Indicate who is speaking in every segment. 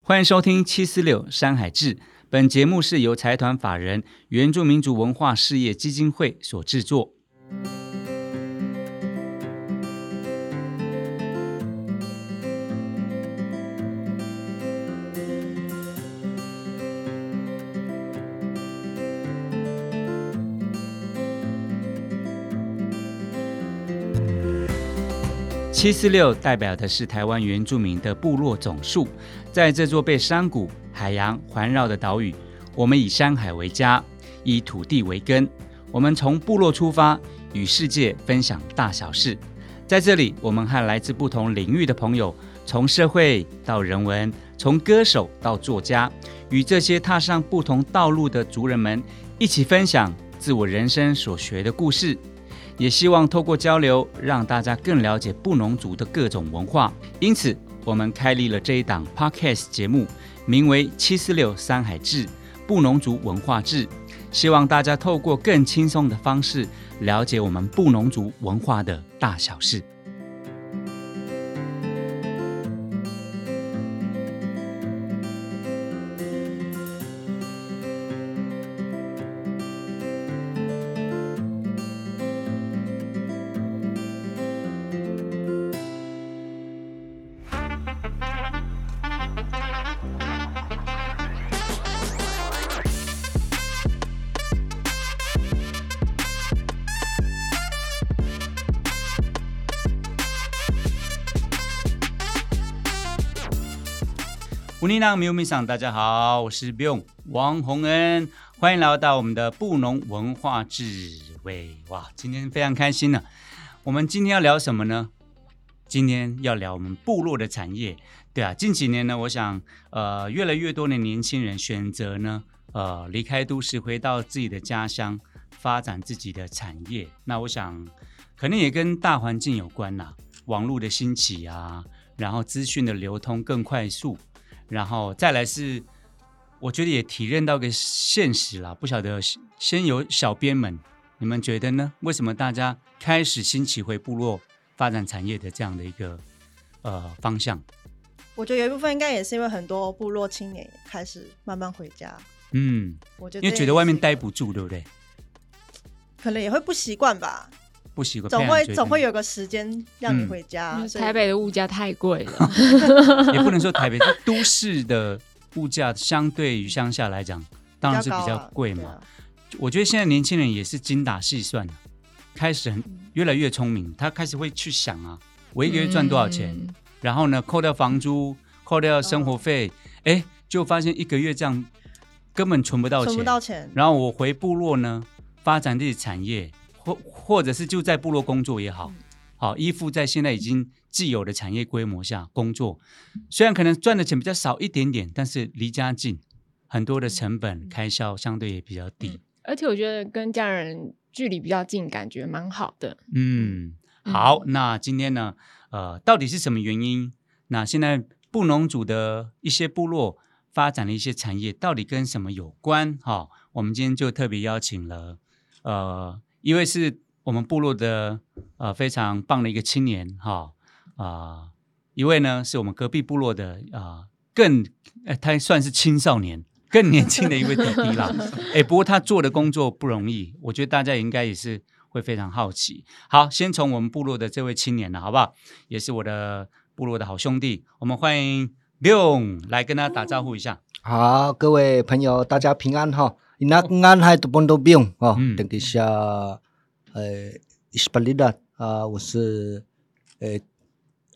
Speaker 1: 欢迎收听七四六山海志。本节目是由财团法人原住民族文化事业基金会所制作。七四六代表的是台湾原住民的部落总数，在这座被山谷、海洋环绕的岛屿，我们以山海为家，以土地为根。我们从部落出发，与世界分享大小事。在这里，我们和来自不同领域的朋友，从社会到人文，从歌手到作家，与这些踏上不同道路的族人们一起分享自我人生所学的故事，也希望透过交流，让大家更了解布农族的各种文化。因此，我们开立了这一档 podcast 节目，名为《七四六山海志布农族文化志》，希望大家透过更轻松的方式，了解我们布农族文化的大小事。乌尼朗米乌米桑，大家好，我是 Bill 王洪恩，欢迎来到我们的布农文化智慧。哇，今天非常开心呢、我们今天要聊什么呢？今天要聊我们部落的产业，对啊，近几年呢，我想呃，越来越多的年轻人选择呢，呃，离开都市，回到自己的家乡，发展自己的产业。那我想，可能也跟大环境有关啦、网络的兴起啊，然后资讯的流通更快速，然后再来是，我觉得也体认到一个现实啦。不晓得先有小编们，你们觉得呢？为什么大家开始兴起回部落发展产业的这样的一个呃方向？
Speaker 2: 我觉得有一部分应该也是因为很多部落青年开始慢慢回家，
Speaker 1: 嗯，
Speaker 2: 我觉得
Speaker 1: 因为
Speaker 2: 这
Speaker 1: 觉
Speaker 2: 也
Speaker 1: 得外面
Speaker 2: 是
Speaker 1: 待不住，对不对？
Speaker 2: 可能也会不习惯吧，
Speaker 1: 不习惯，
Speaker 2: 总
Speaker 1: 非常
Speaker 2: 会
Speaker 1: 觉得
Speaker 2: 总会有个时间让你回家。
Speaker 1: 嗯
Speaker 2: 所以
Speaker 3: 台北的物价太贵了，
Speaker 1: 也不能说台北都市的物价相对于乡下来讲，当然是比
Speaker 2: 高
Speaker 1: 较
Speaker 2: 啊
Speaker 1: 贵
Speaker 2: 对
Speaker 1: 嘛。
Speaker 2: 啊
Speaker 1: 我觉得现在年轻人也是精打细算，啊开始很越来越聪明，他开始会去想啊，我 一个月赚多少钱，
Speaker 3: 嗯
Speaker 1: 然后呢，扣掉房租，扣掉生活费，哎、就发现一个月这样根本存不到
Speaker 2: 嗯啊存
Speaker 1: 钱
Speaker 2: 不。到钱，
Speaker 1: 然后我回部落呢，发展自己产业，或或者是就在部落工作也
Speaker 2: 嗯
Speaker 1: 好，好依附在现在已经既有的产业规模下工作，虽然可能赚的钱比较少一点点，但是离家近，很多的成
Speaker 2: 嗯
Speaker 1: 本开销相对也比较低。
Speaker 3: 而且我觉得跟家人距离比较近，感觉蛮好的。
Speaker 1: 嗯，
Speaker 3: 嗯
Speaker 1: 好，那今天呢，呃，到底是什么原因？那现在布农族的一些部落发展的一些产业，到底跟什么有关？哈、我们今天就特别邀请了，呃，一位是我们部落的呃非常棒的一个青年，哈、啊、一位呢是我们隔壁部落的啊、呃更呃，他算是青少年。更年轻的一位弟弟啦，哎，不过他做的工作不容易，我觉得大家应该也是会非常好奇。好，先从我们部落的这位青年了，好不好？也是我的部落的好兄弟，我们欢迎 Leon 来跟他打招呼一下。
Speaker 4: 好，各位朋友，大家平安哈。那安还都帮都不用哦
Speaker 1: 嗯。
Speaker 4: 等一下，呃，伊斯巴利达啊，我是呃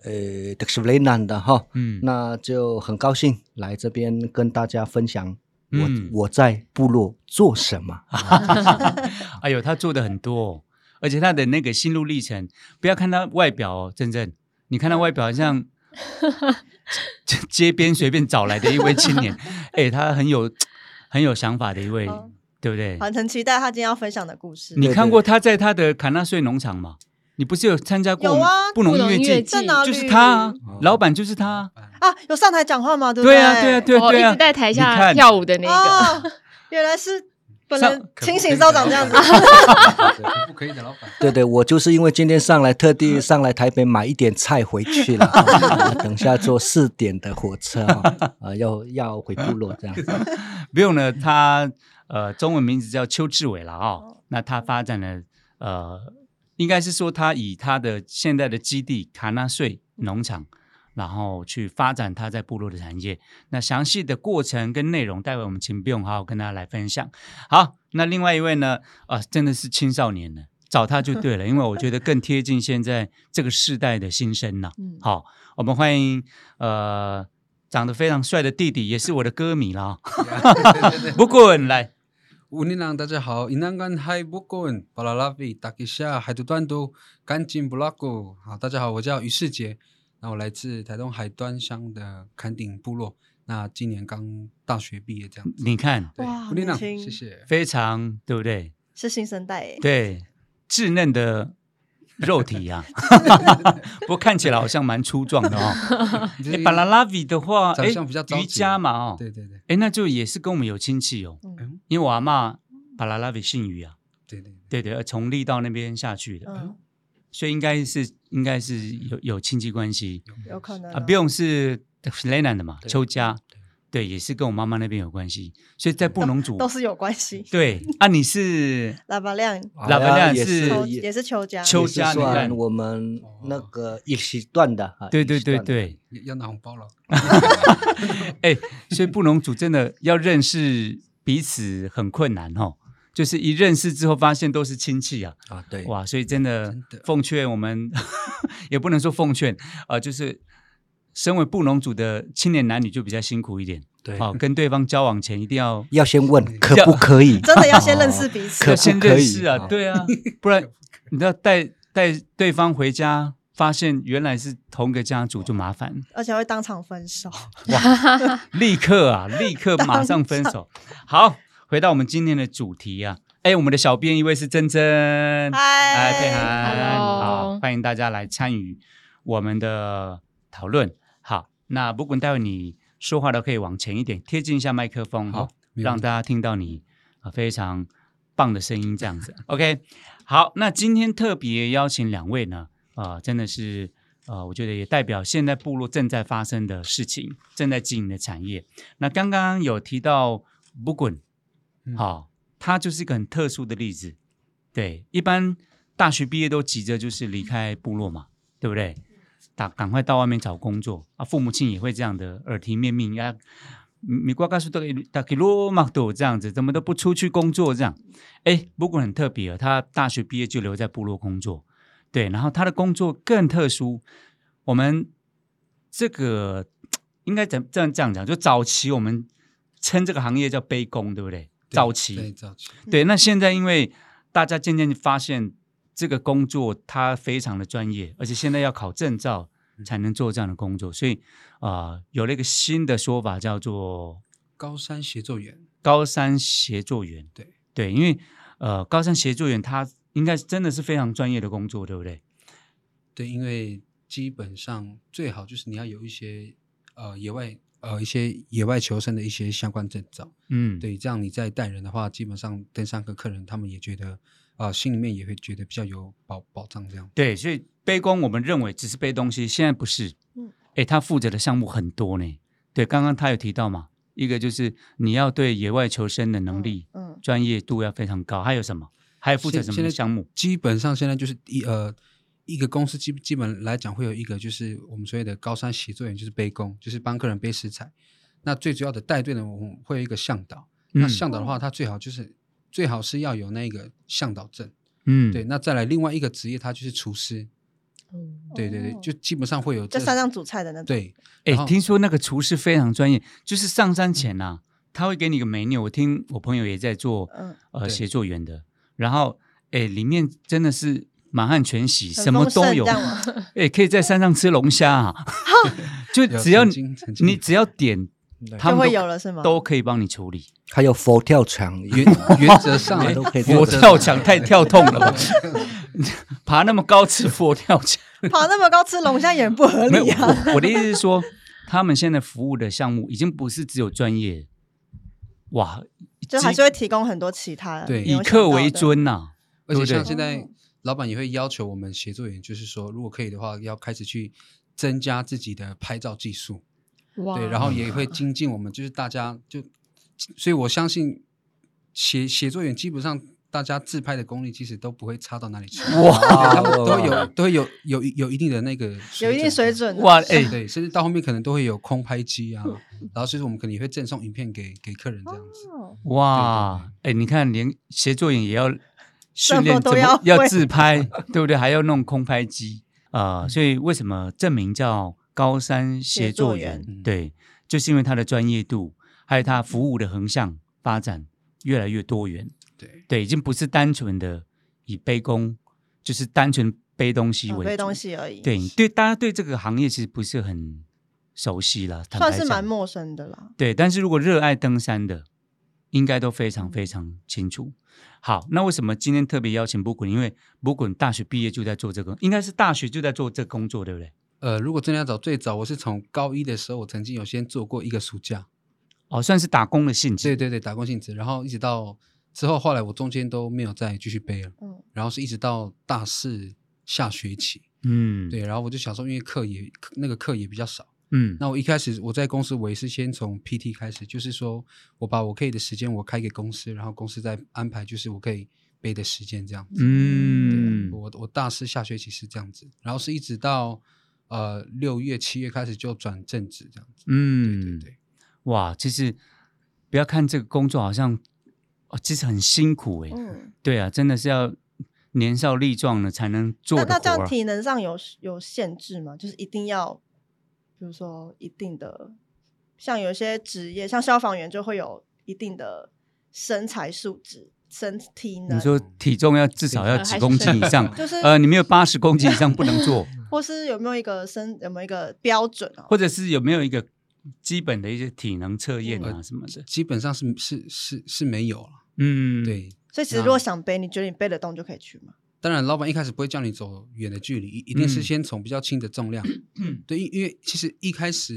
Speaker 4: 呃特什维南的哈。
Speaker 1: 嗯，
Speaker 4: 那就很高兴来这边跟大家分享我、
Speaker 1: 嗯
Speaker 4: 我在部落做什么。啊
Speaker 1: 哎呦，他做的很多、哦，而且他的那个心路历程，不要看他外表哦，真正你看他外表好像街街边随便找来的一位青年，哎，他很有很有想法的一位，
Speaker 2: 哦
Speaker 1: 对不对？
Speaker 2: 很很期待他今天要分享的故事。
Speaker 1: 你
Speaker 4: 对
Speaker 1: 看
Speaker 4: 对
Speaker 1: 过他在他的卡纳穗农场吗？你不是有参加过
Speaker 2: 有
Speaker 1: 我们
Speaker 2: 啊
Speaker 1: 布农
Speaker 3: 布农
Speaker 1: 音乐
Speaker 3: 音乐
Speaker 1: 季？
Speaker 3: 季
Speaker 2: 在哪里？
Speaker 1: 就是他啊
Speaker 4: 哦，
Speaker 1: 老板就是他啊。
Speaker 2: 啊，有上台讲话吗？对不
Speaker 1: 哎对啊，对
Speaker 2: 对
Speaker 1: 啊，对啊，
Speaker 3: 我
Speaker 1: 对
Speaker 3: 一
Speaker 1: 啊！
Speaker 3: 直在台
Speaker 1: 你
Speaker 2: 哦
Speaker 3: 下
Speaker 1: 看
Speaker 3: 跳舞的那个，
Speaker 2: 哦，原来是本
Speaker 1: 上
Speaker 2: 人
Speaker 5: 可不
Speaker 2: 清
Speaker 5: 可
Speaker 2: 醒
Speaker 5: 以
Speaker 2: 到
Speaker 5: 的
Speaker 2: 长 这样子，
Speaker 5: 老板可不可以的，老板。
Speaker 4: 对对，我就是因为今天上来，特地
Speaker 1: 嗯
Speaker 4: 上来台北买一点菜回去 了，啊等下坐四点的火车啊，啊要要回部落这样子。
Speaker 1: 不用呢，他呃中文名字叫邱志伟了啊、那他发展了呃，应该是说他以他的现在的基地卡纳穗农场，然后去发展他在部落的产业。那详细的过程跟内容，待会我们请不用好好跟大家来分享。好，那另外一位呢，啊、真的是青少年了。找他就对了，因为我觉得更贴近现在这个世代的心声呐、
Speaker 3: 嗯
Speaker 1: 好，我们欢迎呃长得非常帅的弟弟，也是我的歌迷 啦、
Speaker 5: 对对对
Speaker 1: 不过来，
Speaker 5: 乌尼郎大家好，伊南干嗨不滚，巴拉拉比达吉夏海图端都干净布拉古。好，大家好，我叫于世杰，那我来自台东海端乡的坎顶部落，那今年刚大学毕业这样子。
Speaker 1: 你看
Speaker 5: 对
Speaker 2: 哇，
Speaker 5: 乌尼郎，
Speaker 2: 年轻
Speaker 5: 谢谢。
Speaker 1: 非常对不对？
Speaker 2: 是新生代耶。
Speaker 1: 对，稚嫩的肉体 呀、不过看起来好像蛮粗壮的 哦。
Speaker 5: 就是
Speaker 1: 哎，巴拉拉比的话，
Speaker 5: 长
Speaker 1: 哎
Speaker 5: 相比较着急
Speaker 1: 瑜伽嘛哦，
Speaker 5: 对对对
Speaker 1: 哎，那就也是跟我们有亲戚哦，
Speaker 5: 嗯
Speaker 1: 因为我阿妈巴拉拉比姓于啊，
Speaker 5: 对对对，
Speaker 1: 对对，从力道那边下去的，
Speaker 2: 嗯，
Speaker 1: 所以应该是应该是有有亲戚关系
Speaker 2: 有可能
Speaker 1: 啊。
Speaker 2: 哦
Speaker 1: 不用是 l e n a 的嘛，
Speaker 4: 对
Speaker 1: 邱家，对，也是跟我妈妈那边有关系，所以在布农族
Speaker 2: 都是有关系。
Speaker 1: 对啊，你是
Speaker 2: 喇叭亮
Speaker 1: 老板
Speaker 4: 哎呀
Speaker 1: 娘
Speaker 4: 也
Speaker 1: 是
Speaker 2: 邱
Speaker 4: 也
Speaker 2: 也是邱家，
Speaker 1: 邱
Speaker 4: 就
Speaker 1: 都
Speaker 4: 是
Speaker 1: 家你
Speaker 4: 算
Speaker 1: 看
Speaker 4: 我们那个一时段的啊，
Speaker 1: 对
Speaker 4: 一
Speaker 1: 对
Speaker 4: 时
Speaker 1: 对
Speaker 4: 段的，
Speaker 1: 对，
Speaker 5: 要要拿红 包了。
Speaker 1: 哎、所以布农族真的要认识彼此很困难哦。就是一认识之后，发现都是亲戚啊，
Speaker 4: 啊对，
Speaker 1: 哇！所以真的
Speaker 5: 真的
Speaker 1: 奉劝我们，也不能说奉劝啊、呃就是身为布农族的青年男女就比较辛苦一点。
Speaker 4: 对
Speaker 1: 好、跟对方交往前一定要
Speaker 4: 要先问可不可以，
Speaker 2: 真的要先认识
Speaker 4: 哦。
Speaker 2: 彼此。
Speaker 1: 嗯
Speaker 4: 可
Speaker 1: 要
Speaker 4: 不
Speaker 1: 先
Speaker 4: 可
Speaker 1: 认
Speaker 4: 以
Speaker 1: 识啊，
Speaker 4: 啊
Speaker 1: 对啊，不 然你知道带带对方回家，发现原来是同个家族就麻烦。
Speaker 2: 而且会当场分手。
Speaker 1: 立刻啊，立刻马上分手。好，回到我们今天的主题啊，哎，我们的小编一位是珍珍，哎，佩
Speaker 2: 嗨，
Speaker 1: 涵，
Speaker 3: Hello
Speaker 1: 好，欢迎大家来参与我们的讨论。好，那不管待会你说话都可以往前一点，贴近一下麦克风哈
Speaker 5: 好，没问题
Speaker 1: 让大家听到你啊非常棒的声音，这样子。OK，好，那今天特别邀请两位呢，啊、真的是呃，我觉得也代表现在部落正在发生的事情，正在经营的产业。那刚刚有提到不滚，
Speaker 5: 嗯
Speaker 1: 好、它就是一个很特殊的例子。对，一般大学毕业都急着就是离开部落嘛，对不对？打赶快到外面找工作啊！父母亲也会这样的耳提面命啊，你瓜告诉大家大家罗马多这样子，怎么都不出去工作这样？哎，不过很特别哦，他大学毕业就留在部落工作，对，然后他的工作更特殊。我们这个应该怎这样这样讲？就早期我们称这个行业叫杯工，对不对？
Speaker 5: 对
Speaker 1: 早期
Speaker 5: 对早期，
Speaker 1: 对，那现在因为大家渐渐发现这个工作它非常的专业，而且现在要考证照
Speaker 5: 嗯
Speaker 1: 才能做这样的工作，所以啊、呃有了一个新的说法叫做
Speaker 5: 高山协作员，
Speaker 1: 高山协作员。
Speaker 5: 对
Speaker 1: 对，因为呃，高山协作员他应该真的是非常专业的工作，对不对？
Speaker 5: 对，因为基本上最好就是你要有一些呃野外呃一些野外求生的一些相关证照，
Speaker 1: 嗯，
Speaker 5: 对，这样你在带人的话，基本上登山客客人他们也觉得啊、呃心里面也会觉得比较有保保障这样。
Speaker 1: 对，所以背光我们认为只是背东西，现在不是。嗯
Speaker 2: 嗯，
Speaker 1: 哎，他负责的项目很多呢。对，刚刚他有提到嘛，一个就是你要对野外求生的能力、
Speaker 2: 嗯，
Speaker 1: 专业度要非常高，还有什么？还有负责
Speaker 5: 现
Speaker 1: 什
Speaker 5: 现
Speaker 1: 么
Speaker 5: 在
Speaker 1: 项目？
Speaker 5: 基本上现在就是一呃一个公司基基本来讲会有一个就是我们所谓的高山协作员，就是背工，就是帮客人背食材。那最主要的带队呢，我们会有一个向导。
Speaker 1: 嗯
Speaker 5: 那向导的话，他最好就是最好是要有那个向导证。
Speaker 1: 嗯，
Speaker 5: 对，那再来另外一个职业，他就是厨师。对对对，
Speaker 2: 哦
Speaker 5: 就基本上会有
Speaker 2: 就
Speaker 5: 这
Speaker 2: 山上煮菜的那种。
Speaker 5: 对
Speaker 1: 哎
Speaker 5: 然，后
Speaker 1: 听说那个厨师非常专业，就是上山前呐、他会给你个 menu。我听我朋友也在做，
Speaker 2: 嗯
Speaker 1: 呃，
Speaker 5: 对
Speaker 1: 协作员的。然后，哎，里面真的是满汉全席，
Speaker 2: 很
Speaker 1: 什么都
Speaker 2: 丰盛
Speaker 1: 有
Speaker 2: 这。样吗
Speaker 1: 哎，可以在山上吃龙虾 啊，就
Speaker 5: 有
Speaker 1: 只要
Speaker 5: 曾
Speaker 1: 你
Speaker 5: 经曾经
Speaker 1: 你只要点，他
Speaker 2: 就
Speaker 1: 们
Speaker 2: 会
Speaker 1: 都
Speaker 2: 有了是吗？
Speaker 1: 都可以帮你处理。
Speaker 4: 还有佛 跳墙，
Speaker 5: 原
Speaker 1: 嗯
Speaker 5: 原则上来
Speaker 4: 都可以
Speaker 1: 佛
Speaker 4: 做
Speaker 5: 原
Speaker 4: 得
Speaker 5: 则
Speaker 1: 跳
Speaker 5: 上
Speaker 1: 墙太跳痛了吧？ 爬那么高吃佛跳墙。
Speaker 2: 跑那么高吃龙虾也不合
Speaker 1: 没有，
Speaker 2: 理啊。
Speaker 1: 我我的意思是说，他们现在服务的项目已经不是只有专业，哇，
Speaker 2: 就还是会提供很多其他的。
Speaker 5: 对
Speaker 2: 没
Speaker 1: 以
Speaker 2: 有想
Speaker 1: 客
Speaker 2: 到
Speaker 1: 为
Speaker 2: 的，
Speaker 1: 尊呐、
Speaker 5: 而且
Speaker 1: 对不
Speaker 5: 像
Speaker 1: 对
Speaker 5: 现在老板也会要求我们协作员，就是说如果可以的话，要开始去增加自己的拍照技术，
Speaker 3: 哇
Speaker 5: 对，然后也会精进我们，就是大家就，所以我相信协协作员基本上大家自拍的功力其实都不会差到哪里去，
Speaker 4: 哇
Speaker 5: 他们
Speaker 1: 哦
Speaker 5: 都有都会有有有一定的那个
Speaker 2: 有一定水准啊的。
Speaker 1: 哇，哎、
Speaker 5: 对，甚至到后面可能都会有空拍机啊，然后就是我们可能也会赠送影片给给客人这样子。
Speaker 2: 嗯哦
Speaker 1: 哇，哎、你看连协作员也要 训
Speaker 2: 什
Speaker 1: 练
Speaker 2: 么
Speaker 1: 怎
Speaker 2: 都
Speaker 1: 么
Speaker 2: 要
Speaker 1: 要
Speaker 2: 会
Speaker 1: 自拍， 对不对？还要弄空拍机
Speaker 2: 嗯
Speaker 1: 啊、呃所以为什么证明叫高山协作员
Speaker 2: 协？嗯
Speaker 5: 作员
Speaker 1: 对，就是因为他的专业度，还有他服务的横向发展越来越多元。
Speaker 5: 对，
Speaker 1: 对，已经不是单纯的以背弓，就是单纯背东西
Speaker 2: 准
Speaker 1: 为主。
Speaker 2: 备哦东西而已，
Speaker 1: 对对，大家对这个行业其实不是很熟悉啦，坦白
Speaker 2: 算是
Speaker 1: 讲
Speaker 2: 蛮陌生的啦。
Speaker 1: 对，但是如果热爱登山的，应该都非常非常清楚。好，那为什么今天特别邀请布滚？因为布滚大学毕业就在做这个，应该是大学就在做这工作，对不对？
Speaker 5: 呃，如果真的要找最早，我是从高一的时候，我曾经有先做过一个暑假，
Speaker 1: 哦，算是打工的性质。
Speaker 5: 对对对，打工性质，然后一直到之后，后来我中间都没有再继续背了，
Speaker 2: 嗯，
Speaker 5: 然后是一直到大四下学期，
Speaker 1: 嗯，
Speaker 5: 对，然后我就想说，因为课也课那个课也比较少，
Speaker 1: 嗯，
Speaker 5: 那我一开始我在公司我也是先从 PT 开始，就是说我把我可以的时间我开给公司，然后公司再安排就是我可以背的时间这样子，
Speaker 1: 嗯，
Speaker 5: 我我大四下学期是这样子，然后是一直到呃六月七月开始就转正职这样子，对对
Speaker 1: 嗯，
Speaker 5: 对。
Speaker 1: 哇，其实不要看这个工作好像，哦，其实很辛苦诶。
Speaker 2: 嗯，
Speaker 1: 对啊，真的是要年少力壮了才能
Speaker 2: 那
Speaker 1: 做
Speaker 2: 那
Speaker 1: 的
Speaker 2: 这
Speaker 1: 活、
Speaker 2: 样
Speaker 1: 啊。
Speaker 2: 体能上有有限制吗？就是一定要，比如说一定的，像有些职业，像消防员就会有一定的身材素质、身体能，
Speaker 1: 你说体重要至少要
Speaker 3: 呃还
Speaker 1: 几
Speaker 3: 是
Speaker 1: 公斤
Speaker 3: 身
Speaker 1: 以
Speaker 3: 体
Speaker 1: 上？
Speaker 2: 就是
Speaker 1: 呃，你没有八十公斤以上不能做。
Speaker 2: 或是有没有一个身有没有一个标准啊？
Speaker 1: 或者是有没有一个基本的一些体能测验
Speaker 5: 嗯
Speaker 1: 啊什么的？
Speaker 5: 基本上是是是是没有了。
Speaker 1: 嗯，，
Speaker 5: 对，
Speaker 2: 所以其实如果想背，你觉得你背得动就可以去吗？
Speaker 5: 当然老板一开始不会叫你走远的距离，一一定是
Speaker 1: 嗯
Speaker 5: 先从比较轻的重量。
Speaker 1: 嗯
Speaker 5: 对，因因为其实一开始，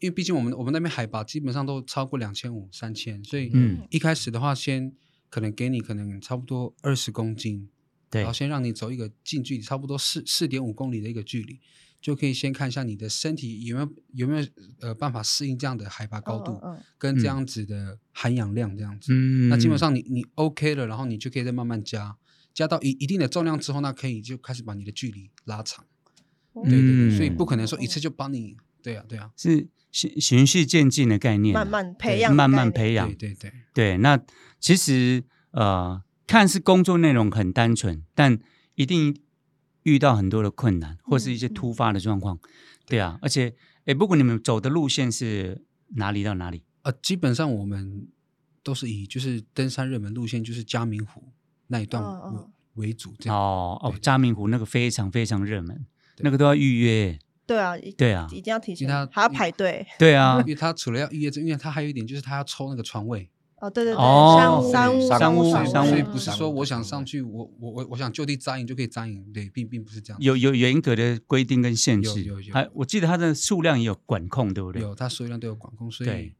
Speaker 5: 因为毕竟我们我们那边海拔基本上都超过两千五、三千，所以
Speaker 1: 嗯
Speaker 5: 一开始的话，先可能给你可能差不多二十公斤，
Speaker 1: 对
Speaker 5: 然后，先让你走一个近距离，差不多四四点五公里的一个距离，就可以先看一下你的身体有没有有没有呃办法适应这样的海拔高度、
Speaker 2: 嗯嗯
Speaker 5: 跟这
Speaker 1: 嗯
Speaker 5: 样子的含氧量这样子。
Speaker 1: 嗯
Speaker 5: 那基本上你你 OK 了，然后你就可以再慢慢加，加到一一定的重量之后，那可以就开始把你的距离拉长。
Speaker 2: 嗯
Speaker 5: 对对
Speaker 1: 嗯
Speaker 5: 对，所以不可能说一次就帮你。对啊，对啊，
Speaker 1: 是循循序渐进的概念啊，
Speaker 2: 慢慢培养，
Speaker 1: 慢慢，培养
Speaker 5: 对。对对，
Speaker 1: 对，那其实呃，看似工作内容很单纯，但一定遇到很多的困
Speaker 2: 嗯
Speaker 1: 难或是一些突发的状况。对啊，而且哎，不管你们走的路线是哪里到哪里，
Speaker 5: 呃，基本上我们都是以就是登山热门路线，就是嘉明湖那一段
Speaker 2: 嗯嗯
Speaker 5: 为为主这样。
Speaker 1: 哦哦
Speaker 5: 对，
Speaker 1: 嘉明湖那个非常非常热门，
Speaker 5: 对
Speaker 1: 那个都要预约。
Speaker 2: 对啊，一
Speaker 1: 对啊
Speaker 2: 一定要提前
Speaker 5: 因为
Speaker 2: 还
Speaker 5: 它，
Speaker 2: 要排队
Speaker 1: 对啊
Speaker 5: 因，为他除了要预约之，因为他还有一点就是他要抽那个床位，
Speaker 2: 哦，对对对，
Speaker 1: 哦
Speaker 2: 三屋
Speaker 1: 山屋
Speaker 2: 屋
Speaker 5: 所以
Speaker 1: 山
Speaker 2: 房
Speaker 1: 屋
Speaker 5: 所以
Speaker 2: 嗯
Speaker 5: 不是
Speaker 4: 山
Speaker 5: 说
Speaker 4: 屋
Speaker 5: 我
Speaker 4: 床
Speaker 5: 想上
Speaker 4: 位
Speaker 5: 去，我我我我想就地扎营就可以扎营，对，并并不是这样。
Speaker 1: 有有严格的规定跟限制，
Speaker 5: 有有有
Speaker 1: 还我记得它的数量也有管控，对不对？
Speaker 5: 有，它数量都有管控，所
Speaker 1: 对
Speaker 5: 以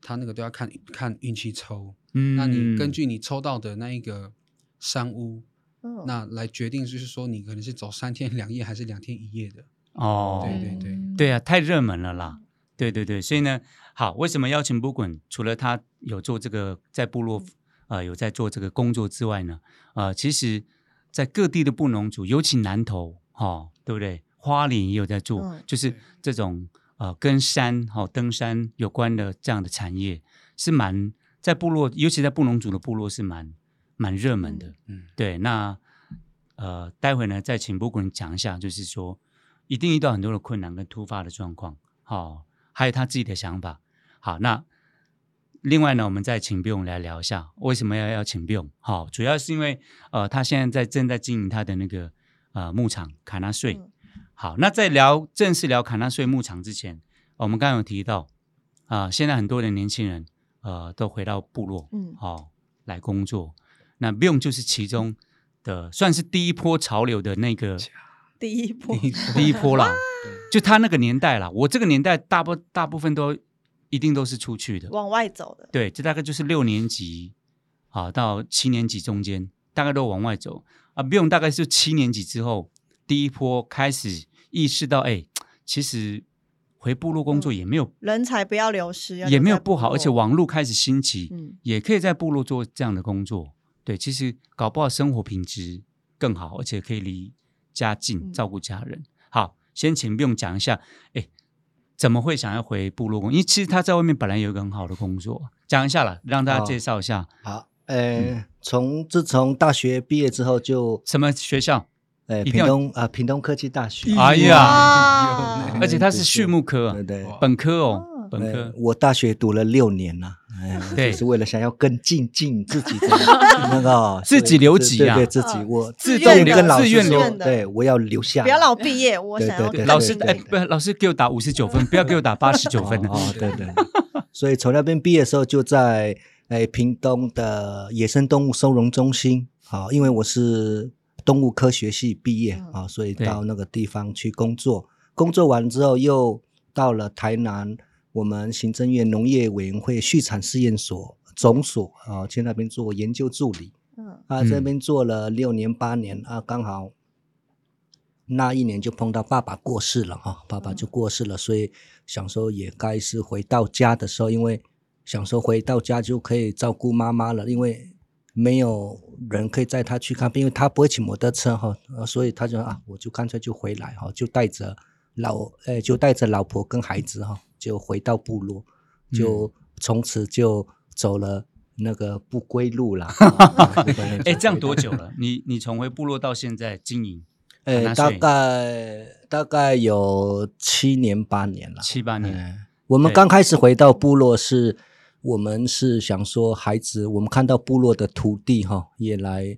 Speaker 5: 它那个都要看看运气抽。
Speaker 1: 嗯
Speaker 5: 那你根据你抽到的那一个山屋，
Speaker 2: 嗯
Speaker 5: 那来决定，就是说你可能是走三天两夜还是两天一夜的。
Speaker 1: 哦，
Speaker 2: 嗯
Speaker 5: 对对对
Speaker 3: 嗯
Speaker 1: 对啊，太热门了啦。对对对，所以呢，好，为什么邀请不滚？除了他有做这个在部落呃有在做这个工作之外呢，呃，其实，在各地的布农族，尤其南投，哈、哦，对不对？花莲也有在做，
Speaker 2: 嗯
Speaker 1: 就是这种呃跟山哈、哦、登山有关的这样的产业，是蛮在部落，尤其在布农族的部落是蛮蛮热门的。
Speaker 5: 嗯，
Speaker 1: 对，那呃，待会呢再请波滚讲一下，就是说一定遇到很多的困难跟突发的状况，好、还有他自己的想法。好，那另外呢，我们再请 b i 来聊一下为什么要要请 b i 好、主要是因为呃，他现在在正在经营他的那个呃牧场卡纳税。
Speaker 2: 嗯
Speaker 1: 好，那在聊正式聊卡纳税牧场之前，哦我们刚刚有提到啊、呃现在很多的年轻人呃都回到部落，
Speaker 2: 嗯
Speaker 1: 哦来工作。那 b i 就是其中的算是第一波潮流的那个
Speaker 2: 第一波，
Speaker 1: 第一波啦，就他那个年代啦，我这个年代大部大部分都一定都是出去的。
Speaker 2: 往外走的，
Speaker 1: 对，这大概就是六年级啊到七年级中间，大概都往外走啊。不用，大概是七年级之后，第一波开始意识到，哎，其实回部落工作也没有、
Speaker 2: 人才不要流失，要
Speaker 1: 也
Speaker 2: 留
Speaker 1: 没有
Speaker 2: 在
Speaker 1: 不
Speaker 2: 部
Speaker 1: 好，而且
Speaker 2: 落
Speaker 1: 网络开始兴起，
Speaker 2: 嗯
Speaker 1: 也可以在部落做这样的工作。对，其实搞不好生活品质更好，而且可以离家近，
Speaker 2: 嗯
Speaker 1: 照顾家人。好，先请不用讲一下，哎，怎么会想要回部落工？因为其实他在外面本来有一个很好的工作，讲一下啦，让大家
Speaker 4: 哦
Speaker 1: 介绍一下、
Speaker 4: 好，呃，从自从大学毕业之后就，
Speaker 1: 什么学校，
Speaker 4: 呃，
Speaker 1: 一定要
Speaker 4: 屏东啊，屏东科技大学，
Speaker 1: 哎呀
Speaker 2: 啊
Speaker 4: 嗯
Speaker 1: 而且他是畜牧科啊，
Speaker 4: 对对
Speaker 1: 本科哦
Speaker 2: 哦，
Speaker 1: 本
Speaker 4: 呃
Speaker 1: 科，
Speaker 4: 我大学读了六年呐、哎，
Speaker 1: 对
Speaker 4: 就是为了想要更精进自 己的那个哦
Speaker 1: 自己留级啊
Speaker 4: 对对对自己我
Speaker 1: 自
Speaker 4: 动
Speaker 1: 愿的
Speaker 4: 跟老
Speaker 1: 自
Speaker 4: 师
Speaker 1: 愿留
Speaker 4: 说，
Speaker 2: 哦的
Speaker 4: 对我要留下来，
Speaker 2: 不要老毕业，我
Speaker 4: 对
Speaker 2: 想
Speaker 4: 对
Speaker 2: 要
Speaker 4: 对
Speaker 1: 老师
Speaker 2: 更
Speaker 1: 哎，
Speaker 2: 进
Speaker 1: 不，老师给我打五十九分，不要给我 打八十九分的。
Speaker 4: 哦，对对。 所以从那边毕业的时候，就在哎屏东的野生动物收容中心啊、因为我是动物科学系毕业啊、所以
Speaker 1: 对
Speaker 4: 到那个地方去工作。工作完之后，又到了台南我们行政院农业委员会畜产试验所总所啊、去那边做研究助理。
Speaker 2: 嗯
Speaker 4: 啊，
Speaker 1: 嗯
Speaker 4: 这边做了六年八年啊，刚好那一年就碰到爸爸过世了哈、爸爸就过世了，所以想说也该是回到家的时候，因为想说回到家就可以照顾妈妈了，因为没有人可以载她去看病，因为她不会骑摩托车哈、呃所以他就啊，我就干脆就回来哈、就带着老呃就带着老婆跟孩子哈、就回到部落，就
Speaker 1: 嗯
Speaker 4: 从此就走了。那个不归路 了，啊不归路
Speaker 1: 哎，这样多久了？你你从回部落到现在经营
Speaker 4: 呃，
Speaker 1: 那
Speaker 4: 大
Speaker 1: 所以
Speaker 4: 概大概有七年八年了。
Speaker 1: 七八年，
Speaker 4: 嗯，我们
Speaker 1: 对
Speaker 4: 刚开始回到部落是，我们是想说孩子，我们看到部落的土地哈、越来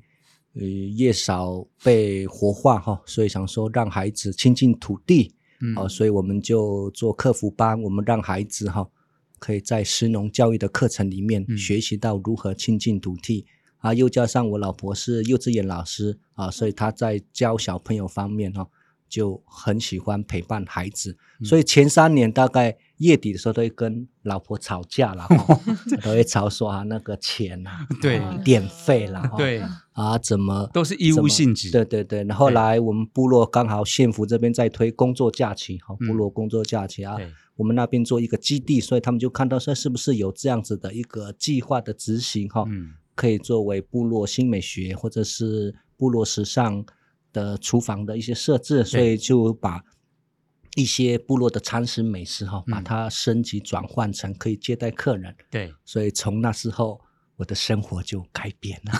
Speaker 4: 呃越少被活化哈、所以想说让孩子亲近土地
Speaker 1: 嗯
Speaker 4: 哦、所以我们就做客服班，我们让孩子哈、可以在食农教育的课程里面
Speaker 1: 嗯
Speaker 4: 学习到如何亲近土地。啊，又加上我老婆是幼稚园老师啊，所以她在教小朋友方面哈、就很喜欢陪伴孩子，
Speaker 1: 嗯
Speaker 4: 所以前三年大概月底的时候都会跟老婆吵架 了、哦，都会吵说啊那个钱啊，
Speaker 1: 对
Speaker 4: 啊电费啦，哦
Speaker 1: 对，
Speaker 4: 啊怎么
Speaker 1: 都是义务
Speaker 4: 怎么
Speaker 1: 性质。
Speaker 4: 对对对，然后
Speaker 1: 对
Speaker 4: 来我们部落刚好县府这边在推工作假期，哈、
Speaker 1: 嗯
Speaker 4: 部落工作假期啊，
Speaker 1: 对
Speaker 4: 我们那边做一个基地，所以他们就看到说是不是有这样子的一个计划的执行哈、
Speaker 1: 嗯
Speaker 4: 可以作为部落新美学或者是部落时尚的厨房的一些设置，所以就把一些部落的餐食美食哈、
Speaker 1: 嗯
Speaker 4: 把它升级转换成可以接待客人，
Speaker 1: 对，
Speaker 4: 所以从那时候我的生活就改变了。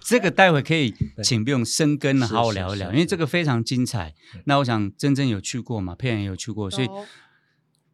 Speaker 1: 这个待会可以
Speaker 4: 对
Speaker 1: 请不用深耕
Speaker 4: 是
Speaker 1: 好好
Speaker 4: 是
Speaker 1: 聊一
Speaker 4: 是嗯
Speaker 1: 聊，因为这个非常精彩。那我想真正有去过嘛，佩然也有去过，所以
Speaker 2: 有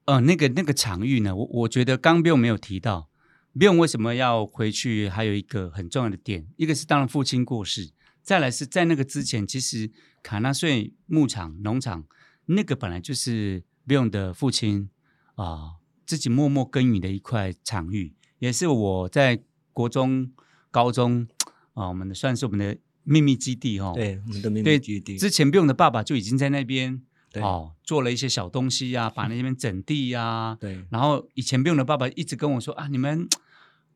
Speaker 1: 呃，那个那个场域呢，我我觉得刚 Bill 没有提到，Bill 为什么要回去，还有一个很重要的点，一个是当然父亲过世，再来是在那个之前，其实卡纳穗牧场农场那个本来就是 Bill 的父亲啊、自己默默耕耘的一块场域，也是我在国中、高中啊、我们的算是我们的秘密基地哦。
Speaker 4: 对，我们的秘
Speaker 1: 对
Speaker 4: 密基地
Speaker 1: 之前 Bill 的爸爸就已经在那边。
Speaker 4: 对
Speaker 1: 哦，做了一些小东西呀、把那边整地呀、
Speaker 4: 对
Speaker 1: 然后以前 Bill 的爸爸一直跟我说啊，你们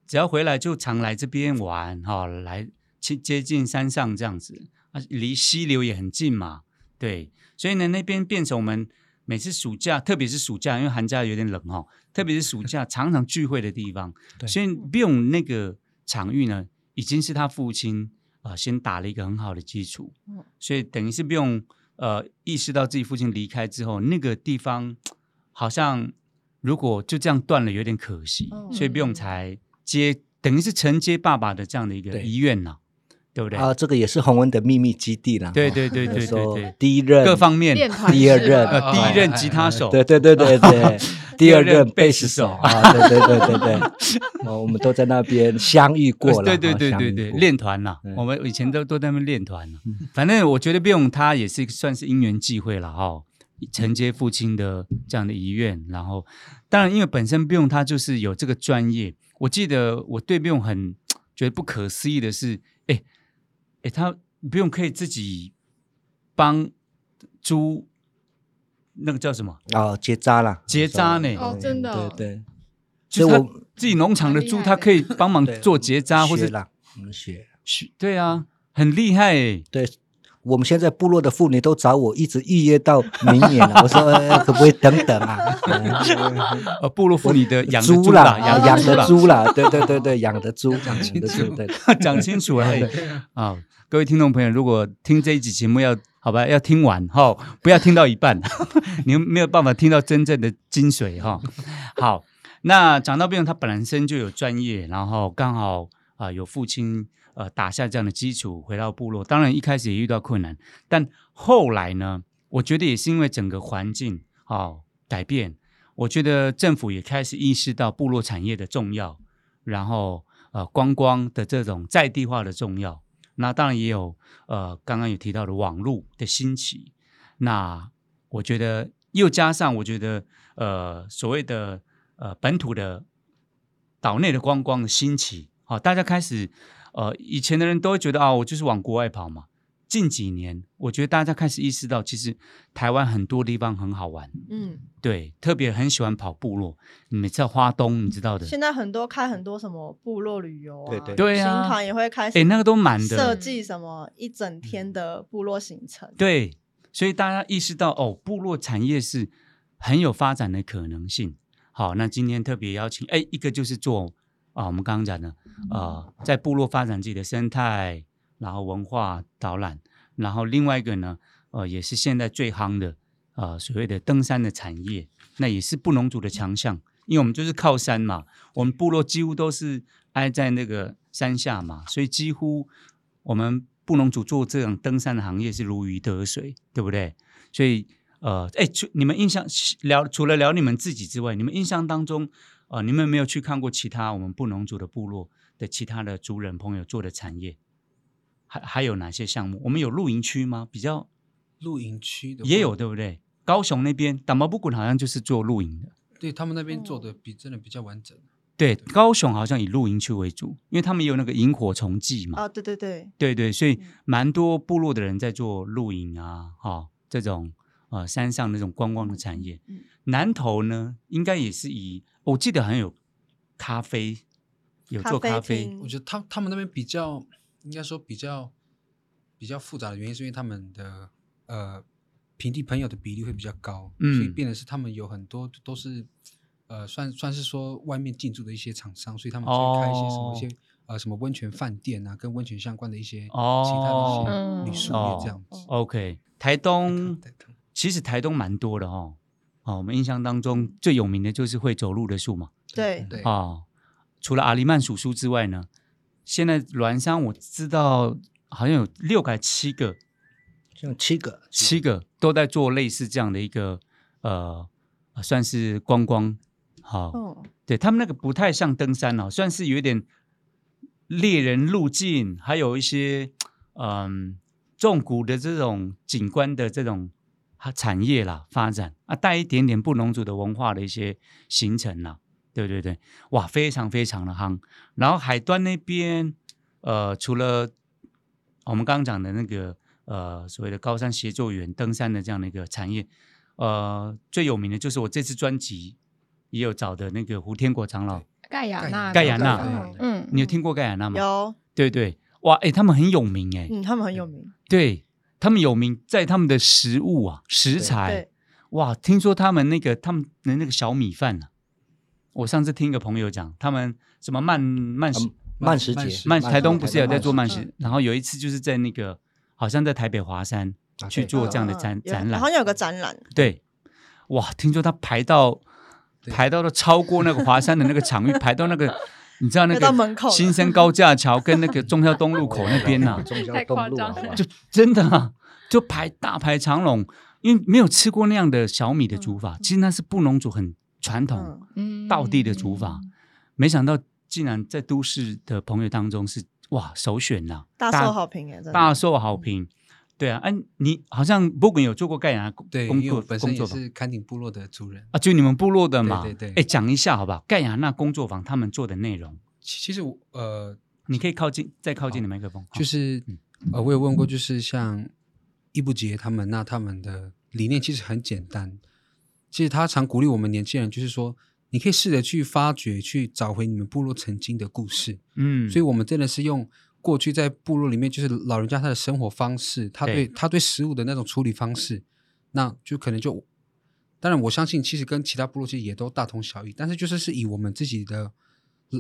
Speaker 1: 只要回来就常来这边玩哈、来接接近山上这样子啊，离溪流也很近嘛，对，所以呢那边变成我们每次暑假，特别是暑假，因为寒假有点冷哦，特别是暑假常常聚会的地方，
Speaker 4: 对
Speaker 1: 所以 Bill 那个场域呢，已经是他父亲啊、呃先打了一个很好的基础，
Speaker 2: 嗯
Speaker 1: 所以等于是 Bill 呃意识到自己父亲离开之后，那个地方好像如果就这样断了，有点可惜，
Speaker 2: 嗯
Speaker 1: 所以 Bill 才接，等于是承接爸爸的这样的一个
Speaker 4: 对
Speaker 1: 遗愿呐，对不对？
Speaker 4: 啊，这个也是洪文的秘密基地啦。
Speaker 1: 对
Speaker 4: 哦
Speaker 1: 对对
Speaker 4: 那
Speaker 1: 对
Speaker 4: 时
Speaker 1: 对
Speaker 4: 候
Speaker 1: 对，
Speaker 4: 第一任哦哎
Speaker 1: 各方面
Speaker 3: 练团
Speaker 4: 第二
Speaker 3: 式
Speaker 4: 任
Speaker 3: 嘛
Speaker 1: 呃第一任吉他手，
Speaker 4: 对对 对对对，第二任贝斯手
Speaker 1: 第
Speaker 4: 啊，对对对对对， 哦，我们都在那边相遇过了，
Speaker 1: 呃对对
Speaker 4: 啊
Speaker 1: 对
Speaker 4: 相
Speaker 1: 对
Speaker 4: 遇
Speaker 1: 对，
Speaker 4: 过嗯
Speaker 1: 练团啦
Speaker 4: 对，
Speaker 1: 我们以前都都在那边练团啦。反正我觉得 Bill 他也是算是因缘际会了哈、哦，承接父亲的这样的遗愿，然后当然因为本身 Bill 他就是有这个专业，我记得我对 Bill 很觉得不可思议的是，哎哎，他 Bill 可以自己帮猪那个叫什么
Speaker 4: 啊，结扎啦，
Speaker 1: 结扎呢
Speaker 3: 哦
Speaker 4: 嗯
Speaker 3: 真的哦
Speaker 4: 对对，
Speaker 1: 就
Speaker 4: 所
Speaker 1: 是
Speaker 4: 以
Speaker 1: 他
Speaker 4: 我
Speaker 1: 自己农场的猪，
Speaker 3: 蛮厉害的
Speaker 1: 他可以帮忙
Speaker 4: 对
Speaker 1: 嗯做结扎或
Speaker 4: 学
Speaker 1: 者
Speaker 4: 啦，我们学，
Speaker 1: 去对啊，很厉害欸。
Speaker 4: 对。我们现在部落的妇女都找我，一直预约到明年了。我说、 呃可不可以等等啊？嗯
Speaker 1: 呃，部落妇女的养的
Speaker 4: 猪
Speaker 1: 啦，啊
Speaker 4: 啦，啊
Speaker 1: 养
Speaker 4: 养
Speaker 1: 的
Speaker 4: 的
Speaker 1: 猪
Speaker 4: 猪啦，对对对对，养的猪，养
Speaker 5: 清
Speaker 4: 的
Speaker 5: 楚
Speaker 4: 猪，对，
Speaker 1: 啦， 讲清楚 哎啊！各位听众朋友，如果听这一集节目要好吧，要听完哈， 不要听到一半， 你们没有办法听到真正的精髓哈。好，那长大变他本身就有专业，然后刚好啊、有父亲呃打下这样的基础，回到部落，当然一开始也遇到困难，但后来呢，我觉得也是因为整个环境哦改变，我觉得政府也开始意识到部落产业的重要，然后呃观光的这种在地化的重要，那当然也有呃刚刚有提到的网络的兴起，那我觉得又加上我觉得呃所谓的呃本土的岛内的观光的兴起，好、大家开始呃以前的人都会觉得啊、我就是往国外跑嘛。近几年，我觉得大家开始意识到，其实台湾很多地方很好玩，
Speaker 3: 嗯，
Speaker 1: 对，特别很喜欢跑部落。你每次到花东，你知道的，
Speaker 2: 现在很多开很多什么部落旅游啊，
Speaker 4: 对对
Speaker 1: 对啊
Speaker 2: 行团也会开始，
Speaker 1: 哎，那个都满的，嗯
Speaker 2: 设计什么一整天的部落行程，
Speaker 1: 对，所以大家意识到哦，部落产业是很有发展的可能性。好，那今天特别邀请，哎，一个就是做啊、我们刚刚讲的，呃，在部落发展自己的生态，然后文化导览，然后另外一个呢，呃，也是现在最夯的，呃，所谓的登山的产业，那也是布农族的强项，因为我们就是靠山嘛，我们部落几乎都是挨在那个山下嘛，所以几乎我们布农族做这种登山的行业是如鱼得水，对不对？所以呃，哎，除你们印象聊除了聊你们自己之外，你们印象当中，呃，你们有没有去看过其他我们布农族的部落的其他的族人朋友做的产业？还还有哪些项目？我们有露营区吗？比较
Speaker 5: 露营区的话
Speaker 1: 也有，对不对？高雄那边打毛布谷好像就是做露营的，
Speaker 5: 对他们那边做的比真的比较完整。
Speaker 1: 对，高雄好像以露营区为主，因为他们也有那个萤火虫季嘛。
Speaker 2: 啊，对对对，
Speaker 1: 对对，所以
Speaker 2: 嗯
Speaker 1: 蛮多部落的人在做露营啊，哈、这种呃山上那种观光的产业。
Speaker 2: 嗯
Speaker 1: 南投呢，应该也是以我记得好像有咖啡，有做咖啡，
Speaker 2: 厅
Speaker 5: 我觉得他他们那边比较，应该说比较比较复杂的原因，是因为他们的呃平地朋友的比例会比较高，所以
Speaker 1: 嗯
Speaker 5: 变的是他们有很多都是呃算算是说外面进驻的一些厂商，所以他们去开一些什么
Speaker 1: 哦
Speaker 5: 一些、呃什么温泉饭店啊，跟温泉相关的一些其
Speaker 1: 哦
Speaker 2: 嗯
Speaker 5: 他的一些旅宿
Speaker 1: 哦
Speaker 5: 业这样子。
Speaker 1: OK，台东其实台东蛮多的哦。哦，我们印象当中最有名的就是会走路的树嘛。
Speaker 2: 对
Speaker 5: 对
Speaker 1: 哦，除了阿里曼鼠树之外呢，现在栾山我知道好像有六个还七个
Speaker 4: 像七个，
Speaker 1: 七个都在做类似这样的一个呃，算是观光好、
Speaker 2: 嗯，
Speaker 1: 对他们那个不太像登山哦，算是有一点猎人路径，还有一些嗯重谷的这种景观的这种啊产业啦发展啊，带一点点布农族的文化的一些形成啦，对对对，哇，非常非常的夯。然后海端那边，呃，除了我们刚刚讲的那个呃所谓的高山协作员登山的这样的一个产业，呃，最有名的就是我这次专辑也有找的那个胡天国长老，
Speaker 3: 盖亚纳，
Speaker 1: 盖亚纳
Speaker 3: 嗯嗯，
Speaker 1: 你有听过盖亚纳吗？
Speaker 2: 有，
Speaker 1: 对对，哇，哎、他们很有名哎、
Speaker 2: 嗯，他们很有名，
Speaker 1: 对他们有名在他们的食物啊食材
Speaker 2: 对，，
Speaker 1: 哇，听说他们那个他们的那个小米饭啊，我上次听一个朋友讲，他们什么慢慢
Speaker 2: 啊
Speaker 1: 食、
Speaker 4: 嗯慢时
Speaker 5: 慢
Speaker 4: 节，
Speaker 5: 食
Speaker 1: 慢
Speaker 5: 慢
Speaker 1: 台东不是有在做慢
Speaker 2: 慢
Speaker 1: 食
Speaker 2: 食，嗯
Speaker 1: 然后有一次就是在那个好像在台北华山
Speaker 4: 啊
Speaker 1: 去
Speaker 4: 对
Speaker 1: 做这样的
Speaker 2: 嗯嗯
Speaker 1: 展
Speaker 2: 有
Speaker 1: 展览
Speaker 2: 好，像有个展览，
Speaker 1: 对，哇，听说他排到
Speaker 5: 对
Speaker 1: 排到了超过那个华山的那个场域，排到那个你知道那
Speaker 2: 排到门
Speaker 1: 个
Speaker 2: 口了
Speaker 1: 新生高架桥跟那个忠孝东路口那边呐、
Speaker 4: 中
Speaker 3: 太
Speaker 4: 交
Speaker 3: 夸
Speaker 4: 东路啊
Speaker 3: 张
Speaker 4: 好不好
Speaker 3: 了
Speaker 1: 就真的、啊、就排大排长龙，因为没有吃过那样的小米的煮法，其实那是布农族很传统
Speaker 2: 嗯，
Speaker 3: 嗯
Speaker 1: 道地的煮法，没想到竟然在都市的朋友当中是哇首选呐、
Speaker 2: 大受好评哎，真的
Speaker 1: 大受好评。对啊，哎、你好像不管有做过盖亚工
Speaker 5: 对，
Speaker 1: 工
Speaker 5: 因为
Speaker 1: 作
Speaker 5: 我本身
Speaker 1: 工
Speaker 5: 也
Speaker 1: 作坊
Speaker 5: 是坎顶部落的族人，
Speaker 1: 啊，就你们部落的嘛，
Speaker 5: 对对对
Speaker 1: 哎，讲一下好不好？盖亚那工作坊他们做的内容，
Speaker 5: 其其实我呃
Speaker 1: 你可以靠近，再靠近你麦克风，
Speaker 5: 就是
Speaker 1: 嗯
Speaker 5: 呃，我有问过，就是像伊布杰他们，那他们的理念其实很简单。其实他常鼓励我们年轻人，就是说，你可以试着去发掘、去找回你们部落曾经的故事。
Speaker 1: 嗯，
Speaker 5: 所以，我们真的是用过去在部落里面，就是老人家他的生活方式，他
Speaker 1: 对
Speaker 5: 对他对食物的那种处理方式，那就可能就，当然我相信，其实跟其他部落其实也都大同小异，但是就是是以我们自己的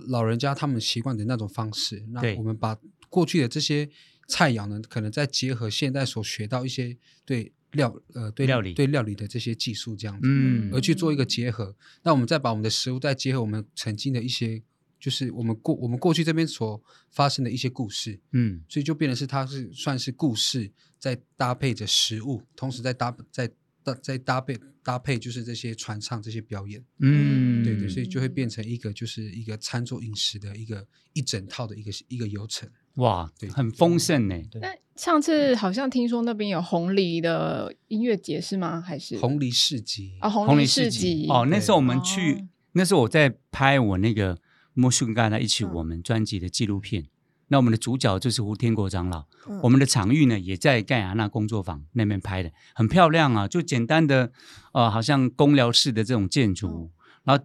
Speaker 5: 老人家他们习惯的那种方式，那
Speaker 1: 对
Speaker 5: 我们把过去的这些菜肴呢，可能再结合现在所学到一些对料呃对
Speaker 1: 料理
Speaker 5: 对料理的这些技术这样子，
Speaker 1: 嗯
Speaker 5: 而去做一个结合。那我们再把我们的食物再结合我们曾经的一些，就是我们过我们过去这边所发生的一些故事，
Speaker 1: 嗯
Speaker 5: 所以就变成是它是算是故事，再搭配着食物，同时再搭再搭再搭配搭配就是这些传唱这些表演，
Speaker 1: 嗯，
Speaker 5: 对对，所以就会
Speaker 3: 嗯
Speaker 5: 变成一个就是一个餐桌饮食的一个一整套的一个一个流程。
Speaker 1: 哇
Speaker 5: 对，
Speaker 1: 很丰盛呢。
Speaker 5: 对，
Speaker 3: 那上次好像听说那边有红梨的音乐节是吗？还是
Speaker 5: 红梨市集
Speaker 3: 啊
Speaker 1: 红
Speaker 3: 红
Speaker 1: 梨
Speaker 3: 市
Speaker 1: 市
Speaker 3: 集
Speaker 1: 集哦，那
Speaker 5: 对
Speaker 1: 时候我们去
Speaker 3: 哦，
Speaker 1: 那时候我在拍我那个《莫顺嘎达一起》
Speaker 2: 嗯
Speaker 1: 我们专辑的纪录片。那我们的主角就是胡天国长老，
Speaker 2: 嗯
Speaker 1: 我们的场域呢也在盖亚纳工作坊那边拍的，很漂亮啊，就简单的呃，好像公寮式的这种建筑
Speaker 2: 嗯
Speaker 1: 物。然后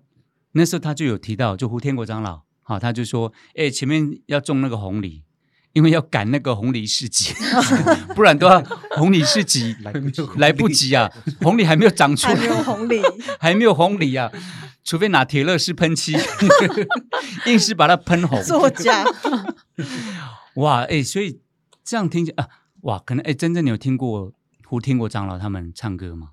Speaker 1: 那时候他就有提到，就胡天国长老，好、他就说，哎，前面要种那个红梨，因为要赶那个红梨市 集，不然都要红梨市集
Speaker 5: 来 不及
Speaker 1: 来不及 啊，红梨还没有长出
Speaker 2: 还
Speaker 1: 来，
Speaker 2: 没 有红梨，
Speaker 1: 还没有红梨啊，除非拿铁乐士喷 漆，硬是把它喷红。
Speaker 2: 作家
Speaker 1: 哇，哎、所以这样听起啊，哇，可能哎、真正你有听过胡天国长老他们唱歌吗？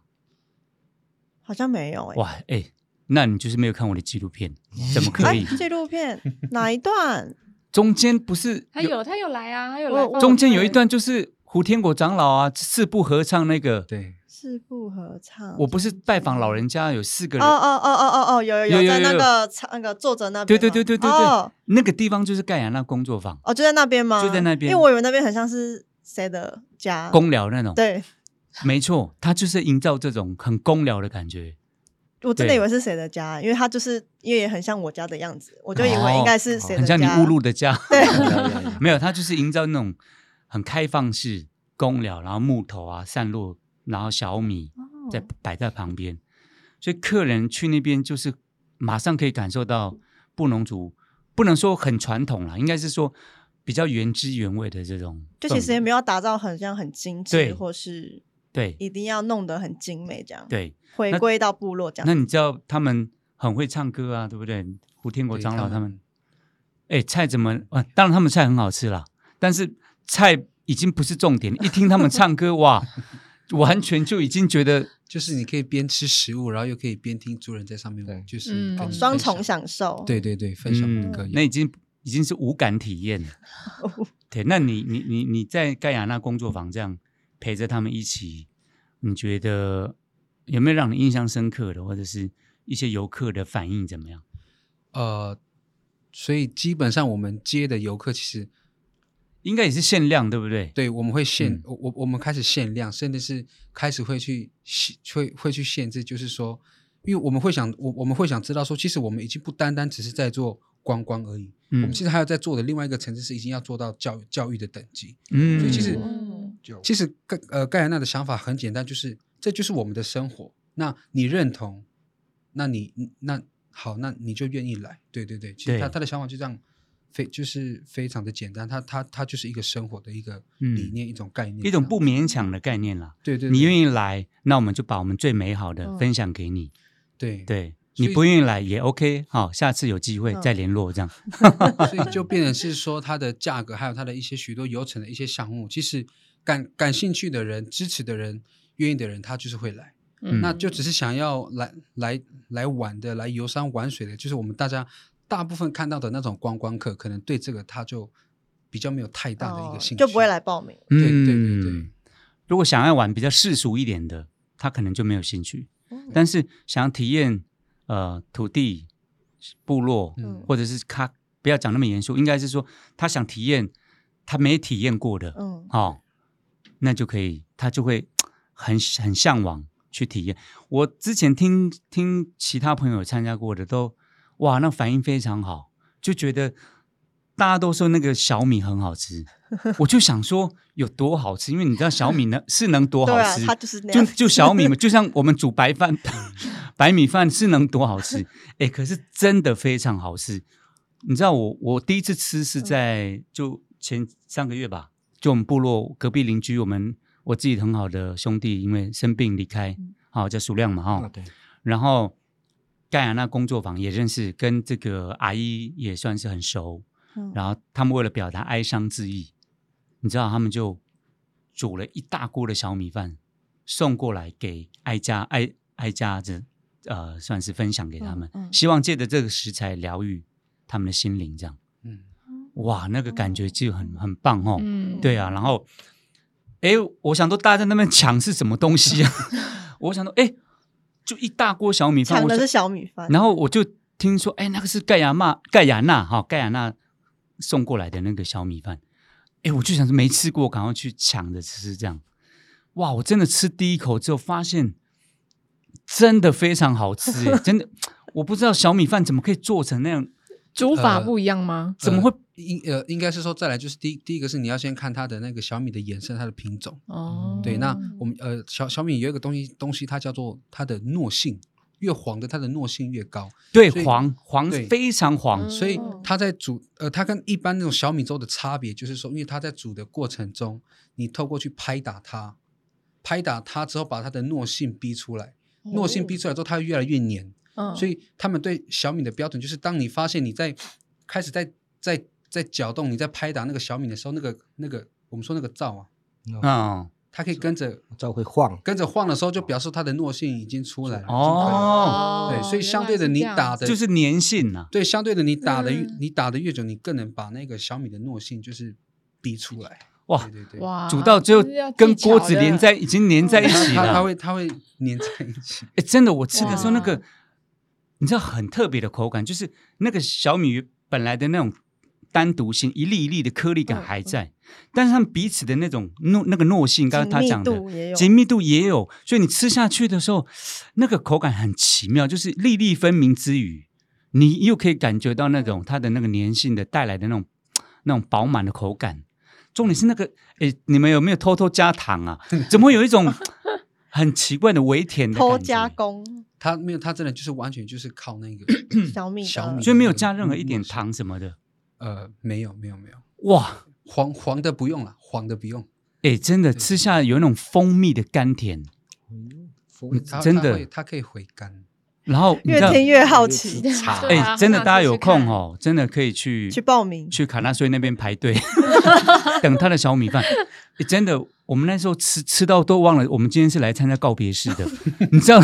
Speaker 2: 好像没有哎、
Speaker 1: 哇，哎、那你就是没有看我的纪录 片，怎么可
Speaker 2: 哎
Speaker 1: 以？
Speaker 2: 纪录 片哪一段？
Speaker 1: 中间不是
Speaker 3: 他有他有来啊，他有
Speaker 2: 我
Speaker 3: 来
Speaker 2: 我嗯
Speaker 1: 中间有一段就是胡天国长老啊，四部合唱那个，
Speaker 5: 对，
Speaker 2: 四部合唱。
Speaker 1: 我不是拜访老人家有四个
Speaker 2: 哦
Speaker 1: 人，
Speaker 2: 哦哦哦哦哦，有
Speaker 1: 有
Speaker 2: 有
Speaker 1: 有
Speaker 2: 在那
Speaker 1: 有
Speaker 2: 个场那个作者那边
Speaker 1: 对
Speaker 2: 吗。
Speaker 1: 对对对对对，
Speaker 2: 哦
Speaker 1: 那个地方就是盖亚纳工作坊，
Speaker 2: 哦，就在那边吗？
Speaker 1: 就在那边
Speaker 2: 因为我以为那边很像是谁的家。
Speaker 1: 公寮那种，
Speaker 2: 对，
Speaker 1: 没错，他就是营造这种很公寮的感觉。
Speaker 2: 我真的
Speaker 1: 对
Speaker 2: 以为是谁的家，因为他就是因为也很像我家的样子，我就以
Speaker 1: 哦
Speaker 2: 为应该是谁的
Speaker 1: 很
Speaker 2: 家。
Speaker 1: 像你误入的家。
Speaker 4: 对
Speaker 1: 没有，它就是营造那种很开放式公寮，然后木头啊散落，然后小米
Speaker 2: 哦
Speaker 1: 在摆在旁边，所以客人去那边就是马上可以感受到布农族，不能说很传统啦，应该是说比较原汁原味的这种氛围。
Speaker 2: 就其实也没有打造很像很精
Speaker 1: 对
Speaker 2: 致，或是
Speaker 1: 对
Speaker 2: 一定要弄得很精美这样。，
Speaker 1: 对，
Speaker 2: 回
Speaker 1: 那
Speaker 2: 归到部落这
Speaker 1: 那
Speaker 2: 样。
Speaker 1: 你知道他们很会唱歌啊，对不对？胡天国
Speaker 5: 对
Speaker 1: 长老
Speaker 5: 他
Speaker 1: 他
Speaker 5: 们
Speaker 1: 们，哎，菜怎么？啊，当然他们菜很好吃啦，但是菜已经不是重 点。一听他们唱歌，哇，完全就已经觉得
Speaker 5: 就是你可以边吃食物，然后又可以边听族人在上面，就是
Speaker 3: 嗯
Speaker 5: 跟
Speaker 3: 哦
Speaker 5: 你
Speaker 2: 双
Speaker 5: 分享
Speaker 2: 重享受。
Speaker 5: 对对对，分享
Speaker 1: 嗯
Speaker 5: 歌谣
Speaker 1: 那已经已经是无感体验 了。对，那你你你你在盖亚纳工作坊这样陪着他们一起，你觉得有没有让你印象深刻的，或者是一些游客的反应怎么样？
Speaker 5: 呃，所以基本上我们接的游客其实
Speaker 1: 应该也是限量，对不对？
Speaker 5: 对我们会限、
Speaker 1: 嗯
Speaker 5: 我我我们开始限量，甚至是开始会去限会会去限制，就是说，因为我们会想我我们会想知道说，其实我们已经不单单只是在做观光而已，我
Speaker 1: 嗯
Speaker 5: 们其实还有在做的另外一个层次是已经要做到教育教育的等级。
Speaker 1: 嗯，
Speaker 5: 所以其实
Speaker 3: 嗯
Speaker 5: 其实盖呃盖亚纳的想法很简单，就是这就是我们的生活。那你认同，那你那好，那你就愿意来。对对对，其实
Speaker 1: 对
Speaker 5: 他他的想法就这样，非就是非常的简单，他他他就是一个生活的一个
Speaker 1: 嗯
Speaker 5: 理念，一种概念，
Speaker 1: 一种
Speaker 5: 这
Speaker 1: 不
Speaker 5: 样
Speaker 1: 勉强的概念啦。
Speaker 5: 对对，
Speaker 1: 你愿
Speaker 5: 意
Speaker 1: 意来，那我们就把我们最美好的
Speaker 3: 嗯
Speaker 1: 分享给你。
Speaker 5: 对
Speaker 1: 对
Speaker 5: 所
Speaker 1: 你
Speaker 5: 以
Speaker 1: 不愿意来也 OK，好，下次有机会
Speaker 2: 嗯
Speaker 1: 再联络这样。
Speaker 5: 所以就变成是说它的价格，还有它的一些许多流程的一些项目，其实感感兴趣的人、支持的人、愿意的人，他就是会来。
Speaker 1: 嗯
Speaker 5: 那就只是想要来来来玩的、来游山玩水的，就是我们大家大部分看到的那种观光客，可能对这个他就比较没有太大的一
Speaker 2: 哦
Speaker 5: 个兴趣，
Speaker 2: 就不会来报名。
Speaker 1: 嗯，
Speaker 5: 对对对对
Speaker 1: 如果想要玩比较世俗一点的，他可能就没有兴趣。
Speaker 2: 嗯
Speaker 5: 嗯
Speaker 1: 但是想要体验呃土地、部落，
Speaker 5: 嗯
Speaker 1: 或者是他不要讲那么严肃，应该是说他想体验他没体验过的，
Speaker 2: 嗯，
Speaker 1: 哦，那就可以，他就会很很向往去体验。我之前听听其他朋友参加过的都，哇，那反应非常好，就觉得大家都说那个小米很好吃，我就想说有多好吃，因为你知道小米呢是能多
Speaker 2: 对
Speaker 1: 好
Speaker 2: 啊
Speaker 1: 吃，，
Speaker 2: 它就是那
Speaker 1: 就
Speaker 2: 样。
Speaker 1: 就小米嘛，就像我们煮白饭、 白米饭是能多好吃，哎、可是真的非常好吃。你知道我我第一次吃是在就前上个月吧，就我们部落隔壁邻居，我们我自己很好的兄弟因为生病离开，好、叫数量嘛哈、
Speaker 4: 啊，对，
Speaker 1: 然后盖亚那工作坊也认识，跟这个阿姨也算是很熟。
Speaker 2: 嗯
Speaker 1: 然后他们为了表达哀伤之意，你知道他们就煮了一大锅的小米饭送过来给哀家哀哀家子，呃，算是分享给他们，
Speaker 2: 嗯嗯
Speaker 1: 希望借着这个食材疗愈他们的心灵。这样，
Speaker 5: 嗯，
Speaker 1: 哇，那个感觉就很很棒哦。
Speaker 3: 嗯，
Speaker 1: 对啊，然后，哎，我想说大家在那边抢是什么东西啊？ 我想说，哎，就一大锅小米饭，
Speaker 2: 抢
Speaker 1: 我
Speaker 2: 的
Speaker 1: 就是
Speaker 2: 小米饭，
Speaker 1: 然后我就听说，哎，那个是盖亚纳盖亚纳哈、盖亚纳送过来的那个小米饭，哎，我就想说没吃过，赶快去抢着吃这样。哇，我真的吃第一口之后发现，真的非常好 吃，哎真的，我不知道小米饭怎么可以做成那样，
Speaker 3: 煮法
Speaker 5: 呃
Speaker 3: 不一样吗？
Speaker 1: 怎么会？
Speaker 5: 应呃应该是说再来就是第一第一个是你要先看它的那个小米的颜色，它的品种。
Speaker 3: 哦，
Speaker 5: 对，那我们呃小小米有一个东西东西它叫做它的糯性，越黄的它的糯性越高，
Speaker 1: 对，
Speaker 5: 所以
Speaker 1: 黄黄
Speaker 5: 对
Speaker 1: 非常黄，
Speaker 3: 嗯
Speaker 5: 所以
Speaker 2: 哦
Speaker 5: 它在煮呃它跟一般那种小米粥的差别就是说，因为它在煮的过程中，你透过去拍打它，拍打它之后把它的糯性逼出来，糯性
Speaker 1: 哦
Speaker 5: 逼出来之后它越来越黏，
Speaker 3: 嗯，
Speaker 5: 所
Speaker 3: 以
Speaker 5: 以他们对小米的标准就是，当你发现你在开始在在在搅动，你在拍打那个小米的时候，那个那个我们说那个灶啊，
Speaker 1: 嗯，
Speaker 5: 它可以跟着
Speaker 4: 照会晃，
Speaker 5: 跟着晃的时候，就表示它的糯性已经出来了。
Speaker 1: 哦，
Speaker 5: 已经对，所以相对的你打的
Speaker 1: 就是粘性啊呐、
Speaker 5: 对，相对的你打的越
Speaker 3: 嗯
Speaker 5: 你打的越久，你更能把那个小米的糯性就是逼出来。
Speaker 1: 哇
Speaker 5: 对对对，
Speaker 3: 哇，
Speaker 1: 煮到最后
Speaker 3: 这是要
Speaker 1: 跟
Speaker 3: 技巧
Speaker 1: 锅子
Speaker 3: 的
Speaker 1: 连在，已经粘在一
Speaker 5: 它
Speaker 1: 起
Speaker 5: 它
Speaker 1: 了。
Speaker 5: 它会它会粘在一起。
Speaker 1: 哎，真的，我吃的时候那个
Speaker 3: 哇，
Speaker 1: 你知道很特别的口感，就是那个小米本来的那种单独性，一粒一粒的颗粒感
Speaker 3: 嗯
Speaker 1: 还
Speaker 3: 嗯
Speaker 1: 在，但是它们彼此的那种糯那个糯性，刚刚他讲
Speaker 2: 紧
Speaker 1: 的
Speaker 2: 密度也有
Speaker 1: 紧密度也有，所以你吃下去的时候，那个口感很奇妙，就是粒粒分明之余，你又可以感觉到那种它的那个粘性的带来的那种那种饱满的口感。重点是那个，哎，你们有没有偷偷加糖啊？怎么会有一种很奇怪的微甜的
Speaker 2: 偷
Speaker 1: 感觉
Speaker 2: 加工
Speaker 5: 它没有，它真的就是完全就是靠 那个
Speaker 2: 小米的
Speaker 5: 小米嗯
Speaker 1: 所以没有加任何一点糖什么的。
Speaker 5: 呃，没有没有没有，
Speaker 1: 哇，
Speaker 5: 黄黄的不用了，黄的不用。
Speaker 1: 哎，真的吃下有那种蜂蜜的甘甜，嗯
Speaker 4: 嗯风
Speaker 5: 它
Speaker 1: 真
Speaker 5: 它
Speaker 1: 的
Speaker 5: 会它可以回甘。
Speaker 1: 然后你
Speaker 2: 越
Speaker 1: 知道，
Speaker 2: 听越好奇，
Speaker 4: 茶
Speaker 3: 对啊
Speaker 1: 哎，真的
Speaker 3: 很想
Speaker 1: 大家
Speaker 3: 试
Speaker 1: 有
Speaker 3: 试
Speaker 1: 空
Speaker 3: 看
Speaker 1: 哦，真的可以去
Speaker 2: 去报名
Speaker 1: 去卡纳瑞那边排队 等他的小米饭。哎真的，我们那时候吃吃到都忘了，我们今天是来参加告别式的， 你知道？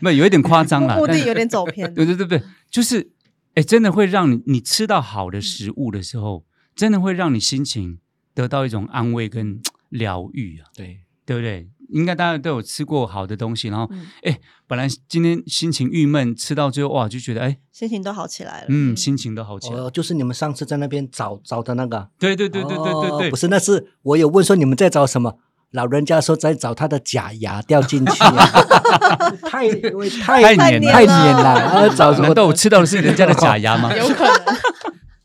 Speaker 1: 没有有一点夸张啦，
Speaker 2: 目
Speaker 1: 但
Speaker 2: 的
Speaker 1: 是
Speaker 2: 有点走 偏。
Speaker 1: 对对对对，就是哎，真的会让你你吃到好的食物的时候，真的会让你心情得到一种安慰跟疗愈啊。
Speaker 4: 对，
Speaker 1: 对不对？应该大家都有吃过好的东西，然后
Speaker 3: 嗯
Speaker 1: 哎、本来今天心情郁闷，吃到最后哇，就觉得哎，
Speaker 2: 心情都好起来了。
Speaker 1: 嗯，
Speaker 3: 嗯
Speaker 1: 心情都好起来。
Speaker 4: 哦，就是你们上次在那边找找的那个，
Speaker 1: 对对对对对对对，
Speaker 4: 哦不是，那是我有问说你们在找什么，老人家说在找他的假牙掉进 去啊，太因为
Speaker 1: 太
Speaker 4: 太
Speaker 1: 黏了
Speaker 4: 太黏了，啊，
Speaker 5: 哦
Speaker 4: 找什
Speaker 1: 难
Speaker 4: 么
Speaker 1: 道我吃到的是人家的假牙 吗？
Speaker 3: 有可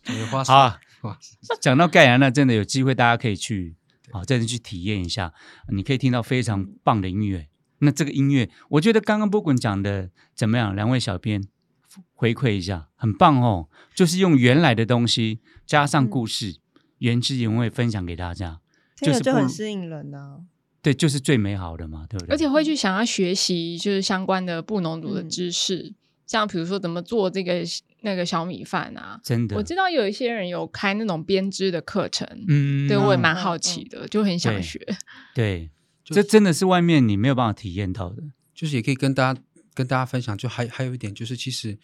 Speaker 3: 能
Speaker 5: 梅花
Speaker 1: 好、啊，
Speaker 5: 哇，
Speaker 1: 讲到盖亚那，真的有机会大家可以去啊，真的去体验一下，你可以听到非常棒的音乐。那这个音乐，我觉得刚刚波滚讲的怎么样？两位小编回馈一下，很棒哦，就是用原来的东西加上故事，原汁原味分享给大家。就
Speaker 2: 听着
Speaker 1: 是
Speaker 2: 就
Speaker 1: 不
Speaker 2: 很吸引人啊呐、
Speaker 1: 对，就是最美好的嘛，对不对？
Speaker 3: 而且会去想要学习就是相关的布农族的
Speaker 2: 嗯
Speaker 3: 知识，像比如说怎么做这个那个小米饭啊。
Speaker 1: 真的，
Speaker 3: 我知道有一些人有开那种编织的课程，
Speaker 1: 嗯，
Speaker 3: 对我也
Speaker 1: 嗯
Speaker 3: 蛮好奇的，就很
Speaker 1: 对
Speaker 3: 想学。
Speaker 1: 对，
Speaker 5: 就
Speaker 1: 这真的是外面你没有办法体验到的。
Speaker 5: 就是也可以跟大家跟大家分享，就还还有一点就是，其实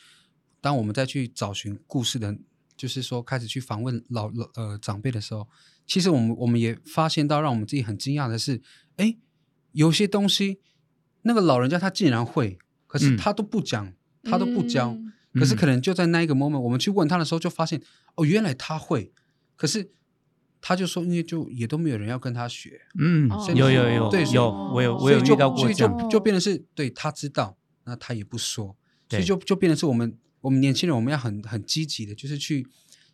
Speaker 5: 当我们再去找寻故事的，就是说开始去访问老老呃长辈的时候，其实我们我们也发现到，让我们自己很惊讶的是，哎，有些东西那个老人家他竟然会，可是
Speaker 1: 嗯
Speaker 5: 他都不讲，他都不教，
Speaker 3: 嗯
Speaker 5: 可是可能就在那一个 moment，我们去问他的时候，就发现哦，原来他会，可是他就说，因为就也都没有人要跟他学，
Speaker 1: 嗯
Speaker 3: 哦，
Speaker 1: 有有有
Speaker 5: 对
Speaker 1: 有，
Speaker 3: 所以
Speaker 1: 我有
Speaker 3: 哦
Speaker 1: 我
Speaker 5: 所以
Speaker 1: 有
Speaker 5: 就
Speaker 1: 遇到过
Speaker 5: 所以
Speaker 1: 这样
Speaker 5: 就
Speaker 1: 的，
Speaker 5: 就变成是对他知道，那他也不说，所
Speaker 1: 对
Speaker 5: 以就就变成是我们我们年轻人我们要很很积极的，就是去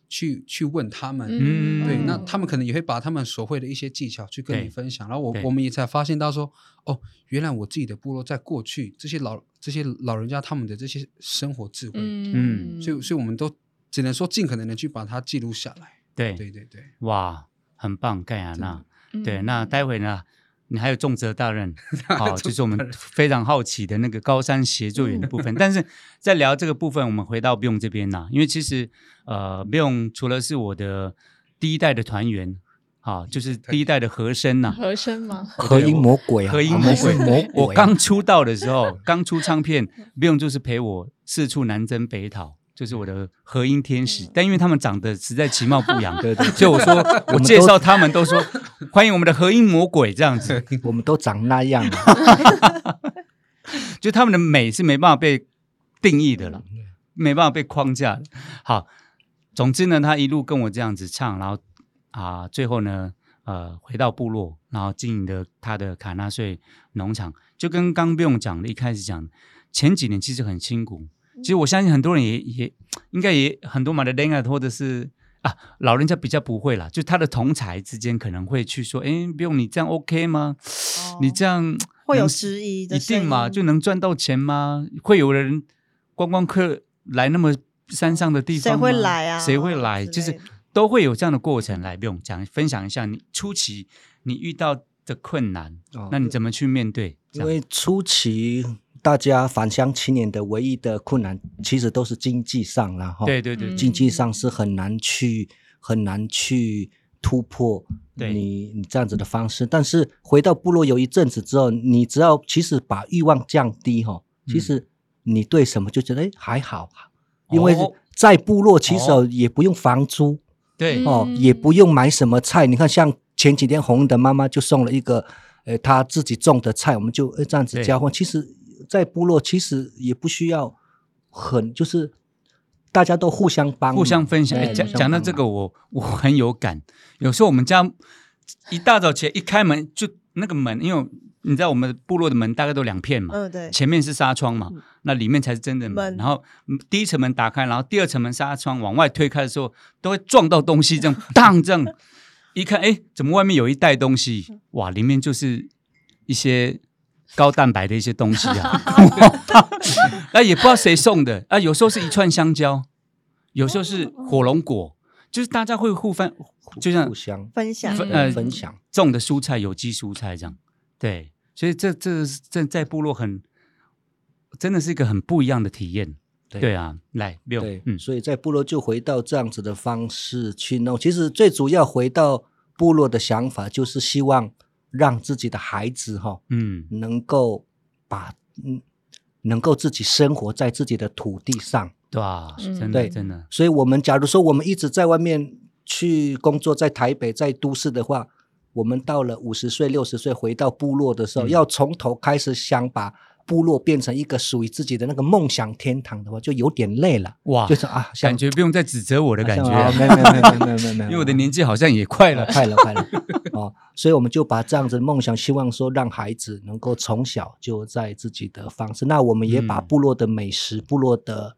Speaker 5: 去去问他们，
Speaker 1: 嗯
Speaker 5: 对，那
Speaker 3: 嗯
Speaker 5: 他们可能也会把他们所会的一些技巧去跟
Speaker 1: 对
Speaker 5: 你分享，然后我
Speaker 1: 对
Speaker 5: 我们也才发现到说，哦，原来我自己的部落在过去这些老这些老人家他们的这些生活智慧，
Speaker 1: 嗯
Speaker 5: 所以所以我们都只能说尽可能的去把它记录下来。
Speaker 1: 对
Speaker 5: 对对对，
Speaker 1: 哇，很棒，盖亚娜。
Speaker 3: 以
Speaker 1: 对，那待会呢，你还有重责大任，好，就是我们非常好奇的那个高山协作员的部分。但是在聊这个部分，我们回到 b i o n 这边啦，因为其实呃 b i o n 除了是我的第一代的团员，好，就是第一代的和声呐、
Speaker 3: 和声吗？
Speaker 4: 合音魔鬼啊，
Speaker 1: 合音
Speaker 4: 我
Speaker 1: 魔
Speaker 4: 们
Speaker 1: 鬼
Speaker 4: 是魔鬼。 啊
Speaker 1: 我刚出道的时候， 刚出唱片 b i o n 就是陪我四处南征北讨。就是我的和音天使，但因为他们长得实在其貌不扬，
Speaker 4: 对对对
Speaker 1: 所以我说我
Speaker 4: 们
Speaker 1: 介
Speaker 4: 都
Speaker 1: 绍他们都说欢迎我们的和音魔鬼这样子，
Speaker 4: 我们都长那 样啊，
Speaker 1: 就他们的美是没办法被定义的了，没办法被框架的。好，总之呢，他一路跟我这样子唱，然后啊，最后呢，呃，回到部落，然后经营的他的卡纳税农场，就跟刚不用讲的一开始讲，前几年其实很辛苦。其实我相信很多人也也应该也很多马的 l e 或者是啊老人家比较不会啦，就他的同才之间可能会去说，哎，不用你这样 OK 吗？
Speaker 2: 哦
Speaker 1: 你这样
Speaker 2: 会有
Speaker 1: 能
Speaker 2: 质疑的
Speaker 1: 一定
Speaker 2: 声
Speaker 1: 嘛？
Speaker 2: 音
Speaker 1: 就能赚到钱吗？会有人观光客来那么山上的地
Speaker 2: 谁
Speaker 1: 方吗
Speaker 2: 会来啊
Speaker 1: 谁会来？
Speaker 2: 之
Speaker 1: 就是
Speaker 2: 类的
Speaker 1: 都会有这样的过程来，不用讲，分享一下你初期你遇到的困难，
Speaker 4: 哦
Speaker 1: 那你怎么去面对？这
Speaker 4: 因
Speaker 1: 样
Speaker 4: 为初期大家返乡青年的唯一的困难，其实都是经济上啦，哈。
Speaker 1: 对对对，
Speaker 3: 嗯
Speaker 4: 哦经济上是很难去很难去突破
Speaker 1: 对
Speaker 4: 你你这样子的方式。但是回到部落有一阵子之后，你只要其实把欲望降低哈、
Speaker 1: 嗯
Speaker 4: 其实你对什么就觉得哎还好，因为
Speaker 1: 哦
Speaker 4: 在部落其实
Speaker 1: 哦
Speaker 4: 也不用房租
Speaker 1: 对
Speaker 3: 嗯
Speaker 4: 哦，也不用买什么菜。你看，像前几天红的妈妈就送了一个呃她自己种的菜，我们就呃这样子
Speaker 1: 对
Speaker 4: 交换。其实，在部落其实也不需要很就是。大家都互相帮忙，
Speaker 1: 互相分享。
Speaker 4: 对
Speaker 1: 哎讲
Speaker 4: 互相
Speaker 1: 讲到
Speaker 4: 帮
Speaker 1: 这
Speaker 4: 忙
Speaker 1: 个，我我很有感。有时候我们家一大早起来一开门就那个门，因为你知道我们部落的门大概都两片嘛，
Speaker 2: 嗯对，嗯
Speaker 1: 前面是纱窗嘛，那里面才是真的门。
Speaker 2: 门
Speaker 1: 然后嗯第一层门打开，然后第二层门纱窗往外推开的时候，都会撞到东西，这样当这样 一看，哎，怎么外面有一袋东西？
Speaker 2: 嗯
Speaker 1: 哇，里面就是一些高蛋白的一些东西 啊。 那也不知道谁送的啊，有时候是一串香蕉，有时候是火龙果，就是大家会互翻，就像
Speaker 4: 互相
Speaker 2: 分享
Speaker 1: 分
Speaker 3: 嗯
Speaker 1: 呃
Speaker 4: 分享。
Speaker 1: 种的蔬菜、有机蔬菜这样。对，所以这这这在部落很真的是一个很不一样的体验。对
Speaker 4: 对
Speaker 1: 啊，来六
Speaker 4: 对，
Speaker 1: 嗯
Speaker 4: 所以在部落就回到这样子的方式去弄。其实最主要回到部落的想法，就是希望让自己的孩子哈、
Speaker 1: 嗯
Speaker 4: 能够把嗯，能够自己生活在自己的土地上。
Speaker 1: 对啊，
Speaker 3: 嗯
Speaker 1: 真的
Speaker 4: 对
Speaker 1: 真的
Speaker 4: 所以，我们假如说我们一直在外面去工作，在台北、在都市的话，我们到了五十岁、六十岁回到部落的时候，
Speaker 1: 嗯
Speaker 4: 要从头开始想把部落变成一个属于自己的那个梦想天堂的话，就有点累了。
Speaker 1: 哇，
Speaker 4: 就是啊，像
Speaker 1: 感觉不用再指责我的感觉
Speaker 4: 啊
Speaker 1: 啊，
Speaker 4: 没有没有没有没有没有没
Speaker 1: 因
Speaker 4: 有，
Speaker 1: 为我的年纪好像也快了。
Speaker 4: 快了快了 哦，所以我们就把这样子的梦想，希望说让孩子能够从小就在自己的方式。那我们也把
Speaker 1: 嗯
Speaker 4: 部落的美食、部落的，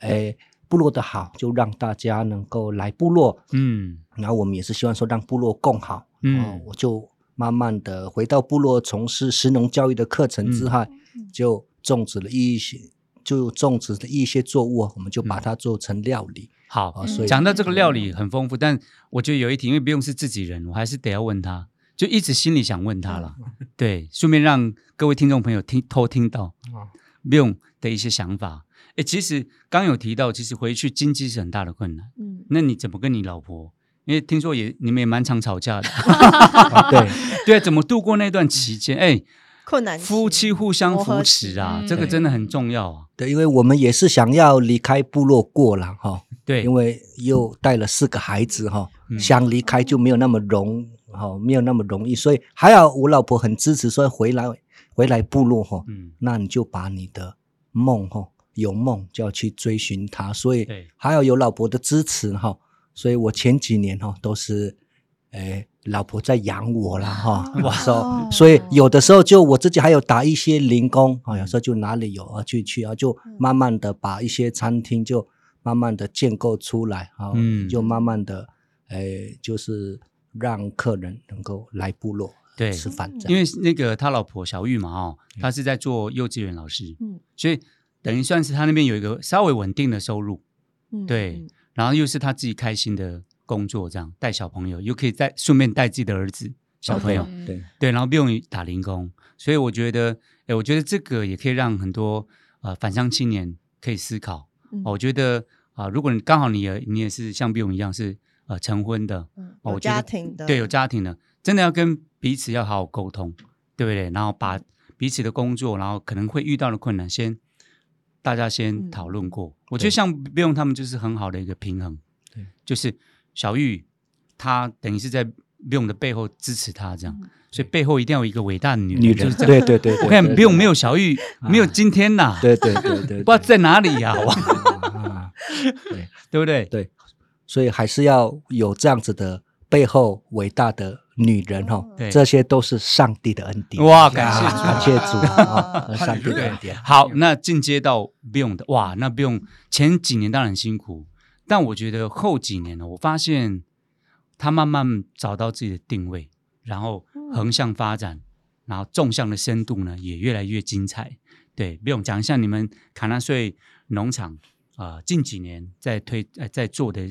Speaker 4: 诶，部落的好，就让大家能够来部落。
Speaker 1: 嗯
Speaker 4: 然后我们也是希望说让部落更好。哦
Speaker 1: 嗯，，
Speaker 4: 我就慢慢的回到部落从事食农教育的课程
Speaker 1: 嗯
Speaker 4: 之后，就种植了一些。就种植的一些作物啊，我们就把
Speaker 1: 嗯
Speaker 4: 它做成料 理
Speaker 1: 好
Speaker 4: 啊，，
Speaker 3: 嗯
Speaker 4: 所以
Speaker 1: 讲到这个料理很丰富，但我觉得有一题，因为不用是自己人，我还是得要问他，就一直心里想问他了。
Speaker 4: 嗯
Speaker 1: 对，顺便让各位听众朋友听偷听到
Speaker 4: 哦
Speaker 1: b i 的一些想法。哎，其实刚有提到，其实回去经济是很大的困难。
Speaker 2: 嗯，
Speaker 1: 那你怎么跟你老婆？因为听说也你们也蛮常吵 架的，
Speaker 4: 啊对，
Speaker 1: 对，怎么度过那段期间？哎，
Speaker 2: 困难期
Speaker 1: 夫妻互相
Speaker 2: 磨
Speaker 1: 扶
Speaker 2: 合嗯
Speaker 1: 持啊，
Speaker 3: 期
Speaker 1: 这个真的很重要啊。
Speaker 4: 对，因为我们也是想要离开部落过了哈、
Speaker 1: 对，
Speaker 4: 因为又带了四个孩子哈、
Speaker 1: 嗯
Speaker 4: 想离开就没有那么容哈、没有那么容易，所以还好我老婆很支持，说回来回来部落哈、
Speaker 1: 嗯，
Speaker 4: 那你就把你的梦哈、有梦就要去追寻它，所以
Speaker 1: 对
Speaker 4: 还要有老婆的支持哈、所以我前几年哈、都是，诶、老婆在养我啦哈、
Speaker 2: 哇
Speaker 4: 哇
Speaker 2: 哦
Speaker 4: 所
Speaker 1: 哦
Speaker 4: 以有的时候就我自己还有打一哦
Speaker 1: 嗯
Speaker 4: 些零工啊，有时候就哪里有啊去去啊，就慢慢的把一些餐厅就慢慢的建构出来啊，
Speaker 1: 嗯
Speaker 4: 就慢慢的，哎，就是让客人能够来部落
Speaker 1: 对
Speaker 4: 吃饭这样，嗯
Speaker 1: 因为那个他老婆小玉嘛，哦，她是在做幼稚园老师，
Speaker 2: 嗯
Speaker 1: 所以等于算是他那边有一个稍微稳定的收入，
Speaker 2: 嗯
Speaker 1: 对
Speaker 2: 嗯
Speaker 1: 然后又是他自己开心的工作，这样带小朋友，又可以带顺便带自己的儿子小朋友，
Speaker 3: 嗯
Speaker 4: 对，
Speaker 1: 对，然后不用打零工，所以我觉得，哎，我觉得这个也可以让很多呃返乡青年可以思考。
Speaker 2: 嗯
Speaker 1: 哦我觉得啊、如果你刚好你也你也是像比我们一样是呃成婚的，
Speaker 2: 嗯
Speaker 1: 哦
Speaker 2: 有
Speaker 1: 我觉得
Speaker 2: 家庭的，
Speaker 1: 对，有家庭的，真的要跟彼此要好好沟通，对不对？然后把彼此的工作，然后可能会遇到的困难先。大家先
Speaker 2: 嗯
Speaker 1: 讨论过，我觉得
Speaker 4: 对
Speaker 1: 像备用他们就是很好的一个平衡，
Speaker 4: 对，
Speaker 1: 就是小玉她等于是在备用的背后支持她这样，
Speaker 2: 嗯
Speaker 1: 所以背后一定要有一个伟大的女人，
Speaker 4: 女
Speaker 1: 就
Speaker 4: 人
Speaker 1: 是这样
Speaker 4: 对对对，
Speaker 1: 我看不用没
Speaker 4: 有，
Speaker 1: 有小玉，没有今天呐，
Speaker 4: 对对对对，
Speaker 1: 不知道 在哪里呀，哇，
Speaker 4: 啊，对
Speaker 1: 对不对？
Speaker 4: 对，所以还是要有这样子的背后伟大的女人哈
Speaker 2: 哦，
Speaker 1: 对
Speaker 4: 这些都是上帝的恩典，
Speaker 1: 哇感谢
Speaker 4: 啊感
Speaker 2: 主
Speaker 4: 谢主啊，
Speaker 2: 啊
Speaker 4: 上帝的恩典，
Speaker 1: 好，那进阶到 Beyond 的哇，那 Beyond 前几年当然很辛苦，但我觉得后几年呢，我发现他慢慢找到自己的定位，然后横向发展，然后纵向的深度呢也越来越精彩。对，Beyond 讲一下你们卡纳穗农场啊、呃近几年在推呃在做的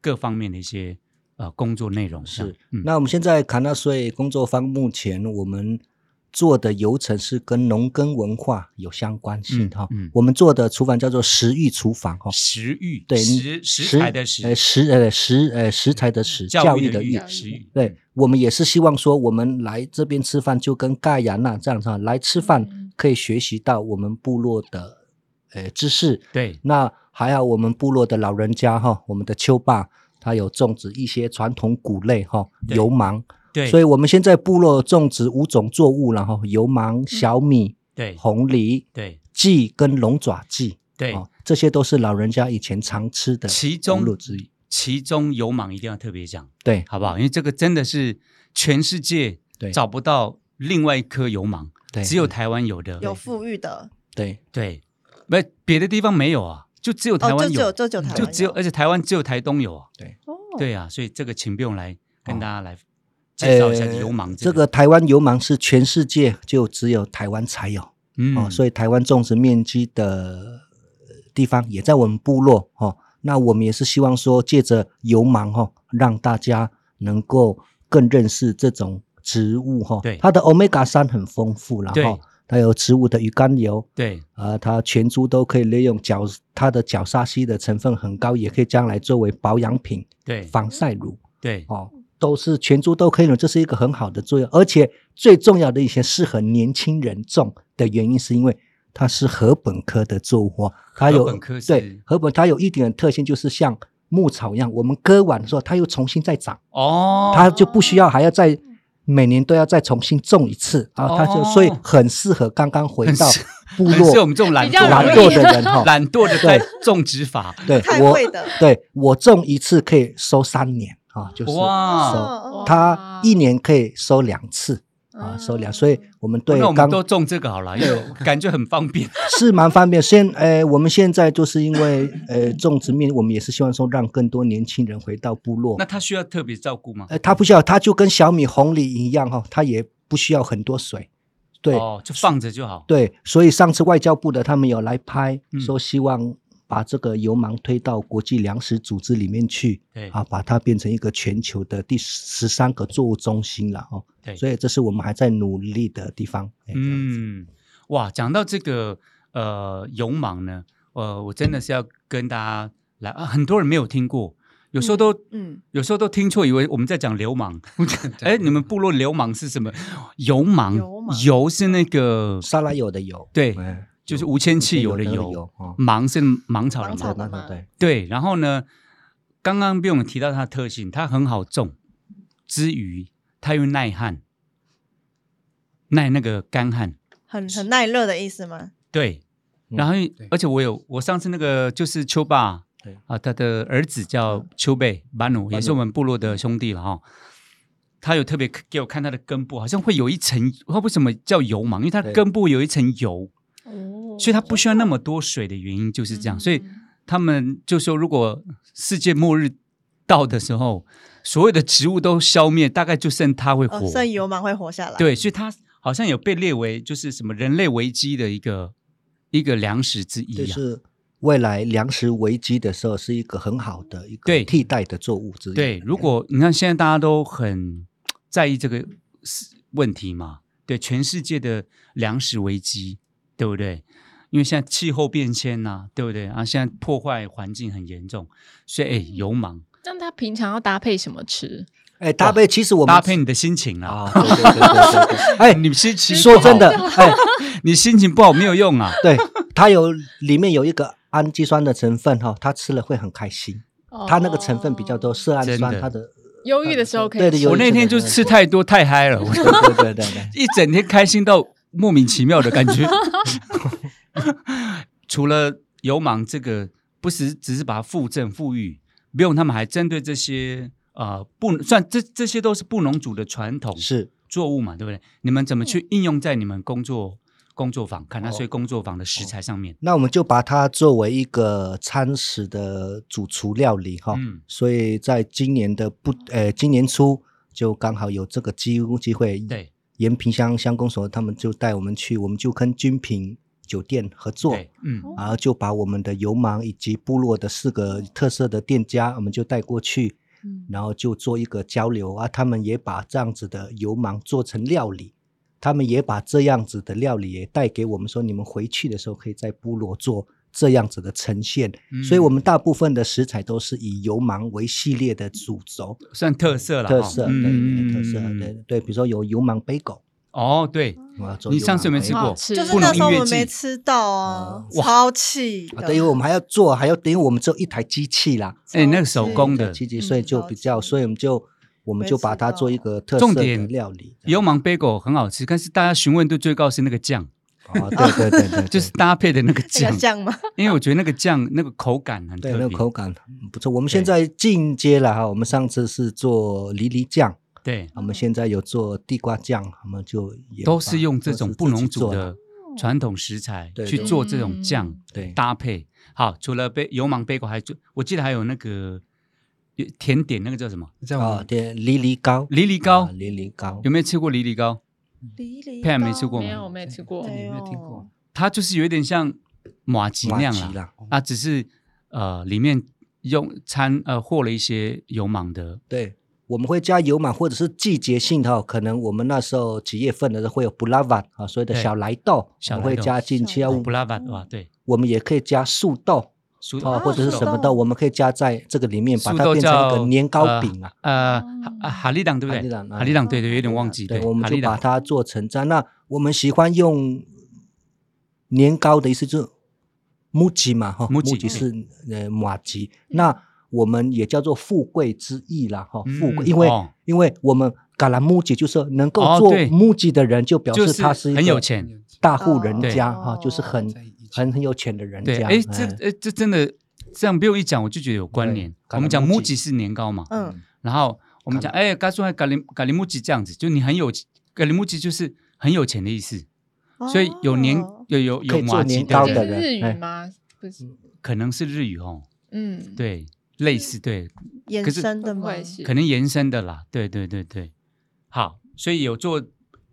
Speaker 1: 各方面的一些呃工作内容这样
Speaker 4: 是
Speaker 1: 嗯
Speaker 4: 那我们现在卡纳税工作方目前我们做的流程是跟农耕文化有相关性哈、
Speaker 1: 嗯嗯
Speaker 4: 我们做的厨房叫做食育厨房哈、
Speaker 1: 食欲
Speaker 4: 对，
Speaker 1: 食食材的食嗯
Speaker 4: 呃，食呃食呃食材的食，教育的
Speaker 1: 育
Speaker 4: 育。
Speaker 1: 食欲
Speaker 4: 对，我们也是希望说，我们来这边吃饭，就跟盖亚纳这样子哈，啊来吃饭
Speaker 3: 嗯
Speaker 4: 可以学习到我们部落的呃知识，
Speaker 1: 对，
Speaker 4: 那还好，我们部落的老人家哈，我们的丘爸他有种植一些传统谷类哈，
Speaker 1: 对
Speaker 4: 油芒，
Speaker 1: 对，
Speaker 4: 所以
Speaker 1: 以
Speaker 4: 我们现在部落种植五种作物啦，然后油
Speaker 1: 嗯
Speaker 4: 芒、小米、
Speaker 1: 对
Speaker 4: 红梨、
Speaker 1: 对
Speaker 4: 蓟跟龙爪蓟，
Speaker 1: 对，
Speaker 4: 哦，这些都是老人家以前常吃的
Speaker 1: 其
Speaker 4: 作
Speaker 1: 中
Speaker 4: 物之一。
Speaker 1: 其中油芒一定要特别讲，
Speaker 4: 对
Speaker 1: 好不好？因为这个真的是全世界
Speaker 4: 对
Speaker 1: 找不到另外一颗油芒，
Speaker 4: 对，
Speaker 1: 只有台湾有的，
Speaker 2: 有富裕的，
Speaker 4: 对
Speaker 1: 对，没别的地方没有啊，就只有台
Speaker 2: 哦，
Speaker 1: 湾
Speaker 2: 就只
Speaker 1: 有，嗯
Speaker 2: 有
Speaker 1: 就
Speaker 2: 就只有台湾
Speaker 1: 只有，而且台湾只有台东有啊，
Speaker 2: 哦，
Speaker 1: 对啊，所以这个请不用来跟
Speaker 4: 哦
Speaker 1: 大家来介绍一下
Speaker 4: 呃
Speaker 1: 油芒
Speaker 4: 这
Speaker 1: 个
Speaker 4: 个，台湾油芒是全世界就只有台湾才有。哦，
Speaker 1: 嗯，
Speaker 4: 所
Speaker 1: 以
Speaker 4: 以台湾种植面积的呃地方也在我们部落哦。那我们也是希望说，借着油芒哦，让大家能够更认识这种植物哈、哦。
Speaker 1: 对
Speaker 4: 它的 omega 三很丰富啦，
Speaker 1: 对
Speaker 4: 然后它有植物的鱼肝油，
Speaker 1: 对
Speaker 4: 啊，它全株都可以利用角它的角鲨烯的成分很高，也可以将来作为保养品、
Speaker 1: 对
Speaker 4: 防晒乳
Speaker 1: 对
Speaker 4: 哦。都是全株都可以了，这是一个很好的作用，而且最重要的一些适合年轻人种的原因，是因为它是禾本科的作物哦，它有
Speaker 1: 禾本科是
Speaker 4: 对禾本它有一点的特性，就是像牧草一样，我们割完的时候它又重新再长，
Speaker 1: 哦，
Speaker 4: 它就不需要还要再每年都要再重新种一次啊，它就
Speaker 1: 哦
Speaker 4: 所以很适合刚刚回到
Speaker 1: 适
Speaker 4: 部
Speaker 1: 很适合我
Speaker 4: 落
Speaker 1: 们这种懒
Speaker 3: 比较
Speaker 1: 惰
Speaker 3: 容易
Speaker 4: 懒惰的人
Speaker 2: 哦
Speaker 4: 哈、
Speaker 1: 懒惰的在种植法，
Speaker 4: 对
Speaker 2: 太
Speaker 4: 我
Speaker 2: 贵的
Speaker 4: 对我种一次可以收三年啊，就是
Speaker 1: 哇
Speaker 4: 收
Speaker 2: 哦
Speaker 4: 它一年可以收两次啊，
Speaker 3: 嗯
Speaker 4: 收两，所以我们对
Speaker 1: 哦那我们
Speaker 4: 刚哦
Speaker 1: 都种这个好了，因为感觉很方 便。
Speaker 4: 是蛮方便。现呃，我们现在就是因为呃种植面，我们也是希望说让更多年轻人回到部落
Speaker 1: 那。它需要特别照顾吗？
Speaker 4: 呃，它不需要，它就跟小米、红梨一样哈、它也不需要很多水。对、
Speaker 1: 哦，就放着就好。
Speaker 4: 对，所以上次外交部的他们有来拍，
Speaker 1: 嗯
Speaker 4: 说希望把这个油芒推到国际粮食组织里面去，
Speaker 1: 对
Speaker 4: 啊，把它变成一个全球的第十三个作物中心了哦。
Speaker 1: 对
Speaker 4: 所以这是我们还在努力的地方。哎这样子
Speaker 1: 嗯，哇，讲到这个呃勇莽呢，呃，我真的是要跟大家来啊，很多人没有听过，有时候都
Speaker 2: 嗯，
Speaker 1: 有时候都听错，以为我们在讲流 氓。哎，你们部落流氓是什么？油氓
Speaker 2: 油氓，
Speaker 1: 油是那个
Speaker 4: 沙拉油的油，
Speaker 1: 对
Speaker 4: 哎
Speaker 1: 就是无铅汽油
Speaker 4: 有
Speaker 1: 的嗯
Speaker 4: 的
Speaker 1: 油，
Speaker 4: 啊，
Speaker 1: 芒是芒草的芒
Speaker 2: 芒草。的
Speaker 4: 那
Speaker 2: 嘛
Speaker 4: 个对，
Speaker 1: 对，然后呢，刚刚被我们提到它的特性，它很好种，之余它又耐旱，耐那个干旱。
Speaker 2: 很很耐热的意思吗？
Speaker 1: 对，
Speaker 4: 嗯
Speaker 1: 然后、
Speaker 5: 对
Speaker 1: 而且我有我上次那个就是丘爸
Speaker 4: 对
Speaker 1: 啊，他的儿子叫丘贝班努，也是我们部落的兄弟了哈、他有特别给我看他的根部，好像会有一层，他为什么叫油芒？因为它
Speaker 4: 对
Speaker 1: 根部有一层油，
Speaker 3: 哦嗯
Speaker 1: 所以它不需要那么多水的原因就是这样。所以他们就说，如果世界末日到的时候，所有的植物都消灭，大概就剩它会活。
Speaker 2: 哦，剩油蛮会活下来。，
Speaker 1: 对，所以它好像有被列为就是什么人类危机的一个一个粮食之一
Speaker 4: 就
Speaker 1: 啊。
Speaker 4: 是未来粮食危机的时候，是一个很好的一
Speaker 1: 对
Speaker 4: 个替代的作物之一。哎
Speaker 1: 对，如果你看现在大家都很在意这个是问题嘛，对，全世界的粮食危机，对不对？因为现在气候变迁呐、对不对？啊，现在破坏环境很严重，所以哎，
Speaker 4: 嗯
Speaker 1: 油芒
Speaker 3: 那他平常要搭配什么吃？
Speaker 4: 哎，搭配其实我们
Speaker 1: 搭配你的心情啦。
Speaker 4: 啊，对对对对对对，
Speaker 1: 哎，
Speaker 4: 哎，
Speaker 1: 你心情
Speaker 4: 说
Speaker 1: 不好
Speaker 4: 真的，，哎，
Speaker 1: 你心情不好没有用啊。
Speaker 4: 对，它有里面有一个氨基酸的成分哈，它吃了会很开心。它那个成分比较多，
Speaker 3: 哦
Speaker 4: 色氨
Speaker 1: 真
Speaker 4: 酸
Speaker 1: 的
Speaker 4: 它的
Speaker 3: 忧郁的时候可以
Speaker 4: 对的，
Speaker 3: 吃
Speaker 4: 有
Speaker 1: 我那天就吃太多太嗨了，我
Speaker 4: 对对对对对，
Speaker 1: 一整天开心到莫名其妙的感觉。 除了油芒这个，不是只是把它复振富裕，不用他们还针对这些呃不算这这些都是布农族的传统
Speaker 4: 是
Speaker 1: 作物嘛，对不对？你们怎么去应用在你们工作工作坊
Speaker 4: 哦
Speaker 1: 看纳税工作坊的食材上面？
Speaker 4: 那我们就把它作为一个餐食的主厨料理哈。
Speaker 1: 嗯
Speaker 4: 所以在今年的不呃今年初就刚好有这个机机会，
Speaker 1: 对，
Speaker 4: 延平乡乡公所他们就带我们去，我们就跟君平酒店合作。
Speaker 1: 对，嗯，
Speaker 3: 哦
Speaker 4: 然后就把我们的油芒以及部落的四个特色的店家，我们就带过去，
Speaker 3: 嗯
Speaker 4: 然后就做一个交流啊。他们也把这样子的油芒做成料理，他们也把这样子的料理也带给我们，说你们回去的时候可以在部落做这样子的呈现。
Speaker 1: 嗯
Speaker 4: 所以，我们大部分的食材都是以油芒为系列的主轴
Speaker 1: 算特色了哈，
Speaker 4: 特色，对对特色，
Speaker 1: 嗯
Speaker 4: 对对，比如说有油芒杯狗，
Speaker 1: 哦，对，
Speaker 4: 我要做
Speaker 1: 你
Speaker 4: 油
Speaker 1: 上次有没有
Speaker 4: 芒
Speaker 1: 吃
Speaker 4: 杯
Speaker 1: 过
Speaker 3: 好？吃
Speaker 2: 就是
Speaker 1: 不
Speaker 2: 那
Speaker 1: 能
Speaker 2: 时候
Speaker 1: 音
Speaker 2: 我
Speaker 1: 乐
Speaker 2: 们
Speaker 1: 季。
Speaker 2: 没
Speaker 1: 哦
Speaker 2: 吃到啊，
Speaker 1: 哇
Speaker 2: 超气
Speaker 4: 啊，
Speaker 2: 的。
Speaker 4: 等于我们还要做，还要等于我们只有一台机器啦，
Speaker 1: 哎那个手
Speaker 2: 超气
Speaker 1: 工的
Speaker 4: 七几
Speaker 3: 嗯
Speaker 4: 岁就比较，
Speaker 2: 了解
Speaker 4: 所以我们就我们
Speaker 2: 没
Speaker 4: 就
Speaker 2: 吃
Speaker 4: 把它
Speaker 2: 到
Speaker 4: 做一个特
Speaker 1: 重
Speaker 4: 色的
Speaker 1: 点
Speaker 4: 料理。
Speaker 1: 油芒 bagel 很好吃，但是大家询问度最高是那个酱，
Speaker 4: 啊，对对对 对，
Speaker 1: 就是搭配的那个
Speaker 2: 那
Speaker 1: 酱
Speaker 2: 个。酱吗？
Speaker 1: 因为我觉得那个酱那个口感很
Speaker 4: 对
Speaker 1: 特
Speaker 4: 那个
Speaker 1: 别，
Speaker 4: 口感很不错。我们现
Speaker 1: 对
Speaker 4: 在进阶了哈，我们上次是做梨梨酱，
Speaker 1: 对，
Speaker 4: 我们现在有做地瓜酱，我们就也
Speaker 1: 都
Speaker 4: 把
Speaker 1: 是用这
Speaker 4: 都
Speaker 1: 种
Speaker 4: 是
Speaker 1: 布
Speaker 4: 自己
Speaker 1: 农族
Speaker 4: 做的
Speaker 1: 的传统食材
Speaker 4: 对
Speaker 1: 去
Speaker 4: 对
Speaker 1: 做这种
Speaker 3: 嗯
Speaker 1: 酱
Speaker 4: 对
Speaker 1: 搭配。好，除了杯油芒杯果，还做我记得还有那个有甜点，那个叫什么
Speaker 5: 在我
Speaker 4: 啊，
Speaker 5: 们
Speaker 4: 对梨梨糕，
Speaker 1: 梨梨糕
Speaker 4: 啊？梨梨糕
Speaker 1: 有没有吃过梨梨糕？
Speaker 2: 梨梨
Speaker 1: 佩
Speaker 2: 糕
Speaker 1: 然没吃过
Speaker 3: 没
Speaker 1: 吗
Speaker 3: 有，我没有吃过
Speaker 5: 这。里
Speaker 2: 没
Speaker 5: 有没有听
Speaker 2: 有
Speaker 5: 过？
Speaker 1: 它就是有一点像马吉那
Speaker 4: 麻
Speaker 1: 样
Speaker 4: 吉
Speaker 1: 啦，
Speaker 4: 啦，
Speaker 1: 啊，只是呃里面用掺呃和了一些油芒的，
Speaker 4: 对。我们会加油嘛，或者是季节性的哦，可能我们那时候几月份的时候会有布拉瓦啊，所谓的
Speaker 1: 对
Speaker 4: 小来豆，
Speaker 1: 小
Speaker 4: 我
Speaker 1: 来
Speaker 4: 们会
Speaker 1: 豆
Speaker 4: 加进
Speaker 2: 小
Speaker 4: 去
Speaker 2: 来
Speaker 4: 啊。
Speaker 2: 豆
Speaker 1: 布拉瓦
Speaker 2: 哦
Speaker 1: 哇，对，
Speaker 4: 我们也可以加树豆，
Speaker 1: 苏
Speaker 4: 哦，或者是
Speaker 2: 树
Speaker 4: 什么
Speaker 2: 豆
Speaker 4: 豆，我们可以加在这个里面，把
Speaker 1: 树
Speaker 4: 它
Speaker 1: 豆
Speaker 4: 变成一
Speaker 1: 叫
Speaker 4: 个年糕饼啊。
Speaker 1: 呃
Speaker 3: 哦
Speaker 1: 哈啊哈利朗对不对？
Speaker 4: 哈利朗啊
Speaker 1: 朗对对，
Speaker 2: 哦
Speaker 1: 有点忘记
Speaker 4: 对，我们
Speaker 1: 哈
Speaker 4: 就
Speaker 1: 利
Speaker 4: 把
Speaker 1: 朗
Speaker 4: 它做成这样。那我们喜欢用年糕的意思就是木吉嘛，哈，
Speaker 1: 木
Speaker 4: 木
Speaker 1: 吉
Speaker 4: 吉是呃马吉，那我们也叫做富贵之意啦，哈，富
Speaker 1: 嗯
Speaker 4: 贵，因为
Speaker 1: 哦
Speaker 4: 因为我们嘎拉木吉就是说能
Speaker 1: 哦
Speaker 4: 够做
Speaker 1: 对
Speaker 4: 木吉的人，就表
Speaker 1: 就
Speaker 4: 示他是一
Speaker 1: 很有
Speaker 4: 个
Speaker 1: 钱，
Speaker 4: 大户人
Speaker 1: 对
Speaker 4: 家哈，就是
Speaker 2: 哦
Speaker 4: 很
Speaker 5: 在以前
Speaker 4: 很很有钱的人
Speaker 1: 对，
Speaker 4: 家。
Speaker 1: 哎，这哎这真的这样 Bill 一讲，我就觉得有关
Speaker 4: 对
Speaker 1: 联。
Speaker 4: 咖
Speaker 1: 我们
Speaker 4: 喱
Speaker 1: 讲
Speaker 4: 木
Speaker 1: m u
Speaker 4: 吉
Speaker 1: 是年糕嘛，
Speaker 2: 嗯，
Speaker 1: 然后我们讲哎，嘎苏还咖喱咖喱木吉这样子，就你很有咖喱木吉就是很有钱的意思，所以有年
Speaker 2: 哦
Speaker 1: 有有有
Speaker 4: 可以做
Speaker 1: 马吉
Speaker 4: 年
Speaker 1: 对不
Speaker 4: 糕
Speaker 3: 这
Speaker 1: 对
Speaker 4: 的
Speaker 3: 是
Speaker 4: 人
Speaker 3: 日语
Speaker 4: 哎
Speaker 3: 吗？不是，
Speaker 1: 可能是日语哦，
Speaker 3: 嗯，，
Speaker 1: 对，类似对，
Speaker 2: 延
Speaker 1: 可是
Speaker 2: 伸的
Speaker 3: 不
Speaker 2: 吗？
Speaker 3: 会是
Speaker 1: 可能延伸的啦，对对对对，好，所以有做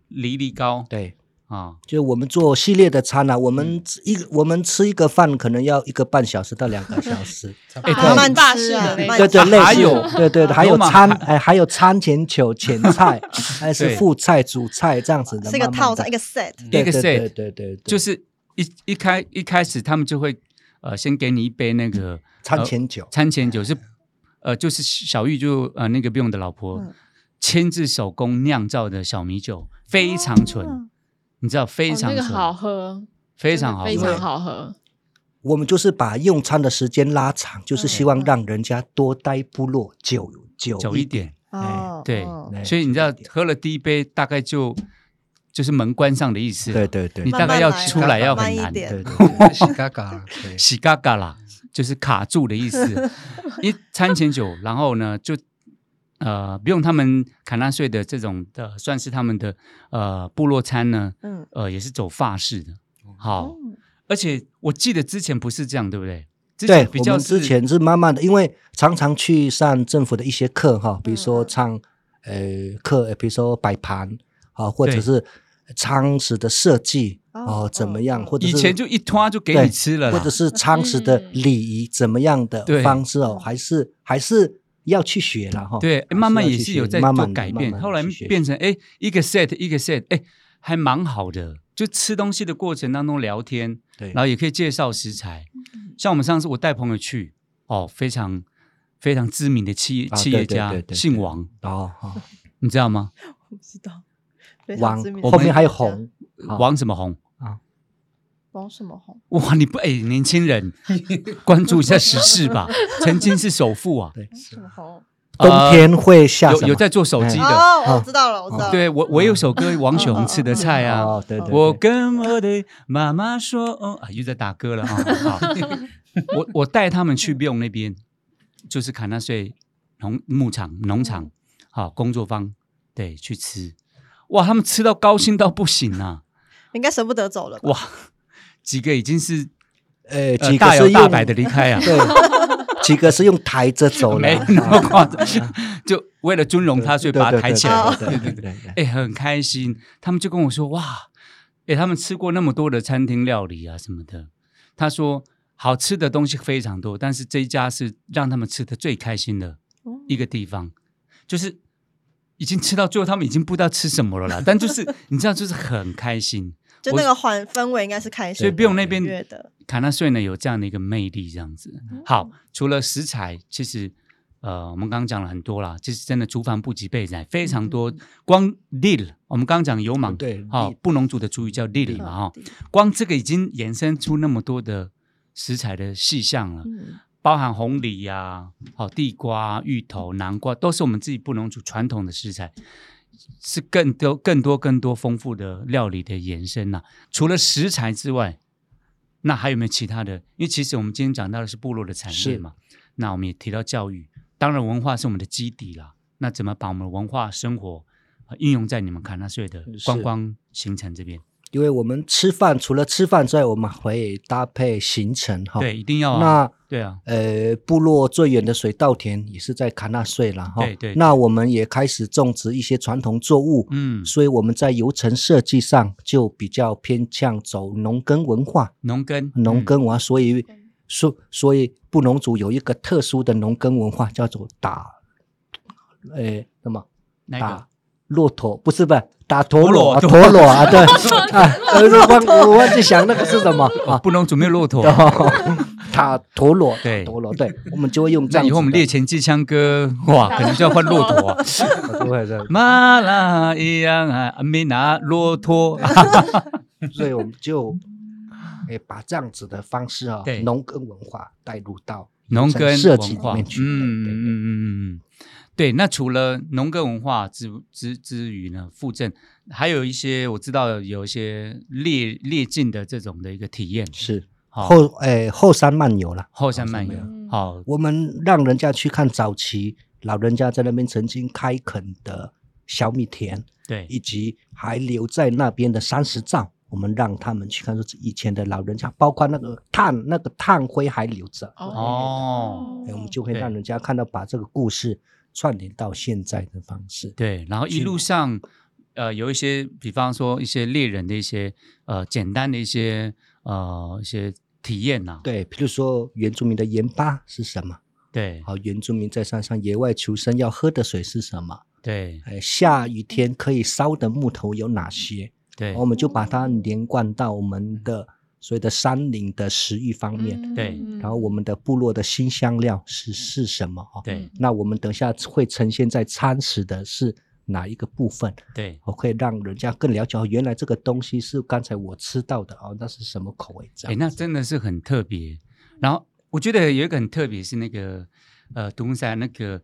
Speaker 1: 梨梨糕
Speaker 4: 对，
Speaker 1: 啊，
Speaker 4: 就我们做系列的餐啊，我
Speaker 1: 嗯
Speaker 4: 们吃一个、我们吃一个饭可能要一个半小时到两个小 时，
Speaker 5: 差不
Speaker 1: 哎
Speaker 5: 多
Speaker 1: 对
Speaker 2: 慢
Speaker 3: 大
Speaker 2: 吃
Speaker 3: 式
Speaker 2: 啊
Speaker 3: 的那
Speaker 2: 慢
Speaker 4: 对
Speaker 2: 吃
Speaker 4: 对，类似
Speaker 1: 还有啊
Speaker 4: 对对，还有
Speaker 1: 有吗
Speaker 4: 餐哎，还有餐前酒前 菜，还是副菜主菜这样子的，
Speaker 2: 是一个
Speaker 4: 慢慢
Speaker 2: 套
Speaker 4: 地
Speaker 2: 餐，一个 set。
Speaker 1: 一个
Speaker 4: 对
Speaker 1: set
Speaker 4: 对对对对，
Speaker 1: 就是是一一开一开始他们就会呃先给你一杯那
Speaker 3: 嗯
Speaker 1: 个
Speaker 4: 餐前酒
Speaker 1: 呃、餐前酒是呃就是小玉就呃那个不用的老婆、
Speaker 2: 嗯
Speaker 1: 亲自手工酿造的小米酒，非常纯，
Speaker 2: 哦
Speaker 1: 你知道非
Speaker 3: 哦
Speaker 1: 常
Speaker 3: 那
Speaker 1: 纯，
Speaker 3: 个好喝，
Speaker 1: 非常好
Speaker 3: 真的
Speaker 1: 喝
Speaker 3: 非常好喝。
Speaker 4: 我们就是把用餐的时间拉长，
Speaker 2: 嗯
Speaker 4: 就是希望让人家多待部落久久
Speaker 1: 久一
Speaker 4: 一。
Speaker 1: 点，
Speaker 2: 哦，
Speaker 1: 对
Speaker 2: 哦
Speaker 4: 哎
Speaker 1: 所以你知道
Speaker 4: 久一点
Speaker 1: 喝了第一杯大概就就是门关上的意思，
Speaker 4: 哎对对对
Speaker 1: 你
Speaker 4: 对
Speaker 1: 大概要出来要
Speaker 2: 慢
Speaker 1: 很难
Speaker 2: 慢来慢一，点
Speaker 4: 对对，
Speaker 5: 喜嘎嘎啦，对，
Speaker 1: 洗嘎嘎啦，就是卡住的意思。一餐前酒，然后呢，就呃，不用他们卡纳税的这种的、呃算是他们的呃部落餐呢，
Speaker 2: 嗯，
Speaker 1: 呃，也是走法式的。好，
Speaker 2: 哦
Speaker 1: 而且我记得之前不是这样，对不对？之
Speaker 4: 对
Speaker 1: 前，比
Speaker 4: 我
Speaker 1: 较
Speaker 4: 们之
Speaker 1: 是
Speaker 4: 前是慢慢的，因为常常去上政府的一些课哈，比如
Speaker 2: 嗯
Speaker 4: 说
Speaker 2: 嗯
Speaker 4: 唱呃课，比如说摆盘啊，或者
Speaker 1: 对
Speaker 4: 是仓食的设计
Speaker 2: 哦
Speaker 4: 哦怎么
Speaker 2: 嗯
Speaker 4: 样，
Speaker 2: 嗯
Speaker 4: 或者
Speaker 1: 以
Speaker 4: 是
Speaker 1: 前就一拖就给
Speaker 4: 对
Speaker 1: 你吃了啦，
Speaker 4: 或者是仓食的
Speaker 3: 嗯
Speaker 4: 礼仪怎么样的
Speaker 1: 对
Speaker 4: 方式哦
Speaker 2: 嗯，
Speaker 4: 还是还是要去学了哈。
Speaker 1: 对，
Speaker 4: 还
Speaker 1: 慢慢
Speaker 4: 哦啊要
Speaker 1: 也
Speaker 4: 去
Speaker 1: 是
Speaker 4: 学
Speaker 1: 有在
Speaker 4: 慢
Speaker 1: 做
Speaker 4: 慢地
Speaker 1: 改
Speaker 4: 慢
Speaker 1: 变，
Speaker 4: 慢地
Speaker 1: 后来
Speaker 4: 去学
Speaker 1: 变成哎一个 set 一个 set，哎还蛮好的。就吃东西的过程当中聊天，
Speaker 4: 对
Speaker 1: 然后也可以介绍食材。像我们上次我带朋友去，哦，非常非常知名的企业
Speaker 4: 啊
Speaker 1: 企
Speaker 4: 对
Speaker 1: 业
Speaker 4: 对
Speaker 1: 家
Speaker 4: 对对
Speaker 1: 姓
Speaker 4: 对
Speaker 1: 王，
Speaker 4: 哦， 哦
Speaker 1: 你知道吗？
Speaker 2: 我不知道。非常
Speaker 4: 王
Speaker 2: 知名
Speaker 1: 我
Speaker 4: 后
Speaker 1: 们
Speaker 4: 面还有红，好
Speaker 1: 王什么红？
Speaker 2: 王什么红？
Speaker 1: 哇，你不哎，年轻人关注一下时事吧，曾经是首富啊，
Speaker 4: 对
Speaker 2: 王什么红？
Speaker 4: 冬
Speaker 1: 呃
Speaker 4: 天会下
Speaker 1: 有
Speaker 4: 什
Speaker 1: 有
Speaker 4: 么
Speaker 1: 在做手
Speaker 4: 哎
Speaker 1: 机的，
Speaker 2: 哦，我
Speaker 4: 啊
Speaker 2: 知道了，我知道了。
Speaker 1: 对我我有首歌王雄吃的菜啊，
Speaker 4: 哦，对对，
Speaker 1: 我
Speaker 4: 对
Speaker 1: 跟我的妈妈说，哦，啊，又在打歌了啊！好， 我我带他们去 b i 那边，就是卡纳税农牧场农
Speaker 4: 嗯
Speaker 1: 场，好工作坊，对，去吃，哇，他们吃到高兴到不行啊！
Speaker 2: 应该舍不得走了吧。
Speaker 1: 哇，几个已经是
Speaker 4: 呃
Speaker 1: 呃
Speaker 4: 几个
Speaker 1: 大摇
Speaker 4: 是
Speaker 1: 大
Speaker 4: 用
Speaker 1: 摆的离 开啊，
Speaker 4: 对，几个是用抬着走的
Speaker 1: 没
Speaker 4: 啊，
Speaker 1: 那么夸张，就为了尊容他，所以
Speaker 4: 对
Speaker 1: 把他
Speaker 4: 对
Speaker 1: 抬
Speaker 4: 对
Speaker 1: 起来，
Speaker 4: 对
Speaker 1: 对
Speaker 4: 对
Speaker 1: 对
Speaker 4: 对对。
Speaker 1: 哎、很开心。他们就跟我说，哇，哎、他们吃过那么多的餐厅料理啊什么的。他说，好吃的东西非常多，但是这一家是让他们吃的最开心的
Speaker 2: 哦
Speaker 1: 一个地方，就是已经吃到最后，他们已经不知道吃什么了啦。但就是你知道，就是很开心。
Speaker 2: 就那个环氛围应该是开心
Speaker 1: 所
Speaker 2: 的，
Speaker 1: 以 b i 那边
Speaker 2: 愉悦的。
Speaker 1: 卡纳税呢有这样的一个魅力，这样子。好，除了食材，其实呃，我们刚刚讲了很多啦，其实真的厨房不及备载，非常多。光 deal，我们刚刚讲油芒，
Speaker 4: 对
Speaker 1: 好、
Speaker 4: lead
Speaker 1: 布农族的族语叫 deal 嘛，哈、
Speaker 2: 嗯
Speaker 1: 光这个已经衍生出那么多的食材的细项了，
Speaker 3: 嗯
Speaker 1: 包含红梨呀、好、地瓜、芋头、南瓜，都是我们自己布农族传统的食材，是更多、更多、更多丰富的料理的延伸呐、除了食材之外，那还有没有其他的？因为其实我们今天讲到的是部落的产业
Speaker 4: 是
Speaker 1: 嘛，那我们也提到教育，当然文化是我们的基底啦。那怎么把我们的文化生活、呃应用在你们卡纳税的
Speaker 4: 是
Speaker 1: 观光行程这边？
Speaker 4: 因为我们吃饭除了吃饭之外，我们会搭配行程哈。
Speaker 1: 对，一定要啊。
Speaker 4: 那
Speaker 1: 对啊，
Speaker 4: 呃，部落最远的水稻田也是在卡纳穗了哈。
Speaker 1: 对对
Speaker 4: 那我们也开始种植一些传统作物，
Speaker 1: 嗯，
Speaker 4: 所以我们在游程设计上就比较偏向走农耕文化、
Speaker 1: 农耕，
Speaker 4: 农
Speaker 1: 嗯，
Speaker 4: 耕文化，所以所所以布农族有一个特殊的农耕文化，叫做打，呃，那么
Speaker 1: 那个
Speaker 4: 打骆驼不是不是打陀
Speaker 1: 陀
Speaker 4: 螺
Speaker 1: 螺
Speaker 4: 啊，陀螺啊， 对啊，呃，忘我忘记想那个是什么啊，
Speaker 1: 不能准备骆驼。
Speaker 4: 打陀螺，
Speaker 1: 对
Speaker 4: 打陀螺，对，我们就会用这
Speaker 1: 那
Speaker 4: 样子的。
Speaker 1: 以后我们猎前机枪歌，哇，可能就要换骆驼啊。
Speaker 4: 就会这样，
Speaker 1: 马拉一样啊，没拿骆驼。
Speaker 4: 所以我们就诶把这样子的方式啊
Speaker 1: 对，
Speaker 4: 农耕文化带入到
Speaker 1: 农耕
Speaker 4: 设计
Speaker 1: 文
Speaker 4: 里
Speaker 1: 化，
Speaker 4: 面去。
Speaker 1: 嗯嗯
Speaker 4: 对
Speaker 1: 嗯
Speaker 4: 对对
Speaker 1: 嗯嗯嗯，对。那除了农耕文化之之之余呢，附赠还有一些我知道有一些猎猎境的这种的一个体验，
Speaker 4: 是
Speaker 1: 好
Speaker 4: 后诶后山漫游了，
Speaker 1: 后山漫
Speaker 4: 后
Speaker 1: 游
Speaker 4: 山漫，
Speaker 3: 游
Speaker 1: 好
Speaker 4: 我们让人家去看早期老人家在那边曾经开垦的小米田，
Speaker 1: 对
Speaker 4: 以及还留在那边的三十兆，我们让他们去看，说以前的老人家，包括那个炭，那个炭灰还留着。
Speaker 1: 哦，
Speaker 2: 嗯
Speaker 4: 哎，我们就会
Speaker 1: 对
Speaker 4: 让人家看到把这个故事串联到现在的方式。
Speaker 1: 对，然后一路上，呃，有一些，比方说一些猎人的一些呃简单的一些呃一些体验呐、
Speaker 4: 对，比如说原住民的盐巴是什么？
Speaker 1: 对
Speaker 4: 好，原住民在山上野外求生要喝的水是什么？
Speaker 1: 对
Speaker 4: 哎，下雨天可以烧的木头有哪些？
Speaker 1: 对嗯
Speaker 4: 我们就把它连贯到我们的所谓的山林的食欲方面，
Speaker 1: 对
Speaker 4: 然后我们的部落的新香料是是什么？哦，
Speaker 1: 嗯对
Speaker 4: 那我们等下会呈现在餐食的是哪一个部分？
Speaker 1: 对
Speaker 4: 我会让人家更了解哦，原来这个东西是刚才我吃到的哦，那是什么口味？这
Speaker 1: 哎，
Speaker 4: 样
Speaker 1: 那真的是很特别。然后我觉得有一个很特别是那个呃，独木塞那个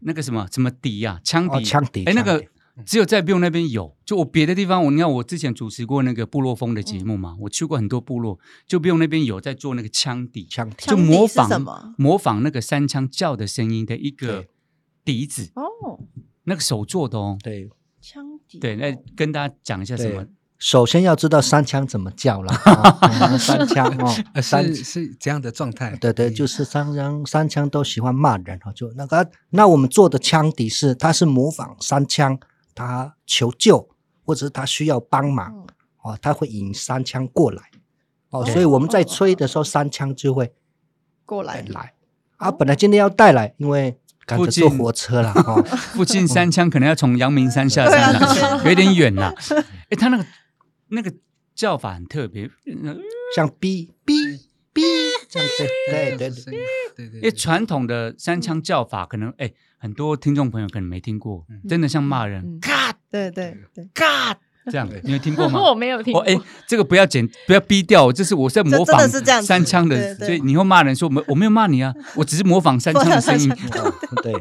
Speaker 1: 那个什么什么笛啊，枪
Speaker 4: 哦
Speaker 1: 笛，
Speaker 4: 枪笛
Speaker 1: 哎，那
Speaker 4: 枪
Speaker 1: 个
Speaker 4: 笛
Speaker 1: 只有在 b i 那边有，就我别的地方，我你看我之前主持过那个部落风的节
Speaker 4: 嗯
Speaker 1: 目嘛，我去过很多部落，就 b i 那边有在做那个枪笛，
Speaker 4: 枪
Speaker 2: 枪
Speaker 4: 笛
Speaker 1: 就模
Speaker 2: 笛是什
Speaker 1: 仿
Speaker 2: 么
Speaker 1: 模仿那个三枪叫的声音的一个笛子，
Speaker 2: 哦，
Speaker 1: 那个手做的哦。
Speaker 4: 对
Speaker 2: 枪笛。
Speaker 1: 对，那跟大家讲一下什么
Speaker 4: 对首先要知道三枪怎么叫了、啊 嗯三枪哦，
Speaker 5: 呃，
Speaker 4: 三
Speaker 5: 是是怎样的状态？
Speaker 4: 对对，
Speaker 5: 嗯
Speaker 4: 就是三枪三枪都喜欢骂人啊，就那个那我们做的枪底是，他是模仿三枪，他求救或者是他需要帮忙
Speaker 2: 嗯
Speaker 4: 哦，他会引三枪过来哦，
Speaker 2: 对
Speaker 4: 所以我们在
Speaker 2: 哦
Speaker 4: 吹的时候，三枪就会
Speaker 2: 过来
Speaker 4: 来
Speaker 2: 哦
Speaker 4: 啊。本来今天要带来，因为赶
Speaker 1: 附
Speaker 4: 着坐
Speaker 1: 近
Speaker 4: 火车了 哈，
Speaker 1: 附近三枪可能要从阳明山下
Speaker 2: 对啊
Speaker 1: 山来，
Speaker 2: 对
Speaker 1: 有点远啦。 哎，他那个那个叫法很特别，嗯
Speaker 4: 像哔哔哔这样 对对对
Speaker 5: 这样子
Speaker 4: 对
Speaker 5: 声音对对
Speaker 1: 因为
Speaker 5: 对，
Speaker 1: 传统的三枪叫法，可能哎，很多听众朋友可能没听过，
Speaker 5: 嗯
Speaker 1: 真的像骂人，
Speaker 3: 嗯
Speaker 1: 嘎
Speaker 2: 对对对，
Speaker 1: 嘎这样
Speaker 5: 对，
Speaker 1: 你有听 过吗？
Speaker 3: 我没有听
Speaker 1: 哦，
Speaker 3: 过。
Speaker 1: 哎，这个不要剪，不要逼掉，这是我在模仿
Speaker 2: 这真的是这样子
Speaker 1: 三枪的，
Speaker 2: 对对
Speaker 1: 所以你会骂人说我没我没有骂你啊，我只是模仿三 枪的声音，
Speaker 4: 哦对，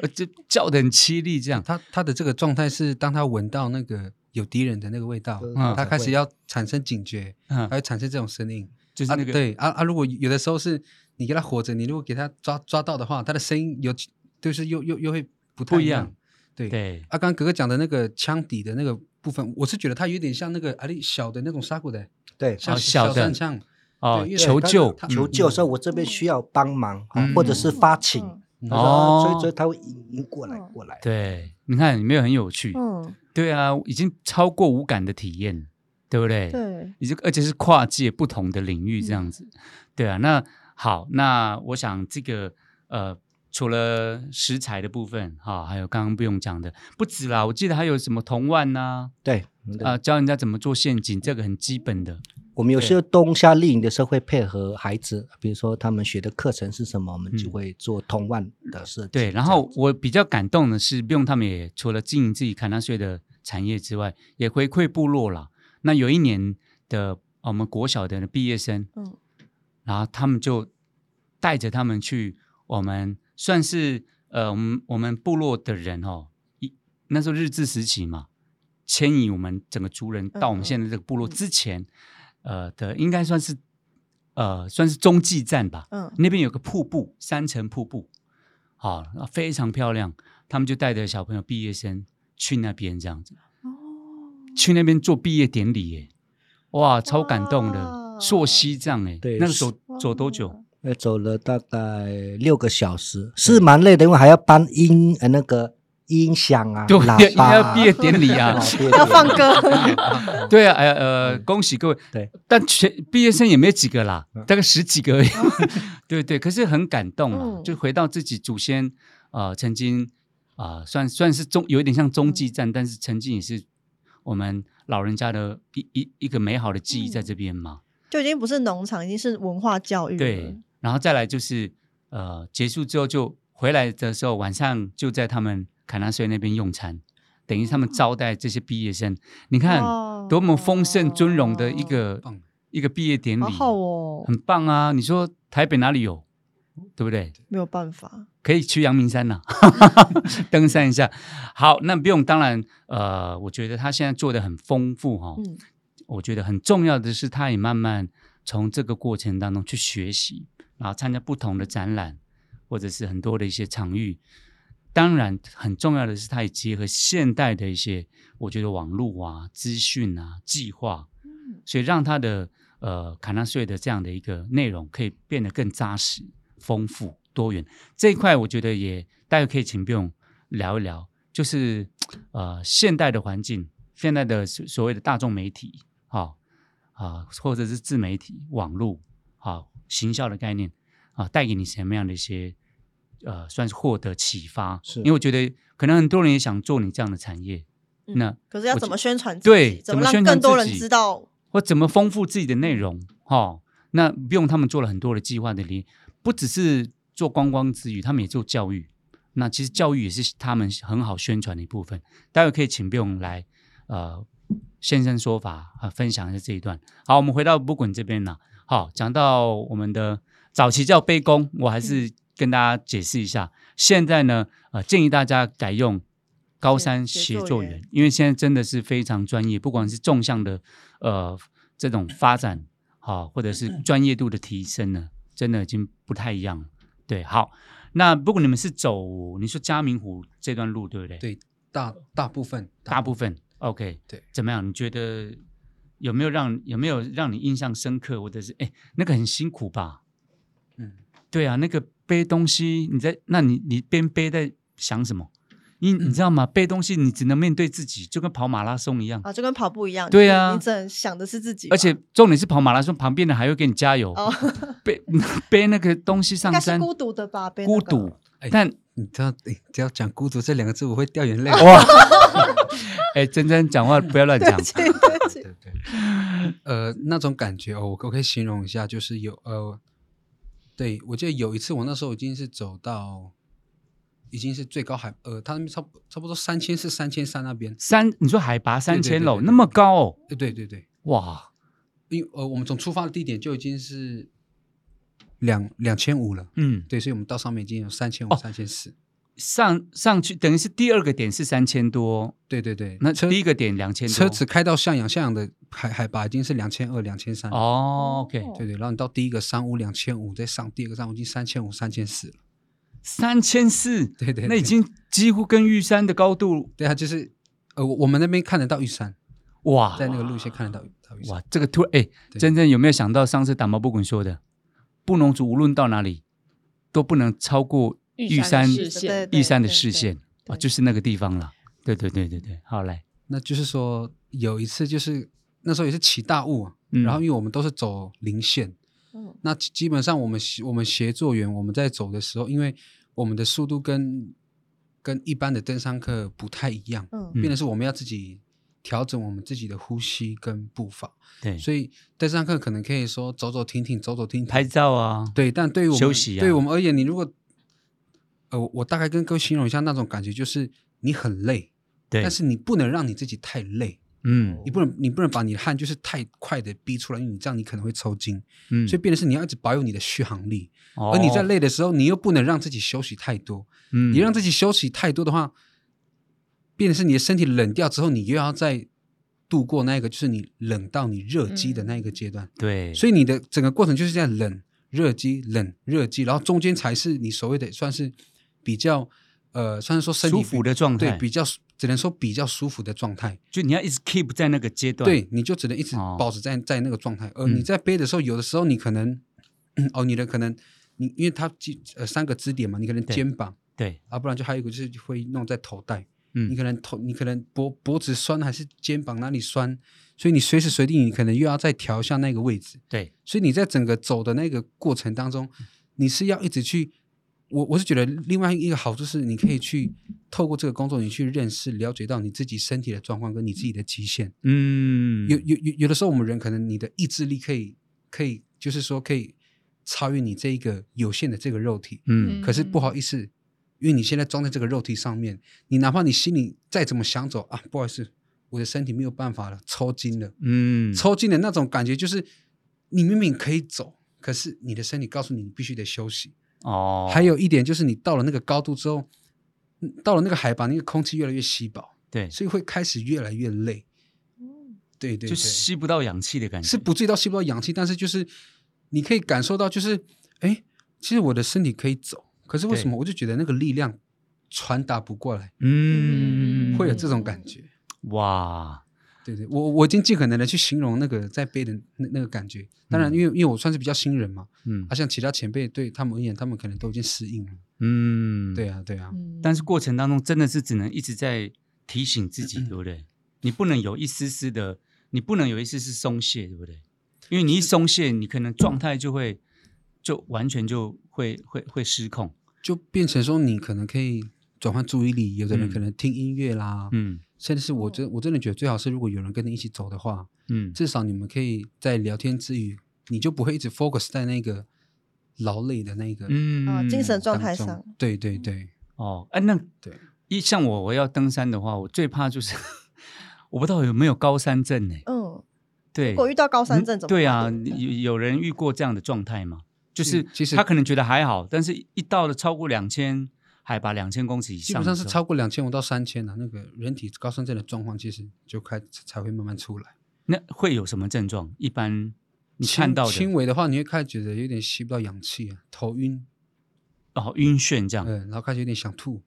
Speaker 1: 呃这叫的很凄厉，这样
Speaker 5: 他他的这个状态是，当他闻到那个有敌人的那个味道
Speaker 4: 嗯，
Speaker 5: 他开始要产生警觉，
Speaker 1: 嗯
Speaker 5: 他会产生这种声音。
Speaker 1: 就是
Speaker 5: 啊，
Speaker 1: 那个
Speaker 5: 对啊啊！如果有的时候是你给他活着，你如果给他抓抓到的话，他的声音有就是又又又会不太
Speaker 1: 不一
Speaker 5: 一
Speaker 1: 样。
Speaker 5: 对，
Speaker 1: 对
Speaker 5: 啊，刚刚哥哥讲的那个枪底的那个部分，我是觉得它有点像那个啊，你小的那种杀骨的，
Speaker 4: 对。
Speaker 5: 像
Speaker 1: 哦小的
Speaker 5: 散枪，
Speaker 1: 哦
Speaker 5: 因，为
Speaker 1: 求
Speaker 4: 他
Speaker 1: 救
Speaker 5: 他
Speaker 4: 求
Speaker 1: 嗯
Speaker 4: 救的时候，我这边需要帮忙，啊
Speaker 1: 嗯
Speaker 4: 或者是发请，
Speaker 2: 嗯
Speaker 5: 嗯
Speaker 4: 他说所
Speaker 1: 哦
Speaker 4: 以所以他会引引过来过来。
Speaker 1: 对，你看有没有很有趣？
Speaker 2: 嗯，
Speaker 1: 对啊，已经超过无感的体验，对不对？
Speaker 2: 对，
Speaker 1: 已经而且是跨界不同的领域这
Speaker 5: 嗯
Speaker 1: 样子。对啊，那好，那我想这个呃，除了食材的部分哈、还有刚刚不用讲的，不止啦，我记得还有什么铜腕呐、
Speaker 4: 对，
Speaker 1: 啊，教人家怎么做陷阱，这个很基本的。
Speaker 4: 我们有时候冬夏令营的时候会配合孩子，比如说他们学的课程是什么，我们
Speaker 1: 嗯
Speaker 4: 就会做通腕的设计。
Speaker 1: 对，然后我比较感动的是，不用他们也除了经营自己坎纳税的产业之外，也回馈部落啦。那有一年的呃我们国小的毕业生，
Speaker 2: 嗯
Speaker 1: 然后他们就带着他们去我们算是呃我们我们部落的人哦，一那时候日治时期嘛，迁移我们整个族人到我们
Speaker 2: 嗯嗯
Speaker 1: 现在这个部落
Speaker 2: 嗯
Speaker 1: 之前，呃的应该算是呃算是中继站吧，
Speaker 2: 嗯
Speaker 1: 那边有个瀑布，三层瀑布，好、啊非常漂亮。他们就带着小朋友毕业生去那边这样子，
Speaker 2: 哦，
Speaker 1: 去那边做毕业典礼耶，哇，超感动的
Speaker 2: 哇，
Speaker 1: 溯溪这样哎，
Speaker 4: 对
Speaker 1: 那个走走多
Speaker 2: 哇
Speaker 1: 久？？
Speaker 4: 呃走了大概六个小时，是蛮累的，因为还要搬音呃那个音响啊，
Speaker 1: 对，
Speaker 4: 喇叭、啊、
Speaker 1: 要毕业典礼 啊
Speaker 4: 哦，毕业典礼
Speaker 2: 要放歌，
Speaker 1: 对啊，呃呃，恭喜各位。
Speaker 4: 嗯对，
Speaker 1: 但全毕业生也没几个啦，
Speaker 4: 嗯
Speaker 1: 大概十几 个而已。对对，可是很感动啦，
Speaker 2: 嗯
Speaker 1: 就回到自己祖先呃曾经啊、呃算算是中有一点像中
Speaker 4: 嗯
Speaker 1: 继站，但是曾经也是我们老人家的一一一个美好的记忆在这边嘛。
Speaker 2: 就已经不是农场，已经是文化教育了。
Speaker 1: 对，然后再来就是呃结束之后就回来的时候，晚上就在他们凯纳税那边用餐。等于他们招待这些毕业生，你看
Speaker 2: 哦
Speaker 1: 多么丰盛尊荣的一个
Speaker 5: 棒
Speaker 1: 一个毕业典礼，
Speaker 2: 好好哦，
Speaker 1: 很棒啊！你说台北哪里有，对不对？
Speaker 2: 没有办法，
Speaker 1: 可以去阳明山 呐、登山一下。好，那不用。当然，呃，我觉得他现在做的很丰富哈、哦。
Speaker 2: 嗯
Speaker 1: 我觉得很重要的是，他也慢慢从这个过程当中去学习，然后参加不同的展览，或者是很多的一些场域。当然，很重要的是，他也结合现代的一些，我觉得网络啊、资讯啊、计划，
Speaker 2: 嗯
Speaker 1: 所以让他的呃卡纳税的这样的一个内容可以变得更扎实、丰富、多元这一块，我觉得也大家可以请不用聊一聊，就是呃现代的环境，现代的所所谓的大众媒体，好、啊、或者是自媒体、网络，好、行销的概念啊、带给你什么样的一些呃，算是获得启发？
Speaker 4: 是
Speaker 1: 因为我觉得可能很多人也想做你这样的产业，
Speaker 2: 嗯
Speaker 1: 那
Speaker 2: 可是要
Speaker 1: 我
Speaker 2: 怎
Speaker 1: 觉
Speaker 2: 么宣传自己？
Speaker 1: 对
Speaker 2: 怎
Speaker 1: 怎么宣
Speaker 2: 让
Speaker 1: 传
Speaker 2: 更多
Speaker 1: 自
Speaker 2: 人
Speaker 1: 己
Speaker 2: 知道？
Speaker 1: 或怎么丰富自己的内容，哈、那不用他们做了很多的计划的理，不只是做观光之余，他们也做教育。那其实教育也是他们很好宣传的一部分。待会可以请不用来，呃，现身说法啊、呃分享一下这一段。好，我们回到不滚这边了。好，讲到我们的早期叫杯弓，我还是跟大家解释一下。现在呢，呃，建议大家改用高山协
Speaker 2: 协
Speaker 1: 作
Speaker 2: 作
Speaker 1: 员
Speaker 2: 员，
Speaker 1: 因为现在真的是非常专业，不管是纵向的呃这种发展，好、或者是专业度的提升呢，真的已经不太一样了。对，好，那不过你们是走你说嘉明湖这段路，对不对？，
Speaker 5: 对大大部分
Speaker 1: 大部分 OK，
Speaker 5: 对，
Speaker 1: 怎么样？你觉得有没有让有没有让你印象深刻，或者是哎，那个很辛苦吧？
Speaker 5: 嗯，
Speaker 1: 对啊，那个背东西，你在那你你边背在想什么？你
Speaker 2: 嗯
Speaker 1: 你知道吗？背东西你只能面对自己，就跟跑马拉松一样。
Speaker 2: 啊，就跟跑步一样，
Speaker 1: 对
Speaker 2: 就是
Speaker 1: 啊
Speaker 2: 你只能想的是自己吧，
Speaker 1: 而且重点是跑马拉松，旁边的还会给你加油，
Speaker 2: 哦，
Speaker 1: 背背那个东西
Speaker 2: 应
Speaker 1: 上
Speaker 2: 该是
Speaker 1: 山，
Speaker 2: 孤独的吧，被那
Speaker 1: 孤
Speaker 2: 个
Speaker 1: 独
Speaker 5: 哎。
Speaker 1: 但
Speaker 5: 你知道，诶只要讲孤独这两个字，我会掉眼泪。
Speaker 1: 哇，哎，珍珍讲话不要乱讲，
Speaker 2: 对对对
Speaker 5: 对对，呃，那种感觉哦，我可我可以形容一下，就是有呃，对我记得有一次，我那时候已经是走到，已经是最高海呃，他们差不差不多三千是三千三那边，
Speaker 1: 三，你说海拔三千
Speaker 5: 对对
Speaker 1: 楼
Speaker 5: 对对
Speaker 1: 那么高哦，
Speaker 5: 呃对对对，
Speaker 1: 哇，
Speaker 5: 因为呃我们从出发的地点就已经是两两千五了，
Speaker 1: 嗯，
Speaker 5: 对，所以我们到上面已经有三
Speaker 1: 哦
Speaker 5: 千五、三千四，
Speaker 1: 上上去等于是第二个点是三千多，
Speaker 5: 对对对，
Speaker 1: 那
Speaker 5: 车
Speaker 1: 第一个点两千多，
Speaker 5: 车子开到向阳，向阳的海海拔已经是两千二、两千三，
Speaker 1: 哦，OK，
Speaker 3: 哦
Speaker 5: 对对，然后你到第一个山屋两千五，再上第二个山屋已经三千五、三千四了。
Speaker 1: 三千四，
Speaker 5: 对对
Speaker 1: 那已
Speaker 5: 对
Speaker 1: 经几乎跟玉山的高度，
Speaker 5: 对啊，就是呃，我我们那边看得到玉山，
Speaker 1: 哇，
Speaker 5: 在那个路线看得到玉到玉山。
Speaker 1: 啊哇，这个突然哎，
Speaker 5: 对
Speaker 1: 真正有没有想到上次打毛不滚说的，布农族无论到哪里都不能超过玉
Speaker 3: 玉 山
Speaker 1: 山
Speaker 3: 的
Speaker 2: 对
Speaker 3: 视
Speaker 2: 对
Speaker 3: 线
Speaker 2: 对
Speaker 1: 玉山的
Speaker 2: 对
Speaker 1: 视
Speaker 2: 对
Speaker 1: 线啊，
Speaker 2: 对
Speaker 1: 就是那个地方了。对对对对对，好来，
Speaker 5: 那就是说有一次就是那时候也是起大雾、啊，
Speaker 1: 嗯
Speaker 5: 然后因为我们都是走零线，
Speaker 2: 嗯
Speaker 5: 那基基本上我们协我们协作员我们在走的时候，因为我们的速度跟跟一般的登山客不太一样，
Speaker 2: 嗯
Speaker 1: 嗯
Speaker 5: 变的是我们要自己调整我们自己的呼吸跟步伐，
Speaker 1: 对，
Speaker 5: 所以登山客可能可以说走走停停，走走停停，
Speaker 1: 拍照啊，
Speaker 5: 对，但对于我们
Speaker 1: 休息啊
Speaker 5: 对于我们而言，你如果呃，我我大概跟各位形容一下那种感觉，就是你很累，
Speaker 1: 对
Speaker 5: 但，是你不能让你自己太累，
Speaker 1: 嗯
Speaker 5: 你不能你不能把你的汗就是太快的逼出来，因为你这样你可能会抽筋，
Speaker 1: 嗯，
Speaker 5: 所以变的是你要一直保有你的续航力，
Speaker 1: 哦
Speaker 5: 而你在，累的时候，你又不能让自己休息太多，
Speaker 1: 嗯
Speaker 5: 你让自己休息太多的话，变的是你的身体冷掉之后，你又要再度过那个就是你冷到你热机的那一个阶段，
Speaker 1: 对，
Speaker 5: 所以你的整个过程就是这样冷热机冷热机，然后中间才是你所谓的算是比较呃，算是说身体
Speaker 1: 舒
Speaker 5: 比
Speaker 1: 服的状态
Speaker 5: 对，比较舒只能说比较舒服的状态，
Speaker 1: 就你要一直 keep 在那个阶段，
Speaker 5: 对，你就只能一直
Speaker 1: 哦
Speaker 5: 保持在、在那个状态。而
Speaker 1: 嗯
Speaker 5: 你在背的时候，有的时候你可能 哦，你的可能你因为它基呃三个支点嘛，你可能
Speaker 1: 对
Speaker 5: 肩膀。
Speaker 1: 对，
Speaker 5: 啊，不然就还有一个就是会弄在头带，
Speaker 1: 嗯
Speaker 5: 你可能头，你可能脖脖子酸还是肩膀哪里酸，所以你随时随地你可能又要再调一下那个位置，
Speaker 1: 对，
Speaker 5: 所以你在整个走的那个过程当中，
Speaker 1: 嗯
Speaker 5: 你是要一直去。我我是觉得另外一个好处是，你可以去透过这个工作，你去认识、了解到你自己身体的状况跟你自己的极限。
Speaker 1: 嗯，
Speaker 5: 有有有有的时候，我们人可能你的意志力可以可以，就是说可以超越你这一个有限的这个肉体。
Speaker 1: 嗯
Speaker 5: 可是不好意思，因为你现在装在这个肉体上面，你哪怕你心里再怎么想走啊，不好意思，我的身体没有办法了，抽筋了。
Speaker 1: 嗯，
Speaker 5: 抽筋的那种感觉，就是你明明可以走，可是你的身体告诉你你必须得休息。
Speaker 1: 哦，
Speaker 5: 还有一点就是，你到了那个高度之后，嗯到了那个海拔，那个空气越来越稀薄，
Speaker 1: 对，
Speaker 5: 所以会开始越来越累。对对
Speaker 1: 就
Speaker 5: 对，
Speaker 1: 吸不到氧气的感觉，
Speaker 5: 是不至于到吸不到氧气，但是就是你可以感受到，就是哎，其实我的身体可以走，可是为什么我就觉得那个力量传达不过来，
Speaker 1: 嗯，
Speaker 3: 嗯
Speaker 5: 会有这种感觉。
Speaker 1: 哇，
Speaker 5: 对对，我我已经尽可能的去形容那个在背的那那个感觉。当然，
Speaker 1: 嗯
Speaker 5: 因为因为我算是比较新人嘛，
Speaker 1: 嗯
Speaker 5: 啊，像其他前辈对他们而言，他们可能都已经适应了。
Speaker 1: 嗯，
Speaker 5: 对啊，对啊，
Speaker 3: 嗯
Speaker 1: 但是过程当中真的是只能一直在提醒自
Speaker 5: 嗯
Speaker 1: 己，对不对？你不能有一丝丝的，你不能有一丝丝松懈，对不对？因为你一松懈，你可能状态就会就完全就会会会失控。
Speaker 5: 就变成说你可能可以转换注意力，有的人
Speaker 1: 嗯
Speaker 5: 可能听音乐啦，
Speaker 1: 嗯
Speaker 5: 甚至是我真我真的觉得最好是如果有人跟你一起走的话，
Speaker 1: 嗯，
Speaker 5: 至少你们可以在聊天之余，你就不会一直 focus 在那个劳累的那个
Speaker 1: 嗯
Speaker 2: 啊，精神
Speaker 5: 当
Speaker 2: 状态
Speaker 5: 中
Speaker 2: 上，
Speaker 5: 对对对，
Speaker 1: 哦，哎、那
Speaker 5: 对
Speaker 1: 一像我我要登山的话，我最怕就是 我不知道有没有高山症呢、
Speaker 2: 嗯，
Speaker 1: 对，
Speaker 2: 如果遇到高山
Speaker 1: 嗯
Speaker 2: 症怎么办？
Speaker 1: 对啊，你有有人遇过这样的状态吗？就是
Speaker 5: 嗯其实
Speaker 1: 他可能觉得还好，但是一到了超过两千海拔两千公尺以
Speaker 5: 基
Speaker 1: 上的时
Speaker 5: 本
Speaker 1: 候，
Speaker 5: 上是超过两千五到三千的啊那个人体高山症的状况，其实就开才会慢慢出来。
Speaker 1: 那会有什么症状？一般你
Speaker 5: 轻
Speaker 1: 看到的
Speaker 5: 轻微的话，你会开始觉得有点吸不到氧气啊，头晕，
Speaker 1: 哦，晕眩这样、
Speaker 5: 呃嗯，然后开始有点想吐，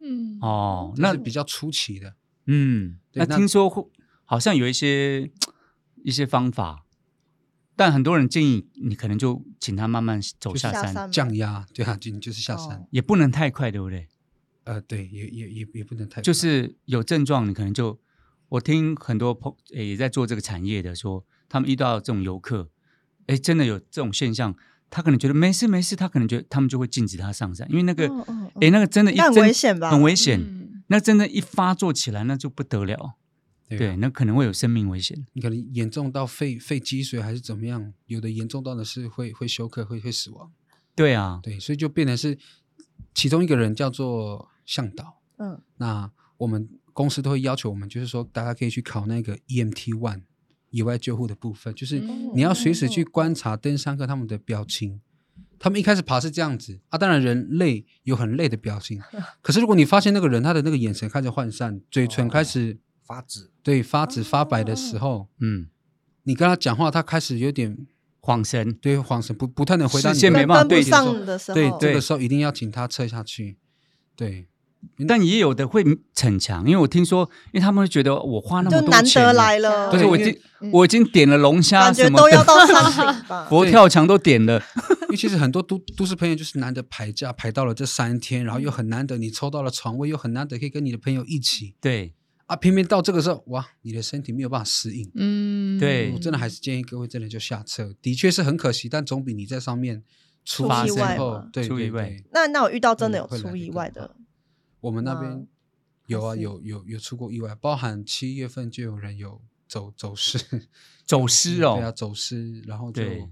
Speaker 3: 嗯
Speaker 1: 哦，
Speaker 5: 这
Speaker 1: 那
Speaker 5: 是比较初期的。
Speaker 1: 嗯，
Speaker 5: 对
Speaker 1: 那
Speaker 5: 那
Speaker 1: 听说会好像有一些一些方法，但很多人建议你可能就请他慢慢走下
Speaker 2: 下
Speaker 1: 山，
Speaker 2: 山
Speaker 5: 降压，对啊，就你就是下山，
Speaker 2: 哦
Speaker 1: 也不能太快，对不对？
Speaker 5: 呃，对，也也也也不能太
Speaker 1: 就
Speaker 5: 快
Speaker 1: 是有症状，你可能就我听很多朋诶也在做这个产业的说，他们遇到这种游客，诶，真的有这种现象，他可能觉得没事没事，他可能觉得他们就会禁止他上山，因为那个
Speaker 2: 嗯嗯嗯
Speaker 1: 诶，那个真的一
Speaker 2: 那很
Speaker 1: 真
Speaker 2: 危险吧
Speaker 1: 很危险，
Speaker 3: 嗯
Speaker 1: 那真的，一发作起来那就不得了，
Speaker 5: 对啊
Speaker 1: 对，那可能会有生命危险。
Speaker 5: 你可能严重到肺肺积水还是怎么样，有的严重到的是会会休克，会会死亡。
Speaker 1: 对啊，
Speaker 5: 对，所以就变成是其中一个人叫做向导。
Speaker 2: 嗯
Speaker 5: 那我们公司都会要求我们，就是说大家可以去考那个 EMT One 野外救护的部分，就是
Speaker 3: 嗯
Speaker 5: 你要随时去观察登山客他们的表情。他们一开始爬是这样子啊，当然人累有很累的表情， 可是如果你发现那个人他的那个眼神开始涣散，嘴
Speaker 1: 哦
Speaker 5: 唇开始、
Speaker 4: 发紫，
Speaker 5: 对发紫发白的时候，
Speaker 1: 嗯，
Speaker 5: 你跟他讲话，他开始有点
Speaker 1: 晃神，
Speaker 5: 对晃神，不不太能回答
Speaker 1: 视
Speaker 5: 你
Speaker 1: 线
Speaker 5: 的问题的时候，
Speaker 1: 没办法对哦
Speaker 2: 跟不上的时候
Speaker 5: 对，
Speaker 1: 对
Speaker 5: 这个时候一定要请他撤下去。对，嗯
Speaker 1: 但也有的会逞强，因为我听说，因为他们会觉得哦我花那
Speaker 2: 就
Speaker 1: 么多
Speaker 2: 难
Speaker 1: 钱
Speaker 2: 得
Speaker 1: 了，
Speaker 2: 来了，
Speaker 1: 对
Speaker 5: 因
Speaker 1: 我已
Speaker 5: 为
Speaker 1: 经我已经点了龙虾
Speaker 2: 感
Speaker 1: 什
Speaker 2: 觉
Speaker 1: 么
Speaker 2: 都要
Speaker 1: 的，
Speaker 2: 到山顶吧。
Speaker 1: 佛跳墙都点了，
Speaker 5: 因为其实很多都都市朋友就是难得排假排到了这三天，然后又很难得你抽到了床位，又很难得可以跟你的朋友一起
Speaker 1: 对
Speaker 5: 啊，偏偏到这个时候，哇，你的身体没有办法适应。
Speaker 3: 嗯
Speaker 1: 对
Speaker 5: 我真的还是建议各位真的就下车，的确是很可惜，但总比你在上面出
Speaker 2: 出
Speaker 5: 意
Speaker 2: 意
Speaker 5: 外
Speaker 2: 外
Speaker 5: 后
Speaker 2: 嘛，
Speaker 5: 对
Speaker 1: 出
Speaker 5: 对
Speaker 1: 意外
Speaker 5: 对，
Speaker 2: 那那我遇到真的
Speaker 5: 嗯
Speaker 2: 有
Speaker 5: 会来
Speaker 2: 出
Speaker 5: 得
Speaker 2: 意
Speaker 5: 更
Speaker 2: 外
Speaker 5: 好
Speaker 2: 的，
Speaker 5: 我们那边
Speaker 2: 吗
Speaker 5: 有啊，
Speaker 2: 嗯还是
Speaker 5: 有有有出过意外，包含七月份就有人有走走失，
Speaker 1: 走 失
Speaker 5: 对啊，
Speaker 1: 哦，
Speaker 5: 走失，然后就
Speaker 1: 对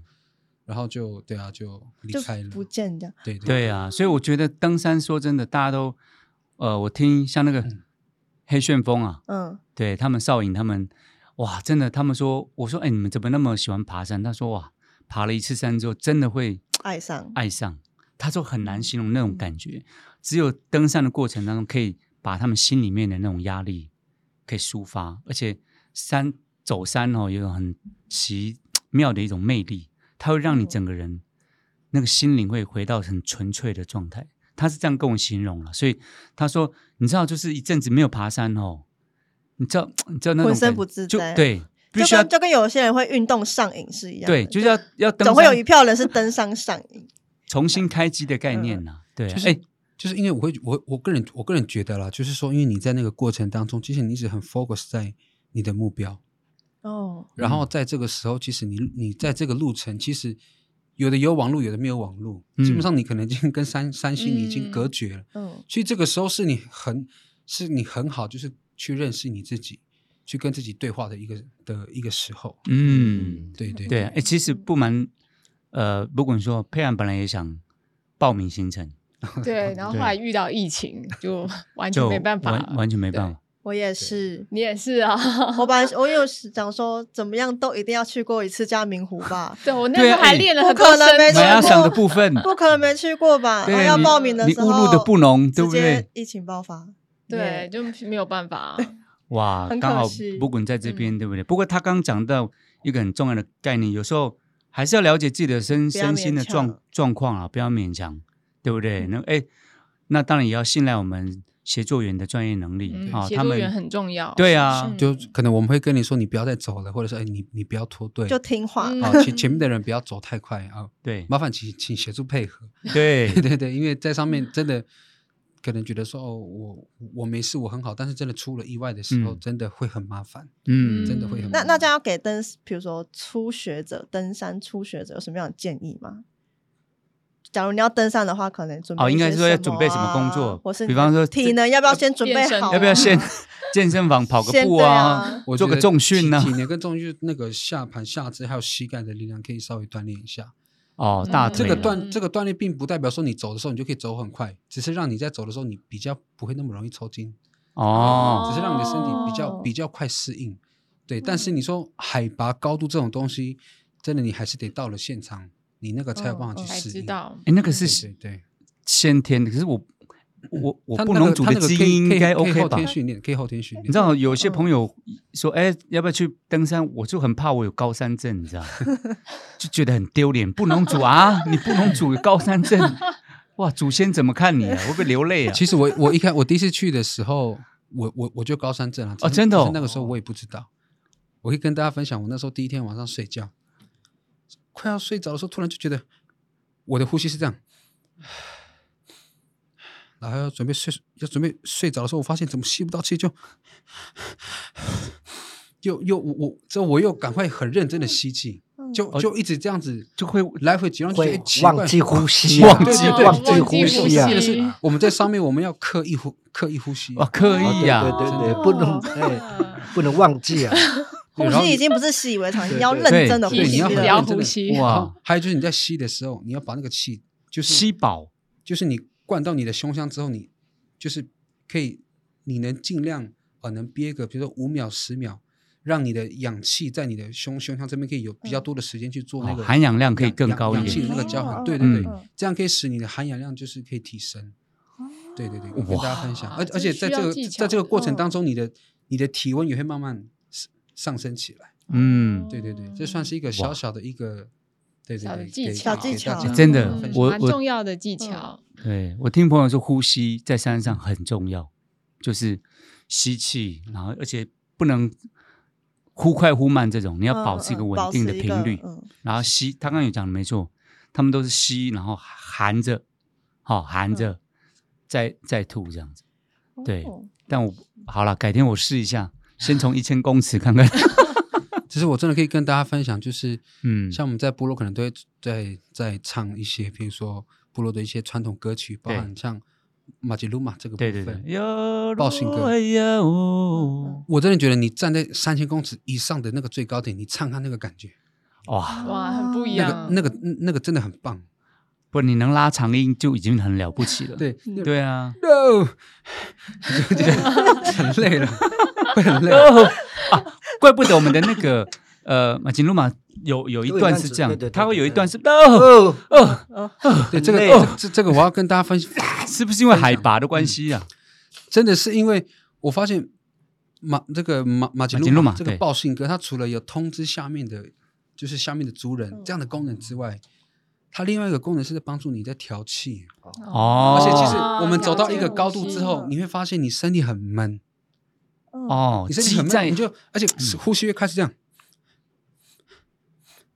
Speaker 5: 然后就对啊，就离
Speaker 2: 就
Speaker 5: 开了，
Speaker 2: 不见这样。
Speaker 5: 对
Speaker 1: 对啊，所以我觉得登山说真的，大家都，呃，我听像那个黑旋风啊，
Speaker 2: 嗯，
Speaker 1: 对他们少颖他们，哇，真的，他们说，我说，哎，你们怎么那么喜欢爬山？他说，哇，爬了一次山之后，真的会
Speaker 2: 爱上
Speaker 1: 爱上。他说很难形容那
Speaker 2: 嗯
Speaker 1: 种感觉，只有登山的过程当中，可以把他们心里面的那种压力可以抒发，而且山走山哦，也有很奇妙的一种魅力，它会让
Speaker 2: 嗯
Speaker 1: 你整个人、那个心灵会回到很纯粹的状态。他是这样跟我形容了，所以他说，你知道，就是一阵子没有爬山哦，你知道，你知道那种
Speaker 2: 浑身
Speaker 1: 感
Speaker 2: 不自
Speaker 1: 就
Speaker 2: 在啊
Speaker 1: 对，必
Speaker 2: 就
Speaker 1: 须要
Speaker 2: 跟就跟有些人会运动上瘾是一样的，
Speaker 1: 对，就是要要登
Speaker 2: 总会有
Speaker 1: 山
Speaker 2: 一票人是登山上 瘾。
Speaker 1: 重新开机的概
Speaker 2: 嗯
Speaker 1: 念呐、对啊，哎、
Speaker 5: 就是就是因为我会我我个人我个人觉得啦，就是说，因为你在那个过程当中，其实你一直很 focus 在你的目标，
Speaker 2: 哦，
Speaker 5: 然
Speaker 1: 嗯
Speaker 5: 后在这个时候，其实你你在这个路程，其实有的有网路，有的没有网路，
Speaker 1: 嗯
Speaker 5: 基本上你可能已经跟三三星你已经隔
Speaker 3: 嗯
Speaker 5: 绝了，
Speaker 2: 嗯，
Speaker 5: 所以这个时候是你很是你很好，就是去认识你自己，去跟自己对话的一个的一个时候。
Speaker 1: 嗯，
Speaker 5: 对对
Speaker 1: 对啊，哎、其实不瞒呃，不管说佩安本来也想报名行程，
Speaker 3: 对，然后后来遇到疫情，就完全
Speaker 1: 就
Speaker 3: 没办法
Speaker 1: 完
Speaker 3: 了。
Speaker 1: 完全没办法。
Speaker 2: 我也是。
Speaker 3: 你也是啊，
Speaker 2: 我本来我有想说，怎么样都一定要去过一次嘉明湖吧，
Speaker 3: 对我那
Speaker 1: 对
Speaker 3: 时
Speaker 1: 啊
Speaker 3: 候还
Speaker 1: 哎
Speaker 3: 练了很
Speaker 2: 不
Speaker 3: 多
Speaker 2: 可能
Speaker 3: 深
Speaker 2: 没
Speaker 3: 蹲，
Speaker 2: 错
Speaker 1: 买阿赏的部分，
Speaker 2: 不可能没去过吧？
Speaker 1: 对
Speaker 2: 然后
Speaker 1: 你
Speaker 2: 要报名的
Speaker 1: 你
Speaker 2: 时候，
Speaker 1: 误入的不浓，对
Speaker 2: 直
Speaker 1: 不对
Speaker 2: 接？疫情爆发，
Speaker 3: 对，
Speaker 2: 耶，
Speaker 3: 就没有办法啊。
Speaker 1: 哇，
Speaker 2: 很可
Speaker 1: 刚好
Speaker 2: 惜嗯
Speaker 1: 不滚在这边，对不对？不过他刚讲到一个很重要的概念，有时候还是要了解自己的身
Speaker 2: 不要
Speaker 1: 身心的
Speaker 2: 勉强嗯
Speaker 1: 状状况啊，不要勉强，对不对？那哎，那当然也要信赖我们协作员的专业能力
Speaker 3: 嗯
Speaker 1: 啊，
Speaker 3: 协
Speaker 1: 他
Speaker 3: 作
Speaker 1: 们
Speaker 3: 员很重要
Speaker 1: 对啊
Speaker 3: 是，
Speaker 5: 就可能我们会跟你说，你不要再走了，或者是哎，你你不要脱队，
Speaker 2: 就听话，
Speaker 3: 嗯
Speaker 5: 啊，前前面的人不要走太快啊，
Speaker 1: 对
Speaker 5: 麻烦请请协助配合。
Speaker 1: 对
Speaker 5: 对对对，因为在上面真的可能觉得说哦，我我没事，我很好，但是真的出了意外的时候，
Speaker 1: 嗯
Speaker 5: 真的会很麻烦。
Speaker 1: 嗯，
Speaker 5: 真的会很
Speaker 2: 那那这样要给登，比如说初学者、登山初学者有什么样的建议吗？假如你要登山的话，可能准备
Speaker 1: 哦
Speaker 2: 一
Speaker 1: 应该
Speaker 2: 些
Speaker 1: 是说要
Speaker 2: 么
Speaker 1: 准备什么工作
Speaker 2: 啊或是
Speaker 1: 比方说
Speaker 2: 体能要不要先准备
Speaker 3: 健身
Speaker 2: 好啊？
Speaker 1: 要不要 先 健身房跑个
Speaker 2: 先
Speaker 1: 步
Speaker 2: 对
Speaker 1: 啊
Speaker 2: 啊？
Speaker 5: 我
Speaker 1: 做
Speaker 5: 觉
Speaker 1: 个
Speaker 5: 得
Speaker 1: 重训呢
Speaker 5: 体？体能跟重训就是那个下盘、下肢还有膝盖的力量可以稍微锻炼一下。
Speaker 1: 哦，大
Speaker 3: 嗯
Speaker 1: 腿
Speaker 5: 这个
Speaker 1: 了
Speaker 5: 锻这个锻炼并不代表说你走的时候你就可以走很快，只是让你在走的时候你比较不会那么容易抽筋，
Speaker 1: 哦，
Speaker 5: 只是让你的身体比较
Speaker 2: 哦
Speaker 5: 比较快适应。对，但
Speaker 3: 嗯
Speaker 5: 是你说海拔高度这种东西，真的你还是得到了现场，你那个才有办法去
Speaker 2: 嗯嗯
Speaker 5: 适
Speaker 3: 才哦
Speaker 5: 应。
Speaker 3: 知道。
Speaker 1: 哎，那个
Speaker 5: 对
Speaker 1: 是
Speaker 5: 对对。
Speaker 1: 先天的，可是我我我
Speaker 5: 他
Speaker 1: 布
Speaker 5: 那个
Speaker 1: 农族
Speaker 5: 他
Speaker 1: 的
Speaker 5: 那个
Speaker 1: 基
Speaker 5: 可以
Speaker 1: 因
Speaker 5: 可以
Speaker 1: 应该
Speaker 5: 可以
Speaker 1: OK
Speaker 5: 后
Speaker 1: 吧？
Speaker 5: 天训练可以后天训练，
Speaker 1: 你知道有些
Speaker 2: 嗯
Speaker 1: 朋友说，哎，要不要去登山？我就很怕我有高山症，你 知道，就觉得很丢脸。布农族啊，你布农族有高山 症，哇，祖先怎么看你啊？会不会流泪啊？
Speaker 5: 其实我我一开我第一次去的时候，我我我就高山症啊！
Speaker 1: 哦
Speaker 5: 只是
Speaker 1: 真的哦
Speaker 5: 只是那个时候我也不知道。我可以跟大家分享，我那时候第一天晚上睡觉，快要睡着的时候，突然就觉得我的呼吸是这样，然后要准备睡要准备睡着的时候，我发现怎么吸不到气，就又又我我这我又赶快很认真的吸气，就就一直这样子
Speaker 1: 哦就会
Speaker 5: 来回急，然后就觉
Speaker 4: 会
Speaker 5: 得哎奇怪
Speaker 4: 忘记呼吸啊，
Speaker 1: 忘记
Speaker 5: 对对对
Speaker 4: 忘记
Speaker 5: 忘
Speaker 4: 呼
Speaker 5: 我
Speaker 4: 吸
Speaker 5: 记
Speaker 4: 啊，
Speaker 5: 得
Speaker 3: 呼吸
Speaker 5: 是我们在上面我们要刻意呼刻意呼吸
Speaker 1: 哇，刻
Speaker 4: 啊
Speaker 1: 意
Speaker 4: 对
Speaker 1: 呀，
Speaker 4: 对对对，
Speaker 3: 哦
Speaker 4: 不能哎，不能忘记 啊，
Speaker 5: 对
Speaker 2: 呼
Speaker 5: 然后
Speaker 2: 吸
Speaker 5: 你
Speaker 2: 已经不是习以为常，
Speaker 5: 对
Speaker 2: 你要
Speaker 5: 对
Speaker 2: 认
Speaker 1: 对
Speaker 2: 真的呼
Speaker 5: 对，你
Speaker 2: 吸
Speaker 5: 要很
Speaker 3: 对
Speaker 2: 了。
Speaker 3: 要
Speaker 5: 认真
Speaker 3: 呼
Speaker 5: 地
Speaker 3: 吸
Speaker 5: 哇！然
Speaker 1: 哇
Speaker 5: 后还有就是你在吸的时候，你要把那个气就是
Speaker 1: 吸饱，
Speaker 5: 就是你灌到你的胸腔之后，你就是可以，你能尽量呃能憋个，比如说五秒、十秒，让你的氧气在你的胸胸腔这边可以有比较多的时间去做那
Speaker 1: 哦
Speaker 5: 个
Speaker 1: 含氧量可以
Speaker 5: 氧
Speaker 1: 更
Speaker 5: 氧
Speaker 1: 高一
Speaker 5: 氧气
Speaker 1: 点
Speaker 5: 的那个交换。
Speaker 2: 哦
Speaker 5: 对对对，
Speaker 2: 嗯
Speaker 5: 这样可以使你的含氧量就是可以提升。对对对，我跟大家分享，
Speaker 3: 哇
Speaker 5: 而而且
Speaker 3: 哦这
Speaker 5: 在
Speaker 3: 需要
Speaker 5: 这个
Speaker 3: 技巧
Speaker 5: 在这个过程
Speaker 2: 的
Speaker 5: 当中，你的你的体温也会慢慢上上升起来。
Speaker 1: 嗯
Speaker 5: 对对对，这算是一个小
Speaker 1: 哇
Speaker 5: 小的一个，对对
Speaker 3: 小的
Speaker 5: 对，
Speaker 3: 技
Speaker 5: 给
Speaker 3: 巧
Speaker 5: 给
Speaker 2: 小
Speaker 5: 大
Speaker 2: 技
Speaker 5: 家
Speaker 2: 巧
Speaker 1: 真的
Speaker 5: 分
Speaker 3: 嗯
Speaker 5: 享
Speaker 1: 我
Speaker 3: 蛮
Speaker 1: 我
Speaker 3: 重要的技巧。
Speaker 1: 对我听朋友说，呼吸在山上很重要，就是吸气，然后而且不能忽快忽慢这种，你要保持一个
Speaker 2: 嗯嗯
Speaker 1: 稳
Speaker 2: 保
Speaker 1: 定
Speaker 2: 持
Speaker 1: 的
Speaker 2: 一
Speaker 1: 频
Speaker 2: 个
Speaker 1: 率。
Speaker 2: 嗯
Speaker 1: 然后吸，他刚刚有讲的没错，他们都是吸，然后含着，好、含着，
Speaker 2: 嗯
Speaker 1: 再再吐这样子。对
Speaker 2: 哦
Speaker 1: 但我好了，改天我试一下，先从一千公尺看 看。
Speaker 5: 其实我真的可以跟大家分享，就是
Speaker 1: 嗯
Speaker 5: 像我们在部落可能都会在在唱一些，比如说部落的一些传统歌曲，包
Speaker 1: 对
Speaker 5: 含像马吉鲁马这个部
Speaker 1: 对
Speaker 5: 分。
Speaker 1: 对对，哟
Speaker 5: 报信歌
Speaker 1: 哎呀哦，
Speaker 5: 我真的觉得你站在三千公尺以上的那个最高点，你唱它那个感觉，
Speaker 1: 哇，
Speaker 3: 哇，很不一
Speaker 5: 那
Speaker 3: 样
Speaker 5: 个。那个那个真的很棒。
Speaker 1: 不，你能拉长音就已经很了不起了。
Speaker 5: 对
Speaker 3: 嗯
Speaker 1: 对啊，
Speaker 5: ，no，就觉得很累了，会很累。
Speaker 1: 哦 啊，怪不得我们的那个呃马金路马有有一
Speaker 4: 有一
Speaker 1: 段
Speaker 4: 段
Speaker 1: 是
Speaker 4: 子
Speaker 1: 这样
Speaker 4: 对对，对
Speaker 1: 他会有一
Speaker 4: 对
Speaker 1: 段是哦
Speaker 4: 哦，
Speaker 1: 哦，
Speaker 5: 对，这个哦
Speaker 4: 累
Speaker 5: 这这这个我要跟大家分享。
Speaker 1: 是不是因为海拔的关系啊？
Speaker 5: 真的是因为我发现马这个马马吉
Speaker 1: 马吉鲁
Speaker 5: 鲁
Speaker 1: 马
Speaker 5: 马这个
Speaker 1: 对
Speaker 5: 报信哥，他除了有通知下面的，就是下面的族人
Speaker 2: 嗯
Speaker 5: 这样的功能之外，他另外一个功能是在帮助你在调气。
Speaker 1: 哦
Speaker 5: 嗯而且其实
Speaker 1: 哦
Speaker 5: 我们走到
Speaker 2: 哦了解
Speaker 5: 一个高度之
Speaker 2: 呼
Speaker 5: 后，
Speaker 2: 吸
Speaker 5: 你会发现你身体很闷，
Speaker 2: 嗯
Speaker 1: 哦，
Speaker 5: 你身体
Speaker 1: 积
Speaker 5: 很
Speaker 1: 在
Speaker 5: 闷，你就
Speaker 1: 哎
Speaker 5: 而且呼吸会开始这样。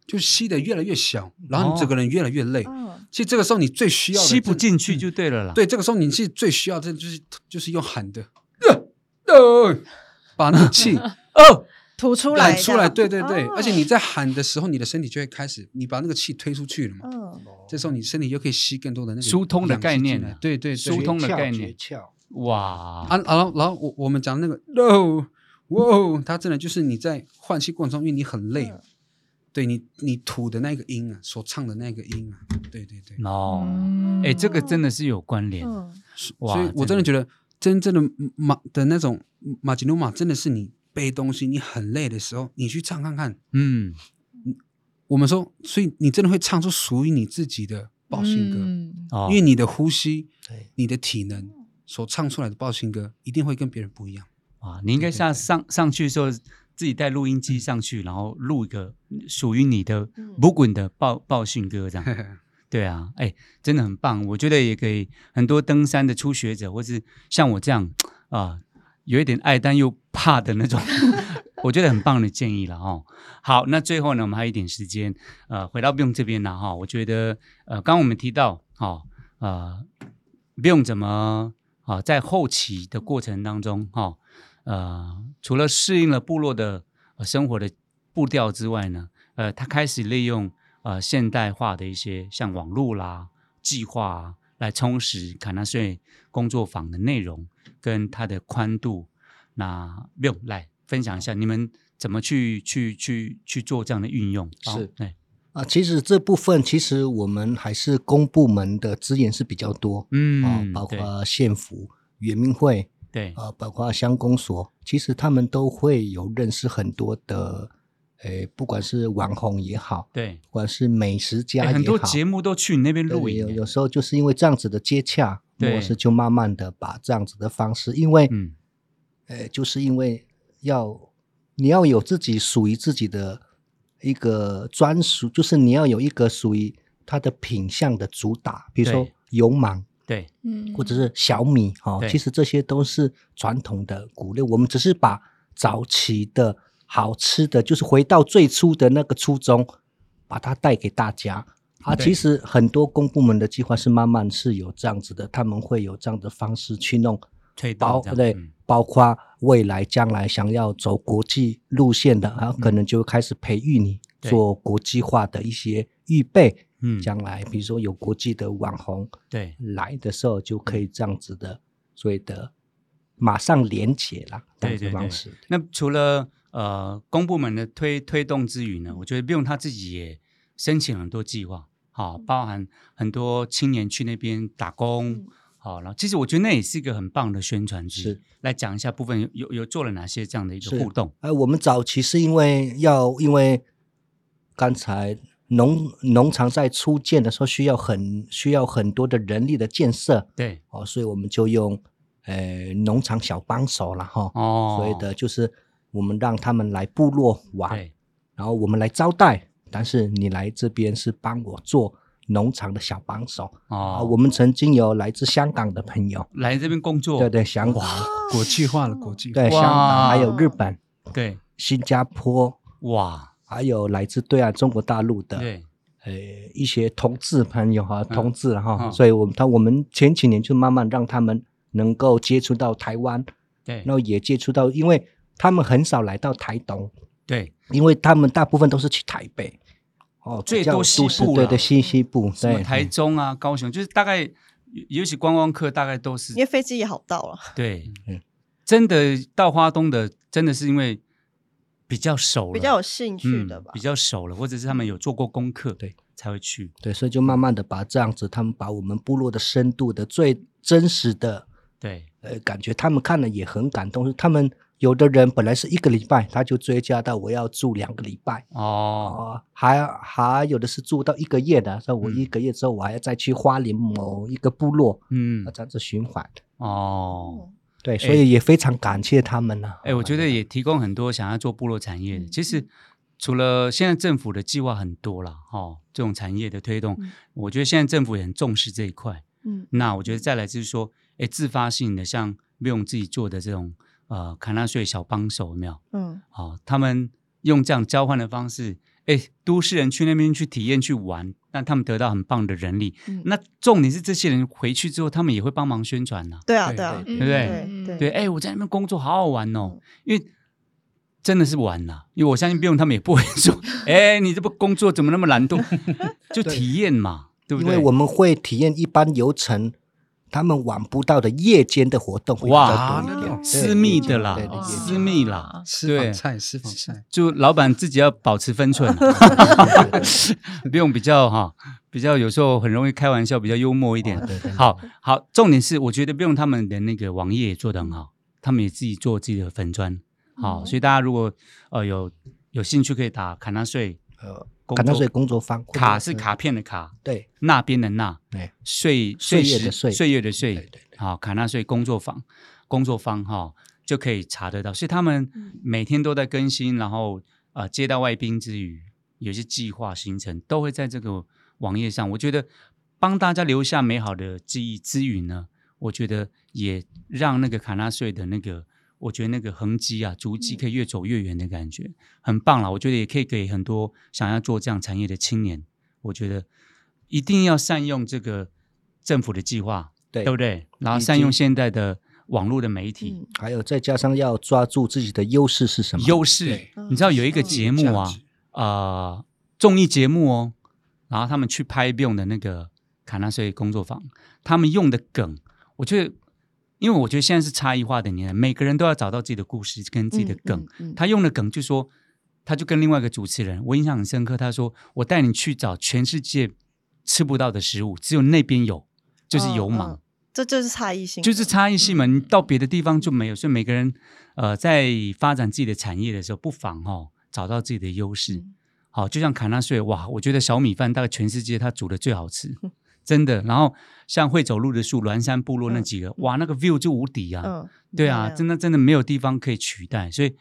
Speaker 5: 就吸的越来越小，然后
Speaker 1: 哦
Speaker 5: 你整个人越来越累。
Speaker 2: 嗯
Speaker 5: 其实这个时候你最需要的
Speaker 1: 吸不
Speaker 5: 真的
Speaker 1: 进去就对了啦。
Speaker 5: 对，这个时候你是最需要的，就是就是用喊的，呃把 那个气
Speaker 1: 哦，
Speaker 2: 吐出来
Speaker 5: 喊
Speaker 2: 这
Speaker 5: 出来，
Speaker 2: 样
Speaker 5: 对对对，
Speaker 2: 哦
Speaker 5: 而且你在喊的时候，你的身体就会开始，你把那个气推出去了嘛，
Speaker 2: 嗯
Speaker 5: 这时候你身体就可以吸更多的那个
Speaker 1: 疏通的
Speaker 5: 氧气
Speaker 1: 概念
Speaker 5: 进来
Speaker 1: 啊
Speaker 5: 对对对，
Speaker 1: 疏通的概念
Speaker 4: 诀窍，
Speaker 1: 哇
Speaker 5: 啊，然后然后我我们讲那个 no，哇，它真的就是你在换气过程中，因为你很累
Speaker 2: 嗯
Speaker 5: 嘛，对你你吐的那个音啊，所唱的那个音啊，对对对，
Speaker 1: 哦，
Speaker 3: 嗯
Speaker 1: 哎，这个真的是有关联。
Speaker 2: 嗯
Speaker 1: 哇
Speaker 5: 所以我真的觉得真正的马的那种马吉努马，真的是你背东西你很累的时候，你去唱看看。
Speaker 1: 嗯，
Speaker 5: 我们说，所以你真的会唱出属于你自己的报信歌，
Speaker 3: 嗯
Speaker 1: 哦，
Speaker 5: 因为你的呼吸
Speaker 4: 对、
Speaker 5: 你的体能所唱出来的报信歌，一定会跟别人不一样。
Speaker 1: 哇，你应该下上上去的时候自己带录音机上去，然后录一个属于你的
Speaker 2: 嗯
Speaker 1: 不滚的报报讯歌这样。对啊，哎，真的很棒，我觉得也给很多登山的初学者，或是像我这样啊、有一点爱但又怕的那种， 我觉得很棒的建议了哦。好，那最后呢，我们还有一点时间，呃，回到 b i o n 这边呢哈、我觉得呃，刚刚我们提到哦，呃 b i o n 怎么啊、在后期的过程当中哈、呃，除了适应了部落的、呃生活的步调之外呢，呃，他开始利用呃现代化的一些像网络啦、计划啊，来充实卡纳税工作坊的内容跟它的宽度。那用来分享一下你们怎么去去去去做这样的运用？
Speaker 4: 是
Speaker 1: 哦对，
Speaker 4: 啊，其实这部分其实我们还是公部门的资源是比较多，啊
Speaker 1: 嗯，，
Speaker 4: 包
Speaker 1: 对
Speaker 4: 括县府、原民会
Speaker 1: 对
Speaker 4: 啊，包括乡公所，其实他们都会有认识很多的，诶，不管是网红也好，
Speaker 1: 对，
Speaker 4: 不管是美食家也
Speaker 1: 哎
Speaker 4: 好，
Speaker 1: 很多节目都去你那边
Speaker 4: 对
Speaker 1: 录
Speaker 4: 有
Speaker 1: 影
Speaker 4: 有
Speaker 1: 耶，
Speaker 4: 时候就是因为这样子的接洽
Speaker 1: 对
Speaker 4: 模式，就慢慢的把这样子的方式，因为、
Speaker 1: 嗯，
Speaker 4: 呃，就是因为要你要有自己属于自己的一个专属，就是你要有一个属于它的品相的主打，比如说
Speaker 1: 对
Speaker 4: 勇莽，
Speaker 1: 对，
Speaker 3: 嗯，
Speaker 4: 或者是小米哈、
Speaker 1: 对
Speaker 4: 其实这些都是传统的谷类，我们只是把早期的好吃的，就是回到最初的那个初衷，把它带给大家。啊，
Speaker 1: 对
Speaker 4: 其实很多公部门的计划是慢慢是有这样子的，他们会有这样的方式去弄，
Speaker 1: 推
Speaker 4: 包
Speaker 1: 动这样
Speaker 4: 对
Speaker 1: 嗯，
Speaker 4: 包括未来将来想要走国际路线的啊，可能就开始培育你
Speaker 1: 嗯对
Speaker 4: 做国际化的一些预备。
Speaker 1: 嗯
Speaker 4: 将来比如说有国际的网红，
Speaker 1: 对，
Speaker 4: 来的时候就可
Speaker 1: 嗯
Speaker 4: 以这样子的所谓的马上连接啦，这样
Speaker 1: 对
Speaker 4: 子
Speaker 1: 对
Speaker 4: 方
Speaker 1: 对
Speaker 4: 式。
Speaker 1: 那除了呃公部门的推推动之余呢，我觉得不用他自己也申请很多计划，好、包含很多青年去那边打工
Speaker 2: 嗯，
Speaker 1: 好、然后其实我觉得那也是一个很棒的宣传之一
Speaker 4: 是。
Speaker 1: 来讲一下部分有有有做了哪些这样的一个
Speaker 4: 是
Speaker 1: 互动，
Speaker 4: 而哎我们早期是因为要，因为刚才农农场在初建的时候需要很需要很多的人力的建设
Speaker 1: 对
Speaker 4: 哦，所以我们就用呃农场小帮手了哈，
Speaker 1: 哦，
Speaker 4: 所谓的就是我们让他们来部落玩，
Speaker 1: 对
Speaker 4: 然后我们来招待，但是你来这边是帮我做农场的小帮手。啊，
Speaker 1: 哦，
Speaker 4: 我们曾经有来自香港的朋友，
Speaker 1: 来这边工作，
Speaker 4: 对对，香港，
Speaker 5: 国际化了，国际化
Speaker 4: 对香港，还有
Speaker 2: 哇
Speaker 4: 日本、
Speaker 1: 对
Speaker 4: 新加坡，
Speaker 1: 哇，
Speaker 4: 还有来自对岸中国大陆的，
Speaker 1: 对
Speaker 4: 呃，一些同志朋友哈，同志哈，
Speaker 1: 嗯
Speaker 4: 所以我们他我们前几年就慢慢让他们能够接触到台湾，
Speaker 1: 对
Speaker 4: 然后也接触到，因为他们很少来到台东，
Speaker 1: 对
Speaker 4: 因为他们大部分都是去台北，哦，
Speaker 1: 最
Speaker 4: 比较
Speaker 1: 多西
Speaker 4: 都市
Speaker 1: 部
Speaker 4: 对
Speaker 1: 了
Speaker 4: 对，西西部，
Speaker 1: 什么
Speaker 4: 对，
Speaker 1: 台
Speaker 4: 嗯
Speaker 1: 中啊、高雄，就是大概尤尤其观光客大概都是
Speaker 2: 因为飞机也好到了，
Speaker 1: 对
Speaker 4: 嗯，
Speaker 1: 真的到花东的，真的是因为比较熟了，
Speaker 2: 比较有兴趣
Speaker 1: 嗯
Speaker 2: 的吧
Speaker 1: 比。较熟了，或者是他们有做过功课，
Speaker 4: 对，
Speaker 1: 才会去。
Speaker 4: 对，所以就慢慢的把这样子，他们把我们部落的深度的最真实的
Speaker 1: 对，
Speaker 4: 呃感觉，他们看了也很感动。是他们有的人本来是一个礼拜，他就追加到我要住两个礼拜
Speaker 1: 哦，
Speaker 4: 哦，还还有的是住到一个月的，说我
Speaker 1: 嗯
Speaker 4: 一个月之后我还要再去花莲某一个部落，
Speaker 1: 嗯
Speaker 4: 那，这样子循环。
Speaker 1: 哦，
Speaker 4: 对，所以也非常感谢他们啊呢、
Speaker 1: 哎，我觉得也提供很多想要做部落产业的。
Speaker 3: 嗯
Speaker 1: 其实除了现在政府的计划很多了，哦，这种产业的推动
Speaker 3: 嗯，
Speaker 1: 我觉得现在政府也很重视这一块。
Speaker 2: 嗯，
Speaker 1: 那我觉得再来就是说，哎，自发性的，像利用自己做的这种呃卡纳税小帮手，有没有？
Speaker 2: 嗯，
Speaker 1: 哦，他们用这样交换的方式，哎，都市人去那边去体验去玩，让他们得到很棒的人力。
Speaker 2: 嗯
Speaker 1: 那重点是这些人回去之后，他们也会帮忙宣传呐、
Speaker 2: 对啊，
Speaker 5: 对
Speaker 2: 对啊，
Speaker 1: 对
Speaker 3: 嗯
Speaker 1: 不对
Speaker 2: 对
Speaker 3: 嗯
Speaker 1: 对，哎，我在那边工作好好玩
Speaker 4: 嗯
Speaker 1: 哦，因为。真的是玩呐、因为我相信不用他们也不会 说，哎，你这不工作怎么那么懒惰？就体验嘛，对不
Speaker 4: 因
Speaker 1: 对？
Speaker 4: 为我们会体验一般游程，他们玩不到的夜间的活动会比
Speaker 1: 哇
Speaker 4: 较多一点，
Speaker 5: 那种
Speaker 4: 对
Speaker 1: 私密的啦
Speaker 4: 对对，对
Speaker 1: 私密啦，
Speaker 5: 私
Speaker 1: 对
Speaker 5: 房，菜，私房菜，
Speaker 1: 就老板自己要保持分寸、啊 不用比较哈，比较有时候很容易开玩笑，比较幽哦 默一点。
Speaker 4: 哦对对
Speaker 1: 好好，重点是我觉得不用他们的那个网页也做得很好，他们也自己做自己的粉砖。好，
Speaker 4: 哦
Speaker 1: 所以大家如果呃有有兴趣，可以打卡纳税，
Speaker 4: 呃
Speaker 1: 工作
Speaker 4: 感到税工作坊
Speaker 1: 卡是，卡片的卡，
Speaker 4: 对
Speaker 1: 那边的那，
Speaker 4: 对
Speaker 1: 税
Speaker 4: 岁月
Speaker 1: 时
Speaker 4: 的岁
Speaker 1: 岁月的
Speaker 4: 对
Speaker 1: 岁
Speaker 4: 对，对
Speaker 1: 好、卡纳税工作坊工作坊哈、就可以查得到，所以他们每天都在更新，然后呃接到外宾之余，有些计划行程都会在这个网页上。我觉得帮大家留下美好的记忆之余呢，我觉得也让那个卡纳税的那个。我觉得那个痕迹啊，足迹可以越走越远的感觉，很棒啦！我觉得也可以给很多想要做这样产业的青年，我觉得一定要善用这个政府的计划，
Speaker 4: 对
Speaker 1: 对不对？然后
Speaker 4: 已
Speaker 1: 善用
Speaker 4: 经
Speaker 1: 现在的网络的媒
Speaker 2: 嗯
Speaker 1: 体、
Speaker 4: 还有再加上要抓住自己的优势是什么？
Speaker 1: 优势
Speaker 5: 对。
Speaker 2: 嗯
Speaker 1: 你知道有一个
Speaker 2: 嗯
Speaker 1: 节目
Speaker 5: 价
Speaker 1: 啊
Speaker 5: 值，
Speaker 1: 呃，综艺节目哦，然后他们去拍 b i o n 的那个卡纳税工作坊，他们用的梗，我觉得，因为我觉得现在是差异化的年代，每个人都要找到自己的故事跟自己的梗。，
Speaker 2: 嗯嗯嗯
Speaker 1: 他用的梗就说，他就跟另外一个主持人，我印象很深刻，他说我带你去找全世界吃不到的食物，只有那边有，就是
Speaker 2: 嗯
Speaker 1: 油芒。
Speaker 2: 嗯这就是差异性的，
Speaker 1: 就是差异性嘛，
Speaker 2: 嗯
Speaker 1: 你到别的地方就没有，所以每个人呃在发展自己的产业的时候，不妨哦找到自己的优势。
Speaker 2: 嗯
Speaker 1: 好，就像卡纳税，哇，我觉得小米饭大概全世界它煮的最好吃，
Speaker 2: 嗯
Speaker 1: 真的。然后像会走路的树、峦山部落那
Speaker 2: 嗯
Speaker 1: 几个，哇，那个 view 就无敌啊！
Speaker 2: 嗯，
Speaker 1: 对啊，真
Speaker 2: 的，
Speaker 1: 的真的没有地方可以取代，所以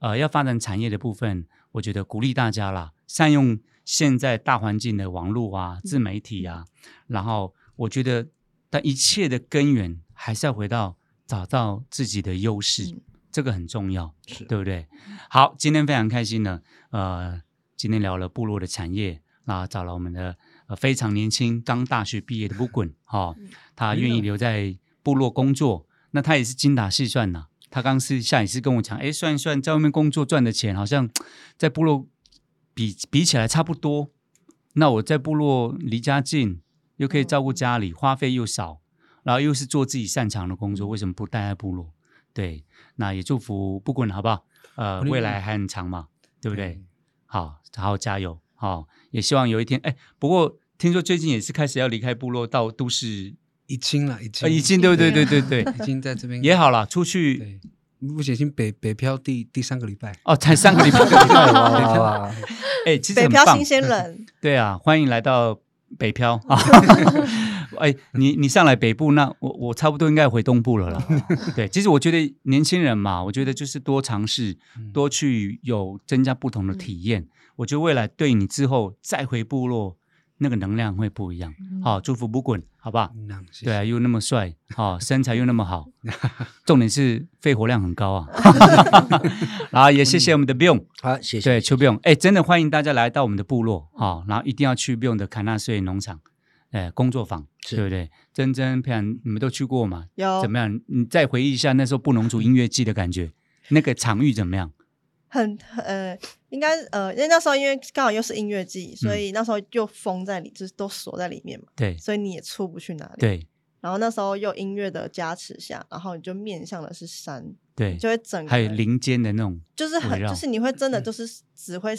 Speaker 1: 呃，要发展产业的部分，我觉得鼓励大家啦，善用现在大环境的网络啊、自媒体啊，然后我觉得但一切的根源还是要回到找到自己的优势，
Speaker 2: 嗯
Speaker 1: 这个很重要，
Speaker 4: 是
Speaker 1: 对不对？好，今天非常开心呢，呃，今天聊了部落的产业，那、找了我们的、呃、非常年轻刚大学毕业的布滚，哈、哦
Speaker 2: 嗯，
Speaker 1: 他愿意留在部落工作，那他也是精打细算呐、他刚私下也是跟我讲，哎，算一算在外面工作赚的钱，好像在部落比比起来差不多。那我在部落离家近，又可以照顾家里，花费又少，然后又是做自己擅长的工作，为什么不待在部落？对，那也祝福不滚好不好？呃，
Speaker 5: 嗯
Speaker 1: 未来还很长嘛，对不对？好，好好加油，好、也希望有一天，哎，不过听说最近也是开始要离开部落到都市，
Speaker 5: 已经了，已
Speaker 1: 呃，
Speaker 5: 经
Speaker 1: 已经对不对？对对对，
Speaker 5: 已经在这边
Speaker 1: 也好啦，出去
Speaker 5: 嗯对，目前已经北北漂第第三个礼拜，
Speaker 1: 哦，才上个礼拜，
Speaker 4: 哇
Speaker 1: 哎、
Speaker 4: 哇，
Speaker 1: 其实
Speaker 2: 北
Speaker 1: 很
Speaker 2: 漂
Speaker 1: 棒
Speaker 2: 新，鲜人，
Speaker 1: 对啊，欢迎来到北漂 啊！哎，你你上来北部，那我我差不多应该回东部了 啦。对，其实我觉得年轻人嘛，我觉得就是多尝试，
Speaker 5: 嗯
Speaker 1: 多去有增加不
Speaker 2: 嗯
Speaker 1: 同的体验，我觉得未来对你之后再回部落，那个能量会不一样。
Speaker 2: 嗯
Speaker 1: 好、祝福不滚，好不好？
Speaker 5: 嗯那谢谢
Speaker 1: 对啊，又那么帅， 哦，身材又那么好，重点是肺活量很高 啊。然后也谢谢我们的 Bion，
Speaker 4: 好，谢谢。
Speaker 1: 对，邱 Bion，哎，真的欢迎大家来到我们的部落，好、然后一定要去 Bion 的凯纳穗农场，呃，工作坊，
Speaker 4: 是
Speaker 1: 对不对？珍珍、佩然，你们都去过吗？
Speaker 2: 有
Speaker 1: 怎么样？你再回忆一下那时候布农族音乐季的感觉，那个场域怎么样？
Speaker 2: 很呃，应该呃，因为那时候因为刚好又是音乐季，所
Speaker 1: 嗯
Speaker 2: 以那时候就封在里，就是都锁在里面嘛，
Speaker 1: 对
Speaker 2: 所以你也出不去哪里。
Speaker 1: 对
Speaker 2: 然后那时候又音乐的加持下，然后你就面向的是山，
Speaker 1: 对，
Speaker 2: 就会整个
Speaker 1: 还有
Speaker 2: 人
Speaker 1: 林间的那 种，
Speaker 2: 就是
Speaker 1: 围
Speaker 2: 很
Speaker 1: 绕嗯
Speaker 2: 就是你会真的就是只会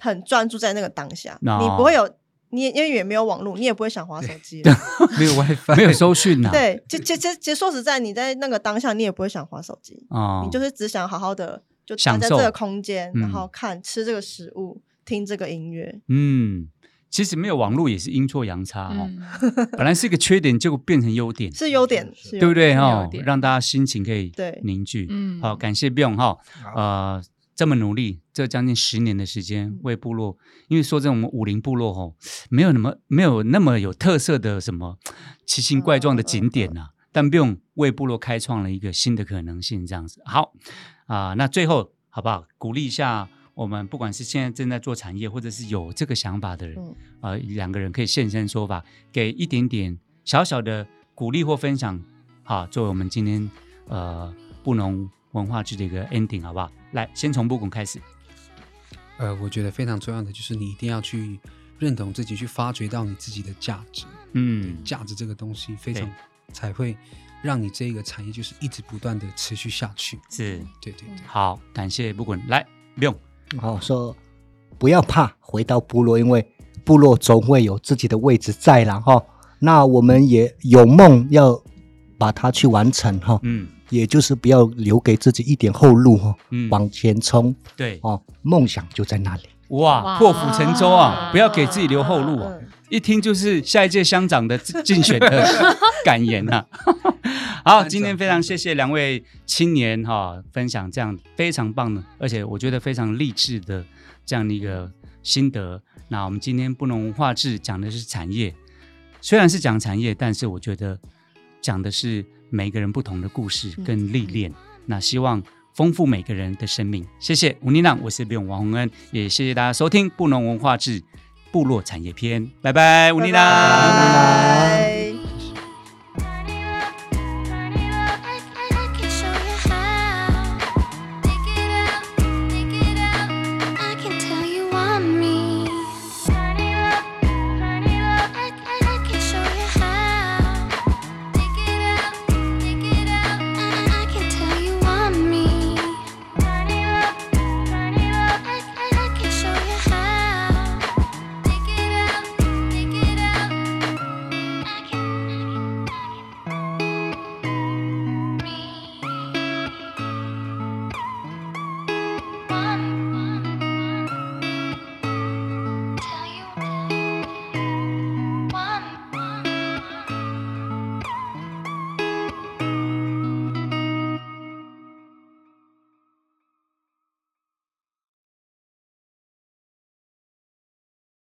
Speaker 2: 很专注在那个当下，
Speaker 1: 哦
Speaker 2: 你不会有你也因为也没有网络，你也不会想划手 机了。
Speaker 5: 没有 WiFi，
Speaker 1: 没有收讯呐、啊，
Speaker 2: 对，其其其其实说实在，你在那个当下，你也不会想划手机，
Speaker 1: 哦，
Speaker 2: 你就是只想好好的就待
Speaker 1: 享
Speaker 2: 在这
Speaker 1: 受
Speaker 2: 个空间，
Speaker 1: 嗯
Speaker 2: 然后看吃这个食物，听这个音乐。
Speaker 1: 嗯，其实没有网络也是阴错阳差哦，
Speaker 3: 嗯，
Speaker 1: 本来是一个缺点，结果变成优点，
Speaker 2: 是优点，是
Speaker 1: 对不
Speaker 2: 对？
Speaker 1: 对
Speaker 3: 优
Speaker 1: 哦？
Speaker 3: 点
Speaker 1: 让大家心情可以
Speaker 2: 对
Speaker 1: 凝聚。
Speaker 3: 嗯
Speaker 1: 好，感谢 Bion 哈，呃，这么努力，这将近十年的时间
Speaker 3: 嗯
Speaker 1: 为部落，因为说真的，我们武林部落哦，没有那么没有那么有特色的什么奇形怪状的景点呐、但 Bion 为部落开创了一个新的可能性，这样子。好啊、那最后好不好？鼓励一下。我们不管是现在正在做产业，或者是有这个想法的人，
Speaker 2: 嗯
Speaker 1: 呃，两个人可以现身说法，给一点点小小的鼓励或分享，好，作为我们今天呃布农文化剧的一个 ending，好不好？来，先从布拱开始。
Speaker 5: 呃，我觉得非常重要的就是你一定要去认同自己，去发掘到你自己的价值。对
Speaker 1: 嗯，
Speaker 5: 价值这个东西非
Speaker 1: 对
Speaker 5: 常才会让你这个产业就是一直不断的持续下去。
Speaker 1: 是
Speaker 5: 对对对，
Speaker 1: 好，感谢布滚，来，不用，
Speaker 4: 好说不要怕，回到部落，因为部落总会有自己的位置在了哈。那我们也有梦要把它去完成哈，
Speaker 1: 嗯
Speaker 4: 也就是不要留给自己一点后路哈，
Speaker 1: 嗯，
Speaker 4: 往前冲
Speaker 1: 对，
Speaker 4: 哦，梦想就在那里。
Speaker 1: 哇，
Speaker 3: 哇
Speaker 1: 破釜沉舟啊，不要给自己留后路啊
Speaker 2: 嗯！
Speaker 1: 一听就是下一届乡长的竞选的感言呐、 啊。好，今天非常谢谢两位青年哈、分享这样非常棒的，而且我觉得非常励志的这样的一个心得。那我们今天不能文化志讲的是产业，虽然是讲产业，但是我觉得讲的是每个人不同的故事
Speaker 2: 嗯
Speaker 1: 跟历练。那希望丰富每个人的生命。谢谢吴妮娜，我是 b i 王洪恩，也谢谢大家收听《布农文化志部落产业篇》，拜拜，吴妮娜。
Speaker 2: 拜拜。